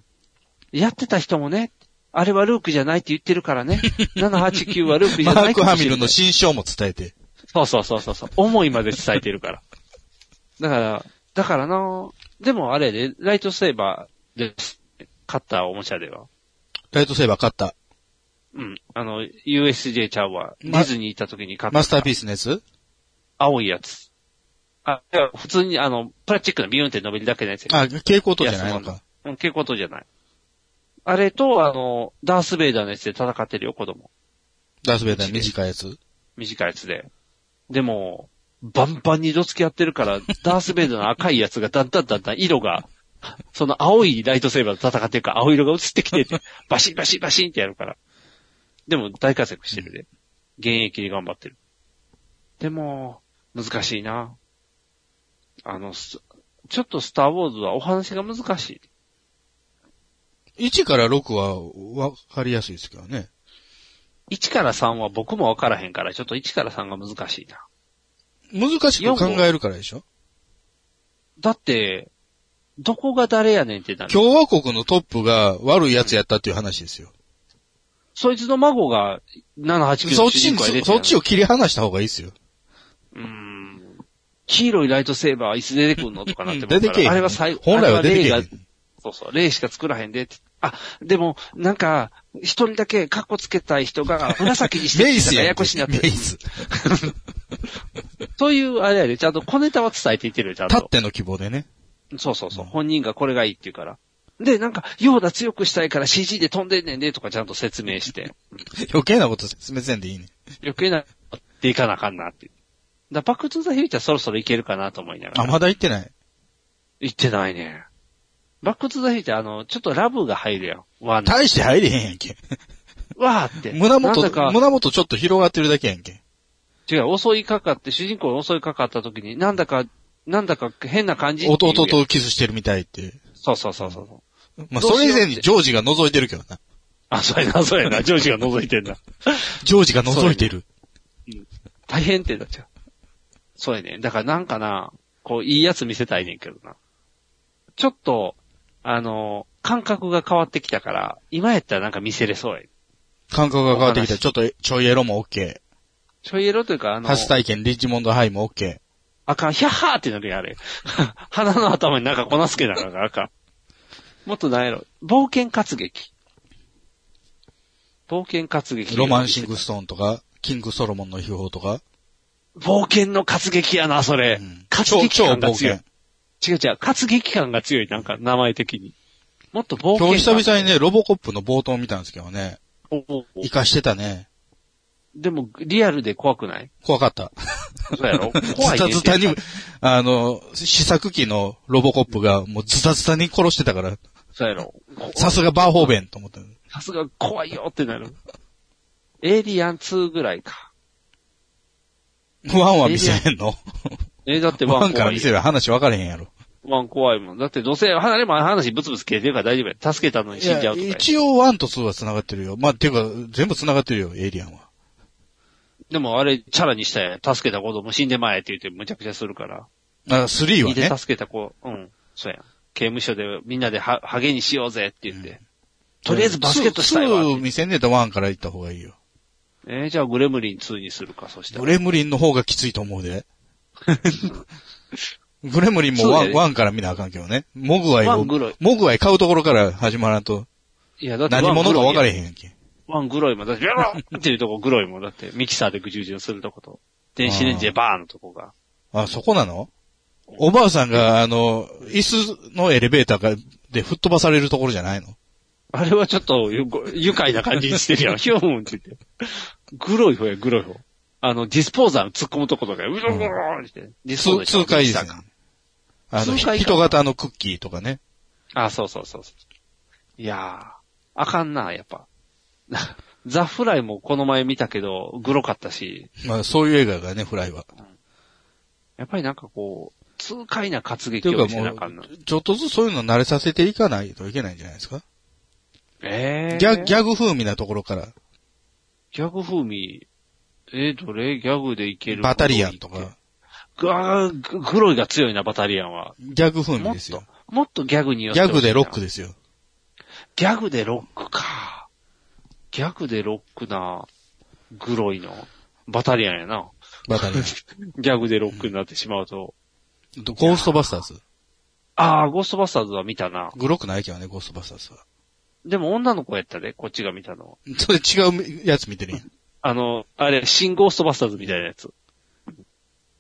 Speaker 2: やってた人もね、あれはルークじゃないって言ってるか
Speaker 3: <laughs>
Speaker 2: らね。789はルークじ
Speaker 3: マ
Speaker 2: ゃな
Speaker 3: ー
Speaker 2: い
Speaker 3: ク・
Speaker 2: か
Speaker 3: ハ
Speaker 2: も
Speaker 3: ミ
Speaker 2: しれ
Speaker 3: ル
Speaker 2: な
Speaker 3: の
Speaker 2: い。
Speaker 3: 新章も伝えて。
Speaker 2: そうそうそうそうそう。思いまで伝えてるから。だから、だからなでもあれで、ライトセーバーです。買ったおもちゃでは。
Speaker 3: ライトセーバー買った。
Speaker 2: うん。あの、USJ ちゃうわ。デ
Speaker 3: ま
Speaker 2: ィズニー行った時に買った。
Speaker 3: マスターピ
Speaker 2: ー
Speaker 3: ースのやつ
Speaker 2: 青いやつ。あ、いや普通にあの、プラスチックのビューンって伸びるだけのやつやけど
Speaker 3: あ、蛍光灯じゃないの
Speaker 2: いや
Speaker 3: か。
Speaker 2: うん、っていうことじゃない。あれと、あの、ダース・ベイダーのやつで戦ってるよ、子供。
Speaker 3: ダースベイダーの短いやつ。
Speaker 2: 短いやつで。でも、バンバンにどつき合ってるから、ダース・ベイダーの赤いやつがだんだんだんだん色が、その青いライトセーバーと戦ってるから青色が映ってきてて、バシンバシンバシンってやるから。でも大活躍してるで。現役で頑張ってる。でも、難しいな。あの、すちょっとスター・ウォーズはお話が難しい。
Speaker 3: 1から6はわかりやすいですけどね。
Speaker 2: 1から3は僕も分からへんから、ちょっと1から3が難しいな。
Speaker 3: 難しく考えるからでしょ
Speaker 2: だって、どこが誰やねんってなる。
Speaker 3: 共和国のトップが悪いやつやったっていう話ですよ。
Speaker 2: そいつの孫が789
Speaker 3: そっちに、
Speaker 2: 主人公やで
Speaker 3: そそっち
Speaker 2: を。
Speaker 3: を切り離した方がいいですよ。
Speaker 2: うーん。黄色いライトセーバーいつ出てくんのとかなっても
Speaker 3: 出てけえへん
Speaker 2: あれは最後。
Speaker 3: 本来は出てけえへ
Speaker 2: あれは霊が
Speaker 3: ん。
Speaker 2: そうそう、霊しか作らへんでって。あ、でも、なんか、一人だけカッコつけたい人が紫にして
Speaker 3: メイ
Speaker 2: きた
Speaker 3: スや
Speaker 2: ら
Speaker 3: ん
Speaker 2: ややこしいなっ
Speaker 3: メ
Speaker 2: て
Speaker 3: イ。ス。
Speaker 2: <laughs> そういう、あれやで、ちゃんと小ネタは伝えていってるよ、ちゃん
Speaker 3: たっ
Speaker 2: と。
Speaker 3: ての希望でね。
Speaker 2: そうそうそう。本人がこれがいいって言うから。で、なんか、ヨーダ強くしたいから CG で飛んでんねんでとかちゃんと説明して、
Speaker 3: 余計なこと説明せんでいいね。
Speaker 2: 余計な、っていかなあかんなって。だからバックトゥーザフューチャーそろそろいけるかなと思いなが
Speaker 3: あ、
Speaker 2: ら。
Speaker 3: まだ言ってない。
Speaker 2: 行ってないね。バックトゥーザフューチャー、あの、ちょっとラブが入るやん。わーな
Speaker 3: 大して入れへんやんけ。
Speaker 2: わーって。
Speaker 3: 胸
Speaker 2: なん
Speaker 3: 元、
Speaker 2: だか、
Speaker 3: 胸元ちょっと広がってるだけやんけ。
Speaker 2: 違う、襲いかかって、主人公に襲いかかった時に、なんだか、なんだか変な感じっていう
Speaker 3: 弟とキスしてるみたいって。
Speaker 2: そうそうそうそう。
Speaker 3: まあ、
Speaker 2: どう
Speaker 3: そ
Speaker 2: し
Speaker 3: れ以
Speaker 2: ようって
Speaker 3: 前にジョージが覗いてるけどな。
Speaker 2: あ、そうやな、そうやな。上司が覗いてんだ。
Speaker 3: ジョージが覗いてる。
Speaker 2: 大変ってなっちゃう。そうやね。だからなんかな、こう、いいやつ見せたいねんけどな。ちょっと、あの、感覚が変わってきたから、今やったらなんか見せれそうや。
Speaker 3: 感覚が変わってき
Speaker 2: お
Speaker 3: た。
Speaker 2: 話
Speaker 3: ちょっとちょいエロも OK。
Speaker 2: ちょいエロというか、あの、
Speaker 3: 初体験、リッチモンドハイも OK。
Speaker 2: あかん、ヒャッハーってなるやん、 <laughs> あれ。鼻の頭になんか粉すけながらあかん。もっとなんやろ。冒険活劇。冒険活劇。
Speaker 3: ロマンシングストーンとか、キングソロモンの秘宝とか。
Speaker 2: 冒険の活劇やな、それ。
Speaker 3: うん
Speaker 2: 活
Speaker 3: 超、
Speaker 2: 劇
Speaker 3: 超
Speaker 2: 感
Speaker 3: 冒
Speaker 2: が強い
Speaker 3: 険。。
Speaker 2: 違う違う、活劇感が強い、なんか、名前的に。もっと冒険
Speaker 3: 今
Speaker 2: 感。
Speaker 3: 日久々にね、ロボコップの冒頭を見たんですけどね、
Speaker 2: おおお
Speaker 3: 活かしてたね。
Speaker 2: でも、リアルで怖くない
Speaker 3: 怖かった。
Speaker 2: そうやろ <laughs> 怖
Speaker 3: ズ
Speaker 2: い
Speaker 3: タ
Speaker 2: ね
Speaker 3: ズタに、あの、試作機のロボコップがもうズタズタに殺してたから、
Speaker 2: そうやろ
Speaker 3: さすがバーホーベンと思った。
Speaker 2: さすが怖いよってなる。エイリアン2ぐらいか。
Speaker 3: ワンは見せへんの
Speaker 2: え、だってワ
Speaker 3: ワン
Speaker 2: ン
Speaker 3: から
Speaker 2: 怖い
Speaker 3: 見。せる話分かれへんやろ。
Speaker 2: ワン怖いもん。だってどうせ離れも話ブツブツ消えてるから大丈夫や。助けたのに死んじゃ
Speaker 3: い
Speaker 2: うとか
Speaker 3: や
Speaker 2: や。
Speaker 3: 一応ワンとツーは繋がってるよ。まあ、っていうか、全部繋がってるよ、エイリアンは。
Speaker 2: でもあれ、チャラにしたやん。助けた子供死んでまえって言ってむちゃくちゃするから。
Speaker 3: あ、3は
Speaker 2: で
Speaker 3: ね。
Speaker 2: 助けた子、うん、そうやん。刑務所でみんなでは、ハゲにしようぜって言って。とりあえずバスケットしたいわって
Speaker 3: 2見せんねえとワンから行った方がいいよ。
Speaker 2: えーじゃあグレムリン2にするか、そした
Speaker 3: グ
Speaker 2: ら。
Speaker 3: レムリンの方がきついと思う
Speaker 2: <laughs>
Speaker 3: で。グレムリンも
Speaker 2: そう
Speaker 3: ワ
Speaker 2: だ
Speaker 3: ン
Speaker 2: ね
Speaker 3: ワンから見なあかんけどね。モグワイ
Speaker 2: ワ
Speaker 3: を、
Speaker 2: ングロイ。
Speaker 3: モグワイ買うところから始まらんと、
Speaker 2: いや、だって
Speaker 3: 何
Speaker 2: ワン
Speaker 3: 者か分かれ
Speaker 2: グロイ
Speaker 3: へんやんけ。
Speaker 2: やワングロイも、だって、ビャロっていうとこ、グロイも、だって、ミキサーでぐじゅぐじゅするとこと、電子レンジでバーンのとこが。
Speaker 3: あ、そこなのおばあさんが、あの、椅子のエレベーターがで吹っ飛ばされるところじゃないの
Speaker 2: あれはちょっとゆ、ご愉快な感じにし
Speaker 3: <laughs>
Speaker 2: てるやん。ヒョーンって言って。グロイ方や、グロイ方。あの、ディスポーザーの突っ込むとことか、うろうろーって。ディスポーザ
Speaker 3: 通通
Speaker 2: ーした
Speaker 3: 回ですね
Speaker 2: ミキサーが。
Speaker 3: あの、
Speaker 2: 通過以下
Speaker 3: 人型のクッキーとかね。
Speaker 2: あ、そうそうそうそう。いやー、あかんな、やっぱ。 <laughs> なザ・フライもこの前見たけど、グロかったし、
Speaker 3: まあ、そういう映画がね、フライは。
Speaker 2: やっぱりなんかこう、痛快な活
Speaker 3: と
Speaker 2: 劇
Speaker 3: いうか
Speaker 2: をして
Speaker 3: も
Speaker 2: なあ
Speaker 3: う
Speaker 2: かんの。、
Speaker 3: ちょっとずつそういうの慣れさせていかないといけないんじゃないですか。
Speaker 2: えー、
Speaker 3: ギャギャグ風味なところから、
Speaker 2: ギャグ風味、えー、どれギャグでいける
Speaker 3: バタリアンとか、
Speaker 2: グあーググロイが強いな、バタリアンは。
Speaker 3: ギャグ風味ですよ。
Speaker 2: もっとギャグによっ
Speaker 3: ギ
Speaker 2: て
Speaker 3: ャグでロック
Speaker 2: で。
Speaker 3: ですよ。
Speaker 2: ギャグでロックか。ギャグでロックな、グロイの、バタリアンやな。
Speaker 3: バタリアン。
Speaker 2: <laughs> ギャグでロックになってしまうと。
Speaker 3: ゴーストバスターズ。
Speaker 2: ああ、ゴーストバスターズは見たな。
Speaker 3: グロくないけどね、ゴーストバスターズは。
Speaker 2: でも女の子やったで、こっちが見たのは。
Speaker 3: それ違うやつ見てるやん。
Speaker 2: あの、あれ、新ゴーストバスターズみたいなやつ。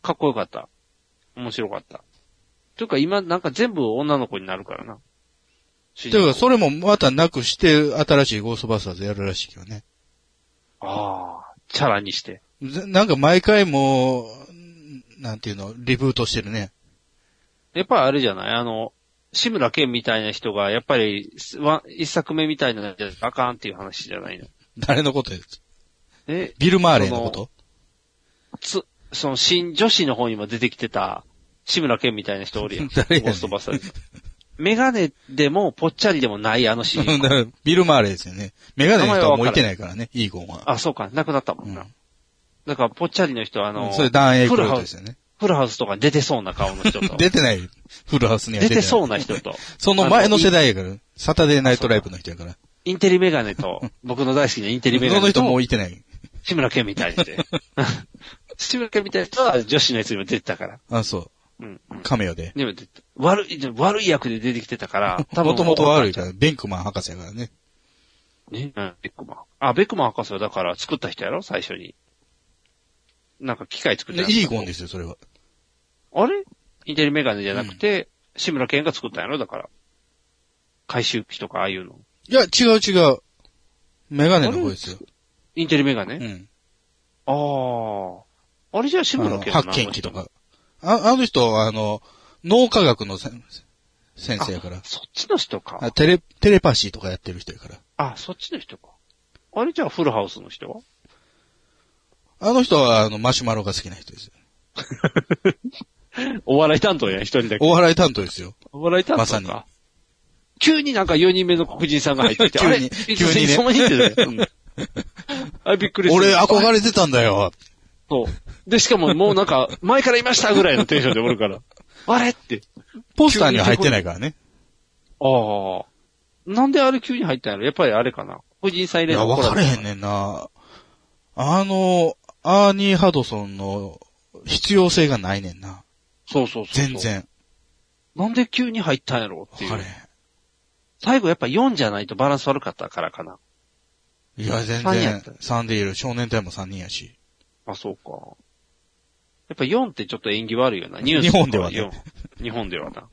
Speaker 2: かっこよかった。面白かった。というか今、なんか全部女の子になるからな。主
Speaker 3: と
Speaker 2: 人
Speaker 3: いう
Speaker 2: 公
Speaker 3: か、それもまたなくして、新しいゴーストバスターズやるらしいけどね。
Speaker 2: ああ、チャラにして。
Speaker 3: ぜなんか毎回もう、なんていうの、リブートしてるね。
Speaker 2: やっぱりあれじゃないあの、志村けんみたいな人が、やっぱり、わ一作目みたいなのじゃあかんっていう話じゃないの。
Speaker 3: 誰のことです
Speaker 2: え、
Speaker 3: ビル・マーレーのこと
Speaker 2: つ、その新女子の方にも出てきてた、志村けんみたいな人おるやん。
Speaker 3: <laughs> 誰やねん
Speaker 2: ゴーストバスターズ。メガネでも、ぽっちゃりでもないあのシーン。
Speaker 3: だから <laughs> ビル・マーレーですよね。メガネの人はもういてないからね、イーゴンは。
Speaker 2: あ、そうか、なくなったもんな。
Speaker 3: うん
Speaker 2: だから、ぽっちゃりの人は、あの、
Speaker 3: それ、ダン・エイクロイドですよね。
Speaker 2: フルハウスとかに出てそうな顔の人
Speaker 3: <laughs>
Speaker 2: と、
Speaker 3: 出てない。フルハウスには
Speaker 2: 出
Speaker 3: 出てな
Speaker 2: て
Speaker 3: い。
Speaker 2: そうな人と、
Speaker 3: <laughs> その前の世代やから。サタデーナイトライブの人やから。
Speaker 2: インテリメガネと、僕の大好きなインテリメガ
Speaker 3: その
Speaker 2: ネ
Speaker 3: 人も
Speaker 2: と、
Speaker 3: ういてない。
Speaker 2: 志村けんみたい
Speaker 3: <laughs>
Speaker 2: にして。志村けんみたいな人は女子のやつにも出てたから。
Speaker 3: あ、そ
Speaker 2: うん。
Speaker 3: う。カメオで。
Speaker 2: でも出て、悪い、悪い役で出てきて
Speaker 3: <laughs>
Speaker 2: たから、多分
Speaker 3: もともと悪いから、ベンクマン博士やからね。
Speaker 2: ね、うん、ベックマン。あ、ベックマン博士はだから作った人やろ最初に。なんか機械作っ
Speaker 3: で
Speaker 2: てなかった
Speaker 3: イーゴンですよ、それは。
Speaker 2: あれインテリメガネじゃなくて、志村けんが作ったんやろだから。回収機とかああいうの。
Speaker 3: いや、違う違う。メガネの方ですよ。
Speaker 2: インテリメガネ、
Speaker 3: うん。
Speaker 2: ああ。あれじゃあ志
Speaker 3: あ
Speaker 2: 村
Speaker 3: の
Speaker 2: けん
Speaker 3: 発見機と。か。ああの人は、あの、脳科学のせ先生やから。
Speaker 2: そっちの人か。
Speaker 3: あテレ、テレパシーとかやってる人やから。
Speaker 2: あ、そっちの人か。あれじゃあフルハウスの人は
Speaker 3: あの人は、あの、マシュマロが好きな人ですよ。
Speaker 2: お笑い担当や、一人だけ。
Speaker 3: お笑い担当ですよ。
Speaker 2: お笑い担当か。
Speaker 3: まさに
Speaker 2: 急になんか4人目の黒人さんが入ってき
Speaker 3: <laughs>
Speaker 2: て、
Speaker 3: 急に
Speaker 2: あ
Speaker 3: 急に
Speaker 2: れ
Speaker 3: ね
Speaker 2: 別その人じゃないうんあれびっくりした。
Speaker 3: 俺、憧れてたんだよ。
Speaker 2: そう。で、しかももうなんか、前からいましたぐらいのテンションでお
Speaker 3: <laughs>
Speaker 2: るから。あれって。
Speaker 3: ポスターには入ってないからね。
Speaker 2: ああ。なんであれ急に入ったんやろやっぱりあれかな。黒人さん入
Speaker 3: い
Speaker 2: れ
Speaker 3: や、
Speaker 2: の
Speaker 3: 分かれへんねんな。あの、アーニー・ハドソンの必要性がないねんな。
Speaker 2: そうそうそうそう。
Speaker 3: 全。然。
Speaker 2: なんで急に入ったんやろって
Speaker 3: 分
Speaker 2: い
Speaker 3: かれ
Speaker 2: う。
Speaker 3: へ
Speaker 2: 最後やっぱ4じゃないとバランス悪かったからかな。
Speaker 3: ん。いや、全
Speaker 2: 三人やっ
Speaker 3: 然
Speaker 2: た。
Speaker 3: サンデーいる。少年隊も3人やし。
Speaker 2: あ、そうか。やっぱ4ってちょっと演技悪いよな。ニュー
Speaker 3: 日
Speaker 2: ス
Speaker 3: 本ではね
Speaker 2: ね。日本ではな。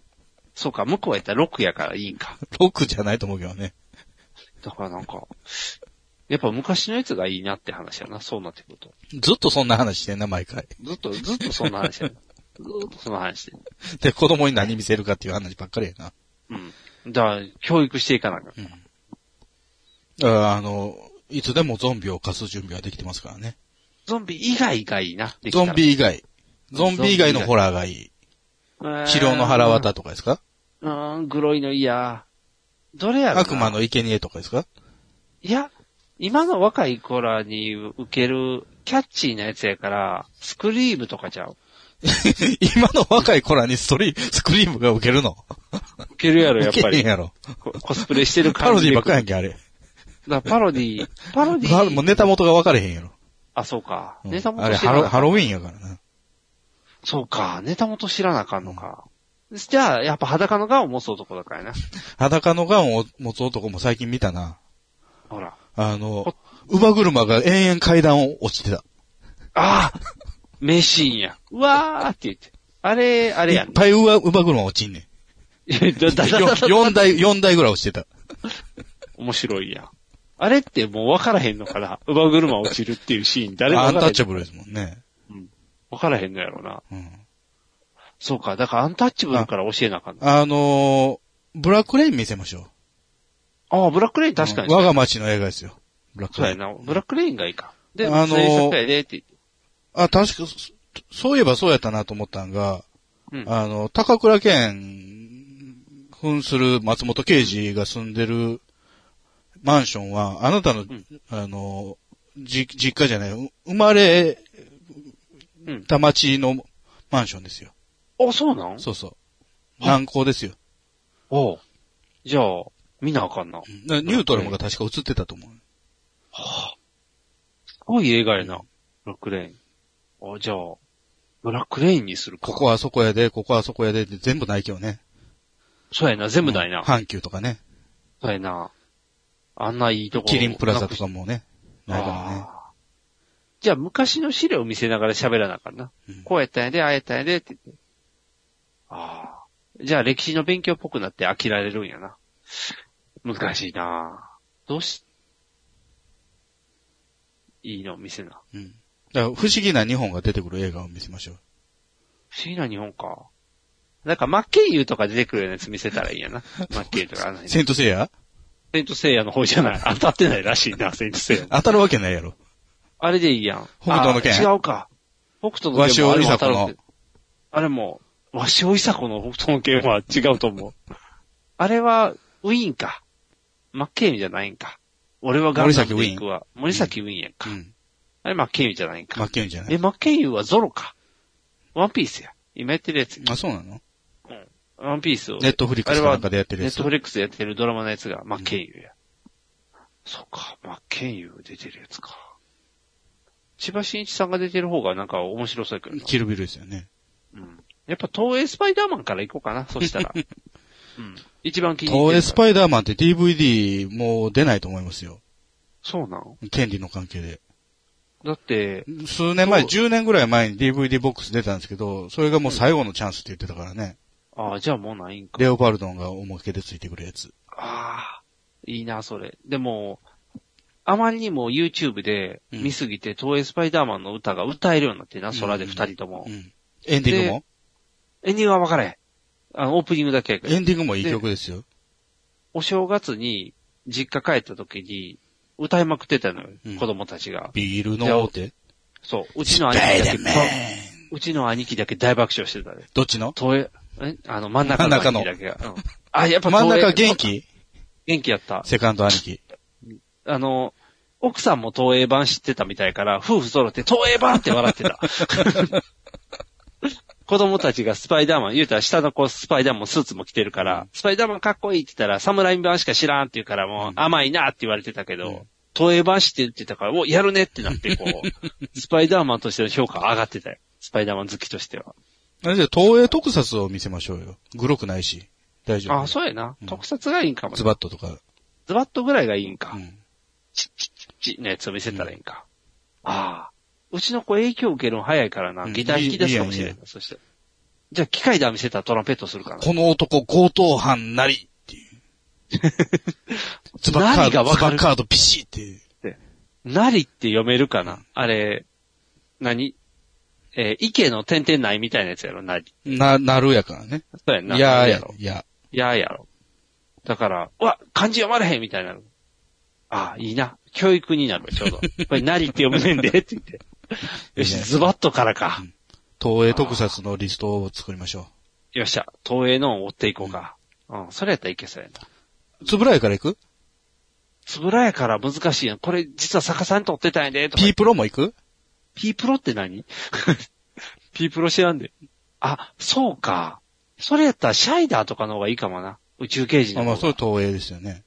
Speaker 2: そうか、向こうやったら6やからいいんか。
Speaker 3: 6じゃないと思うけどね。
Speaker 2: だからなんか、やっぱ昔のやつがいいなって話やな、そうなってくると。
Speaker 3: ずっとそんな話してんな、毎回。
Speaker 2: ずっと、ずっとそんな
Speaker 3: <laughs>
Speaker 2: 話やな。ずっとその話で。
Speaker 3: で、子供に何見せるかっていう話ばっかりやな。
Speaker 2: うん。だから、教育していかなあかん。
Speaker 3: だからあの、いつでもゾンビを貸す準備はできてますからね。
Speaker 2: ゾンビ以外がいいな。できた
Speaker 3: ゾ
Speaker 2: ら
Speaker 3: ン、ビ以外。ゾンビ以外のホラーがいい。治療の腹
Speaker 2: 渡
Speaker 3: 渡とかですか
Speaker 2: うーん、グロいのいや。どれやろな
Speaker 3: 悪魔の生贄とかですか
Speaker 2: いや、今の若い子らに受けるキャッチーなやつやから、スクリームとかちゃう。
Speaker 3: 今の若い子らにストリスクリームが受けるの
Speaker 2: 受けるやろ、やっ
Speaker 3: 受け
Speaker 2: ぱ
Speaker 3: へ
Speaker 2: り
Speaker 3: ん。やろ。
Speaker 2: ココスプレしてる
Speaker 3: パ
Speaker 2: 感
Speaker 3: ロ
Speaker 2: じ
Speaker 3: ディ
Speaker 2: で。
Speaker 3: ばっかやんけ、あれ。
Speaker 2: だからパロディパロディ
Speaker 3: あ <laughs> もうネタ元が分かれへんやろ。
Speaker 2: あ、そうか。
Speaker 3: うん
Speaker 2: ネタ元
Speaker 3: あれ
Speaker 2: 知
Speaker 3: ハ
Speaker 2: ら
Speaker 3: ロ、
Speaker 2: な
Speaker 3: ハロウィンやからな。
Speaker 2: そうか。ネタ元知らなあかんのか。じゃあ、やっぱ裸の顔を持つ男だからな。
Speaker 3: 裸のガンを持つ男も最近見たな。
Speaker 2: ほら。
Speaker 3: あの、馬車が延々階段を落ちてた。
Speaker 2: ああ名シーンや。うわーって言って。あれ、あれ
Speaker 3: い
Speaker 2: や
Speaker 3: っ
Speaker 2: ん、
Speaker 3: ぱい馬馬車落ちんねん。
Speaker 2: ね。だだだだだ
Speaker 3: 4台、四台ぐらい落ちてた。
Speaker 2: 面白いやん。あれってもう分からへんのかな馬車落ちるっていうシーン、誰も
Speaker 3: アン
Speaker 2: 分
Speaker 3: タ
Speaker 2: からへ
Speaker 3: ッ
Speaker 2: ん
Speaker 3: チャブルですもんね。
Speaker 2: 分からへんのやろな。
Speaker 3: うん。
Speaker 2: そうか。だからアンタッチャブルから教えなあかんの。
Speaker 3: あのー、ブラックレイン見せましょう。
Speaker 2: ああ、ブラックレイン確かに。
Speaker 3: 我が町の映画ですよ。ブラック
Speaker 2: そう
Speaker 3: レイ
Speaker 2: や
Speaker 3: ン。
Speaker 2: な。ブラックレインがいいか。で、
Speaker 3: あのー
Speaker 2: 制作やでって言って。
Speaker 3: あ、確か、そそういえばそうやったなと思ったんが、
Speaker 2: うん
Speaker 3: あの、高倉健、扮する松本刑事が住んでるマンションは、あなたの、
Speaker 2: ん
Speaker 3: あの、じ、実家じゃない、う生まれ
Speaker 2: うん、
Speaker 3: た町のマンションですよ。
Speaker 2: あ、そうなん
Speaker 3: そうそう。難航ですよ。
Speaker 2: おうじゃあ、見なあかんな。す
Speaker 3: なニュートラムが確か映ってたと思う。
Speaker 2: ごい映画やな。ブラックレイン。あ、じゃあ、ブラックレインにするか。
Speaker 3: ここはそこやで、ここはそこやでって全部ないけどね。
Speaker 2: そうやな、全部ないな。
Speaker 3: 阪急とかね。
Speaker 2: そうやな。あんないいとこ。
Speaker 3: キリンプラザとかもね。ないからね。
Speaker 2: あーじゃあ、昔の資料を見せながら喋らなあかんな。
Speaker 3: うん
Speaker 2: こうやったんやで、ああやったんやで、って言って。ああ。じゃあ、歴史の勉強っぽくなって飽きられるんやな。難しいなあどうし、いいの見せな。
Speaker 3: うん。だから不思議な日本が出てくる映画を見せましょう。
Speaker 2: 不思議な日本か。なんか、マッケイユとか出てくるようなやつ見せたらいいん
Speaker 3: <laughs>
Speaker 2: やな。マッケイユとか、あの辺、セ
Speaker 3: セイントセイヤ
Speaker 2: イントセイヤの方じゃない。当たってないらしいな、セイントセイヤ。
Speaker 3: 当たるわけないやろ。
Speaker 2: あれでいいやん。
Speaker 3: 北斗の拳
Speaker 2: あ違うか。北斗の
Speaker 3: わし
Speaker 2: 拳も
Speaker 3: お
Speaker 2: あれ
Speaker 3: い
Speaker 2: も
Speaker 3: さ
Speaker 2: 当た
Speaker 3: こ
Speaker 2: るわ
Speaker 3: の
Speaker 2: け。あれも、わしおいさこの北斗の拳は違うと思う。あれは、ウィーンか。マッケイミじゃないんか。俺はガンダムで行くわ。森崎ウィーンやん
Speaker 3: う
Speaker 2: か。
Speaker 3: ん。
Speaker 2: あれマッケイミじゃないんか。
Speaker 3: 負けんじゃない
Speaker 2: え、マッケイミはゾロか。ワンピースや。今やってるやつ。
Speaker 3: あ、そうなの
Speaker 2: ワンピースを。
Speaker 3: ネットフリックスかなんかでやってる
Speaker 2: ネ
Speaker 3: や
Speaker 2: ッ
Speaker 3: つ
Speaker 2: ト。フリックスでやってるドラマのやつが、マッケンユや。そっか、マッケンユ出てるやつか。千葉真一さんが出てる方がなんか面白そうやけどな
Speaker 3: キルビルですよね。
Speaker 2: うん。やっぱ東映スパイダーマンから行こうかな、そした
Speaker 3: <laughs>
Speaker 2: ら。うん。一番気に入ってるから。
Speaker 3: 東映スパイダーマンって DVD もう出ないと思いますよ。
Speaker 2: そうなの
Speaker 3: 権利の関係で。
Speaker 2: だって、
Speaker 3: 数年前、
Speaker 2: そう
Speaker 3: 10年ぐらい前に DVD ボックス出たんですけど、それがもう最後のチャンスって言ってたからね。
Speaker 2: ああ、じゃあもうないんか。
Speaker 3: レオパルドンがおまけでついてくるやつ。
Speaker 2: ああ、いいな、それ。でも、あまりにも YouTube で見すぎて、東映スパイダーマンの歌が歌えるようになってな、空で二人とも。
Speaker 3: うん。エンディングも
Speaker 2: エンディングは分からへん。あの、オープニングだけやけど
Speaker 3: エンディングもいい曲ですよ。
Speaker 2: お正月に実家帰った時に歌いまくってたのよ、
Speaker 3: うん
Speaker 2: 子供たちが。
Speaker 3: ビールの大手。
Speaker 2: そう、うちの兄貴だけ、うちの兄貴だけ大爆笑してたで。
Speaker 3: どっちの
Speaker 2: 東映、えあの、真ん中の
Speaker 3: 真ん中の
Speaker 2: 兄貴だけが。うんあ、やっぱ
Speaker 3: 真ん中
Speaker 2: 東映
Speaker 3: 元気
Speaker 2: 元気やった。
Speaker 3: セカンド兄貴。
Speaker 2: あの、奥さんも東映版知ってたみたいから、夫婦揃って東映版って笑ってた。子供たちがスパイダーマン、言うたら下の子スパイダーマンスーツも着てるから、スパイダーマンかっこいいって言ったら、サムライ版しか知らんって言うから、もう甘いなって言われてたけど、東映版知ってるって言ったから、お、やるねってなって、こう、スパイダーマンとしての評価上がってたよ。スパイダーマン好きとしては。
Speaker 3: あれじゃ、東映特撮を見せましょうよ。グロくないし。大丈夫。
Speaker 2: あ、そうやな
Speaker 3: う。ん
Speaker 2: 特撮がいいんかもね
Speaker 3: ズ。バットとか。
Speaker 2: ズバッとぐらいがいいんか。
Speaker 3: うん。
Speaker 2: チッチッチッチッのやつを見せたらいいんか。ああ。うちの子影響受けるの早いからな。
Speaker 3: うん
Speaker 2: ギター引き出すかもしれない。
Speaker 3: いいやんいい
Speaker 2: そして。じゃあ、機械だ見せたらトランペットするかな。
Speaker 3: この男、強盗犯なりっていう。ズバッカー
Speaker 2: <laughs> 何が
Speaker 3: ド、
Speaker 2: わ
Speaker 3: ズ
Speaker 2: か
Speaker 3: バ
Speaker 2: る
Speaker 3: ッカードピシって。
Speaker 2: なりって読めるかなあれ、何えー池の点々ないみたいなやつやろなり。
Speaker 3: な、なるやからね。
Speaker 2: そうやんな。
Speaker 3: いや
Speaker 2: な
Speaker 3: ー
Speaker 2: る
Speaker 3: やろ。。いや。
Speaker 2: やーやろ。だから、うわ、漢字読まれへんみたいなの。ああ、いいな。教育になるわちょう <laughs> ど。これ、なりって読むねんで、って言って。よし、ズバッとからか。
Speaker 3: 東映特撮のリストを作りましょ
Speaker 2: よっしゃ、東映のを追っていこうか。うん、それやったらいけそうやな。
Speaker 3: う。つぶらやから行く
Speaker 2: つぶらやから難しいやん。これ、実は逆さに撮ってたんやで、とか
Speaker 3: ?P プロも行く
Speaker 2: P プロって何 <laughs> ?P プロ知らんで。あ、そうか。それやったらシャイダーとかの方がいいかもな。宇宙刑事の
Speaker 3: あ、
Speaker 2: 方が。
Speaker 3: ま
Speaker 2: あ、
Speaker 3: あ、それ東映ですよね。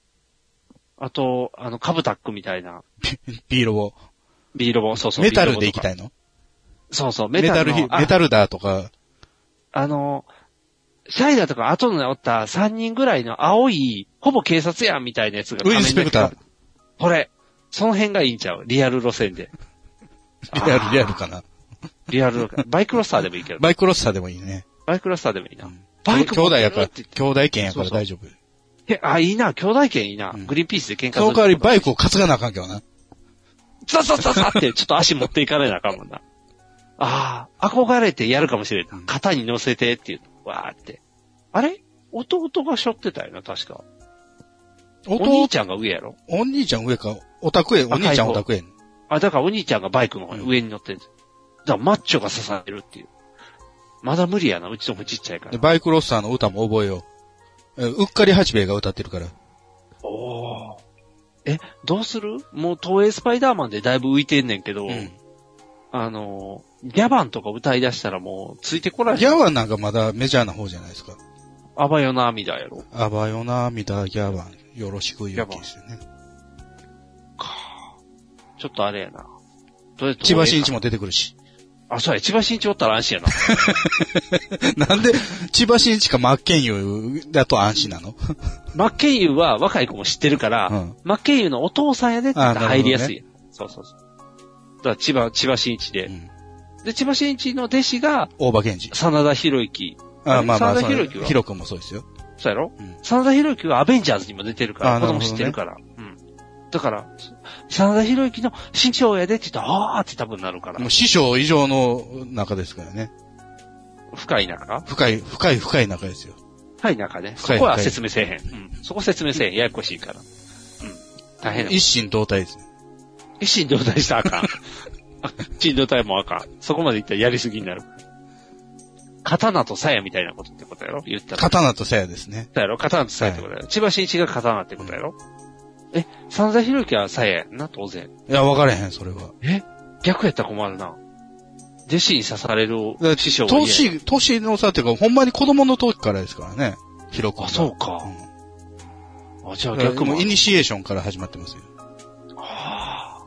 Speaker 2: と、あの、カブタックみたいな。
Speaker 3: B ロボ。
Speaker 2: ビーロボ、そうそう。
Speaker 3: メタルで行きた
Speaker 2: い。
Speaker 3: いの
Speaker 2: そうそう、メ
Speaker 3: メ
Speaker 2: タ
Speaker 3: タ
Speaker 2: ル
Speaker 3: ル
Speaker 2: の。
Speaker 3: ヒ、メ
Speaker 2: ル
Speaker 3: タルダーとか、
Speaker 2: あ。あの、シャイダーとか後のおった3人ぐらいの青い、ほぼ警察やんみたいなやつが。
Speaker 3: ウィンスペクター。
Speaker 2: これ、その辺がいいんちゃうリアル路線で。
Speaker 3: リアル、リアルかな。
Speaker 2: リアル路線。バイクロスターでもいいけど。
Speaker 3: バイクロスターでもいいね。
Speaker 2: バイクロスターでもいいな。バ
Speaker 3: 兄
Speaker 2: イク
Speaker 3: 弟やから、
Speaker 2: 持って
Speaker 3: 兄
Speaker 2: るって
Speaker 3: 弟圏やから
Speaker 2: そうそう
Speaker 3: 大丈夫。
Speaker 2: え、あ、いいな、兄弟犬いいな。
Speaker 3: ん
Speaker 2: グリーンピースで喧嘩す
Speaker 3: そ
Speaker 2: る。
Speaker 3: の代わりバイクを担がなあかんけどな。
Speaker 2: ザザザザ <laughs> って、ちょっと足持っていかないなあかんもんな。ああ、憧れてやるかもしれんな。肩に乗せてっていう。わーって。あれ弟が背負ってたよな、確か。お兄ちゃんが上やろ
Speaker 3: お兄ちゃん上か、オタクへ、お兄ちゃんオタクへ。
Speaker 2: あ、だからお兄ちゃんがバイクの方に上に乗ってる。だからマッチョが支えるっていう。まだ無理やな、うちのもちっちゃいか
Speaker 3: で
Speaker 2: ら。
Speaker 3: バイクロスターの歌も覚えよう。えうっかり八兵衛が歌ってるから。
Speaker 2: おーえ、どうするもう東映スパイダーマンでだいぶ浮いてんねんけど、
Speaker 3: うん
Speaker 2: あの、ギャバンとか歌い出したらもうついてこない。
Speaker 3: ギャワンなんかまだメジャーな方じゃないですか。
Speaker 2: アバヨナアミダやろ。
Speaker 3: アバヨナミダギャワン、よろしく言うきですよね。
Speaker 2: ちょっとあれやな。とりあえず
Speaker 3: 千葉真一も出てくるし。 <laughs>
Speaker 2: あ、そうや、千葉真一おったら安心やな。
Speaker 3: なんで、千葉真一か真剣佑だと安心なの
Speaker 2: マッケンユーは若い子も知ってるから、
Speaker 3: うん
Speaker 2: マッケンユーのお父さんやでって言ったら
Speaker 3: あなる
Speaker 2: 入
Speaker 3: ほど
Speaker 2: り
Speaker 3: ね
Speaker 2: やすいやん、そうそうそう。だから千葉、千葉真一で。
Speaker 3: うん
Speaker 2: で、千葉真一の弟子が、
Speaker 3: 大場源氏。
Speaker 2: 真田広之。
Speaker 3: あまあまあ、
Speaker 2: 真田
Speaker 3: その
Speaker 2: 広之は
Speaker 3: 広くんもそうですよ。
Speaker 2: そうやろ、
Speaker 3: うん
Speaker 2: 真田広之はアベンジャーズにも出てるから、
Speaker 3: あ
Speaker 2: 子
Speaker 3: なるほ
Speaker 2: 供
Speaker 3: どね
Speaker 2: 知ってるから。うん。だから、真田広之の身長やでって言ったら、あーって多分なるから
Speaker 3: もう。師匠以上の中ですからね。
Speaker 2: 深い中
Speaker 3: 深い、深い深い中ですよ。
Speaker 2: 深い中ね。そ
Speaker 3: 深い
Speaker 2: こは説明せえへん。うん。そこ説明せえへん。ややこしいから。うん。大変だもん
Speaker 3: 一心同体ですね。
Speaker 2: 一心同体したらあかん。 <laughs> 一心同体もあかん。そこまでいったらやりすぎになる。刀と鞘みたいなことってことやろ言ったら。
Speaker 3: 刀と鞘ですね。
Speaker 2: だやろ刀と鞘ってことやろ、千葉真一が刀ってことやろ、え、三田広之は鞘やんな、当然。
Speaker 3: いや、分からへん、それは。
Speaker 2: 逆やったら困るな。弟子に刺される
Speaker 3: だって
Speaker 2: 師匠がいない。
Speaker 3: 年、年の差っていうか、ほんまに子供の時からですからね。広くん
Speaker 2: あ、
Speaker 3: は。
Speaker 2: そうか。
Speaker 3: う
Speaker 2: あ、じゃあ
Speaker 3: ん。だから
Speaker 2: 逆
Speaker 3: も
Speaker 2: も
Speaker 3: うイ。ニシエーションから始まってますよ。
Speaker 2: あ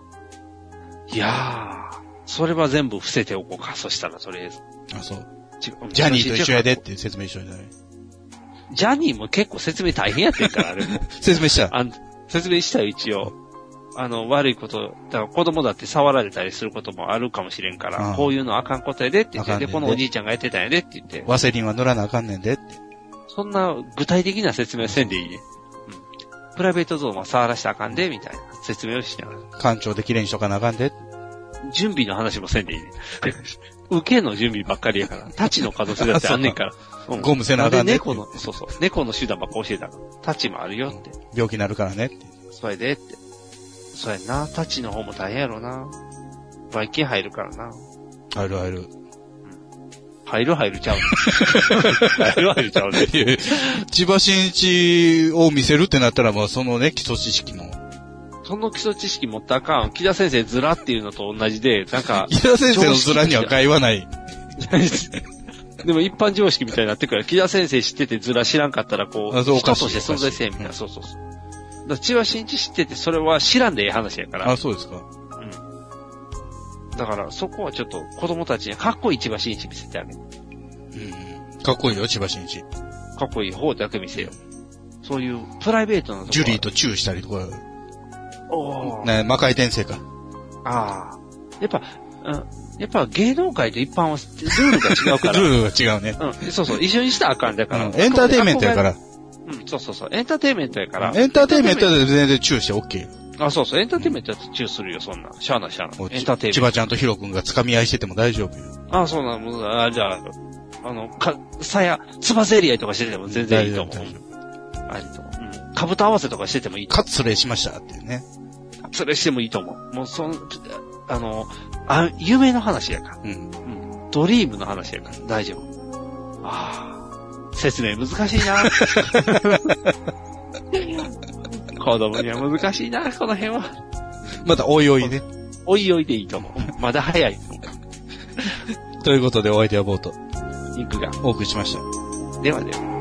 Speaker 2: ーいやー、それは全部伏せておこうか。そしたら、とりあえず。
Speaker 3: あ、そう。
Speaker 2: ち
Speaker 3: ジャニーと一緒やでっ。ていう説明しといたね
Speaker 2: ジャニーも結構説明大変やってるから、あれも。
Speaker 3: 説明した。 <laughs>
Speaker 2: あの説明したよ、一応。あの、悪いこと、だから子供だって触られたりすることもあるかもしれんか
Speaker 3: う
Speaker 2: ら、
Speaker 3: ん
Speaker 2: こういうのあかんことやでって言っ
Speaker 3: あ
Speaker 2: て、
Speaker 3: かんね
Speaker 2: で、
Speaker 3: んで
Speaker 2: このおじいちゃんがやってたんやでって言って、
Speaker 3: ワセリンは塗らなあかんねんでって。
Speaker 2: そんな具体的な説明はせんでいいね。うん。プライベートゾーンは触らしたらあかんで、みたいな説明をしながら。
Speaker 3: 艦長で綺麗にしとかなあかんでって。
Speaker 2: 準備の話もせ
Speaker 3: <laughs>
Speaker 2: んでいいね。受けの準備ばっかりやから、立ちの可能性だってあんねん
Speaker 3: <laughs>
Speaker 2: から。うん
Speaker 3: ゴムせなあかんね
Speaker 2: で猫の、そうそう、猫の手段ばっか教えたから、立ちもあるよって。
Speaker 3: 病気になるからねって。
Speaker 2: それでって。そうやんな。タッチの方も大変やろな。バイキン入るからな。
Speaker 3: あるある。
Speaker 2: 入る入るちゃう。入る入るちゃうね。
Speaker 3: 千葉真一を見せるってなったら、まあそのね、基礎知識の。
Speaker 2: <laughs> その基礎知識持ったらあかん。木田先生ずらっていうのと同じで、なんか、
Speaker 3: 伊田先生のズラには会話ない。
Speaker 2: でも一般常識みたいになってくから、木田先生知っててずら知らんかったら、こう、
Speaker 3: あそうお
Speaker 2: 人
Speaker 3: か
Speaker 2: と
Speaker 3: しい
Speaker 2: して存在せえみた
Speaker 3: お
Speaker 2: いな。
Speaker 3: か
Speaker 2: そうそうそう。だから千葉真一知ってて、それは知らんでええ話やから
Speaker 3: あ、。そうですか。
Speaker 2: だから、そこはちょっと子供たちにかっこいい千葉真一見せてあげる。
Speaker 3: うん。かっこいいよ、千葉真一。
Speaker 2: かっこいい方だけ見せよう。そういうプライベートなところは
Speaker 3: ジュリーとチューしたりとか、
Speaker 2: おー
Speaker 3: ね、魔界転生か。
Speaker 2: ああ。やっぱ、うん、やっぱ芸能界と一般はルールが違
Speaker 3: <laughs>
Speaker 2: う
Speaker 3: ル
Speaker 2: か
Speaker 3: ールが違
Speaker 2: ら。
Speaker 3: うね。
Speaker 2: うん、そうそう、一緒にしたらあかんだ
Speaker 3: う
Speaker 2: から。
Speaker 3: ん。エンターテインメントやから。
Speaker 2: うん、そうそうそう、エンターテインメントやから。
Speaker 3: エンターテインメントで全然チューして OK よ。
Speaker 2: あ、そうそう、エンターテインメントやってチューするよ、そんなん。しゃあない、しゃあな
Speaker 3: もう
Speaker 2: い。エンターテイン
Speaker 3: 千
Speaker 2: メ
Speaker 3: 葉
Speaker 2: ン
Speaker 3: ちゃんとヒロ君が掴み合いしてても大丈夫よ。
Speaker 2: ト。あ、そうなの、あ、じゃあ、あの、か、さや、つばぜり合いとかしてても全然いいと思う。
Speaker 3: 大丈
Speaker 2: ありと思う。うん。かぶと合わせとかしててもいいと
Speaker 3: カツレしましたっていうね。
Speaker 2: 思う。それしてもいいと思う。もう、その、あの、あ、有名な話やから。
Speaker 3: うん。
Speaker 2: うん。ドリームの話やから、大丈夫。ああ、説明難しい <laughs> な。子供には難しいな、この辺は。
Speaker 3: またおいおいね。
Speaker 2: おいおいでいいと思う。まだ早いと思う。
Speaker 3: ということでお相手はボート、
Speaker 2: 肉が。
Speaker 3: お送りしました。
Speaker 2: ではでは。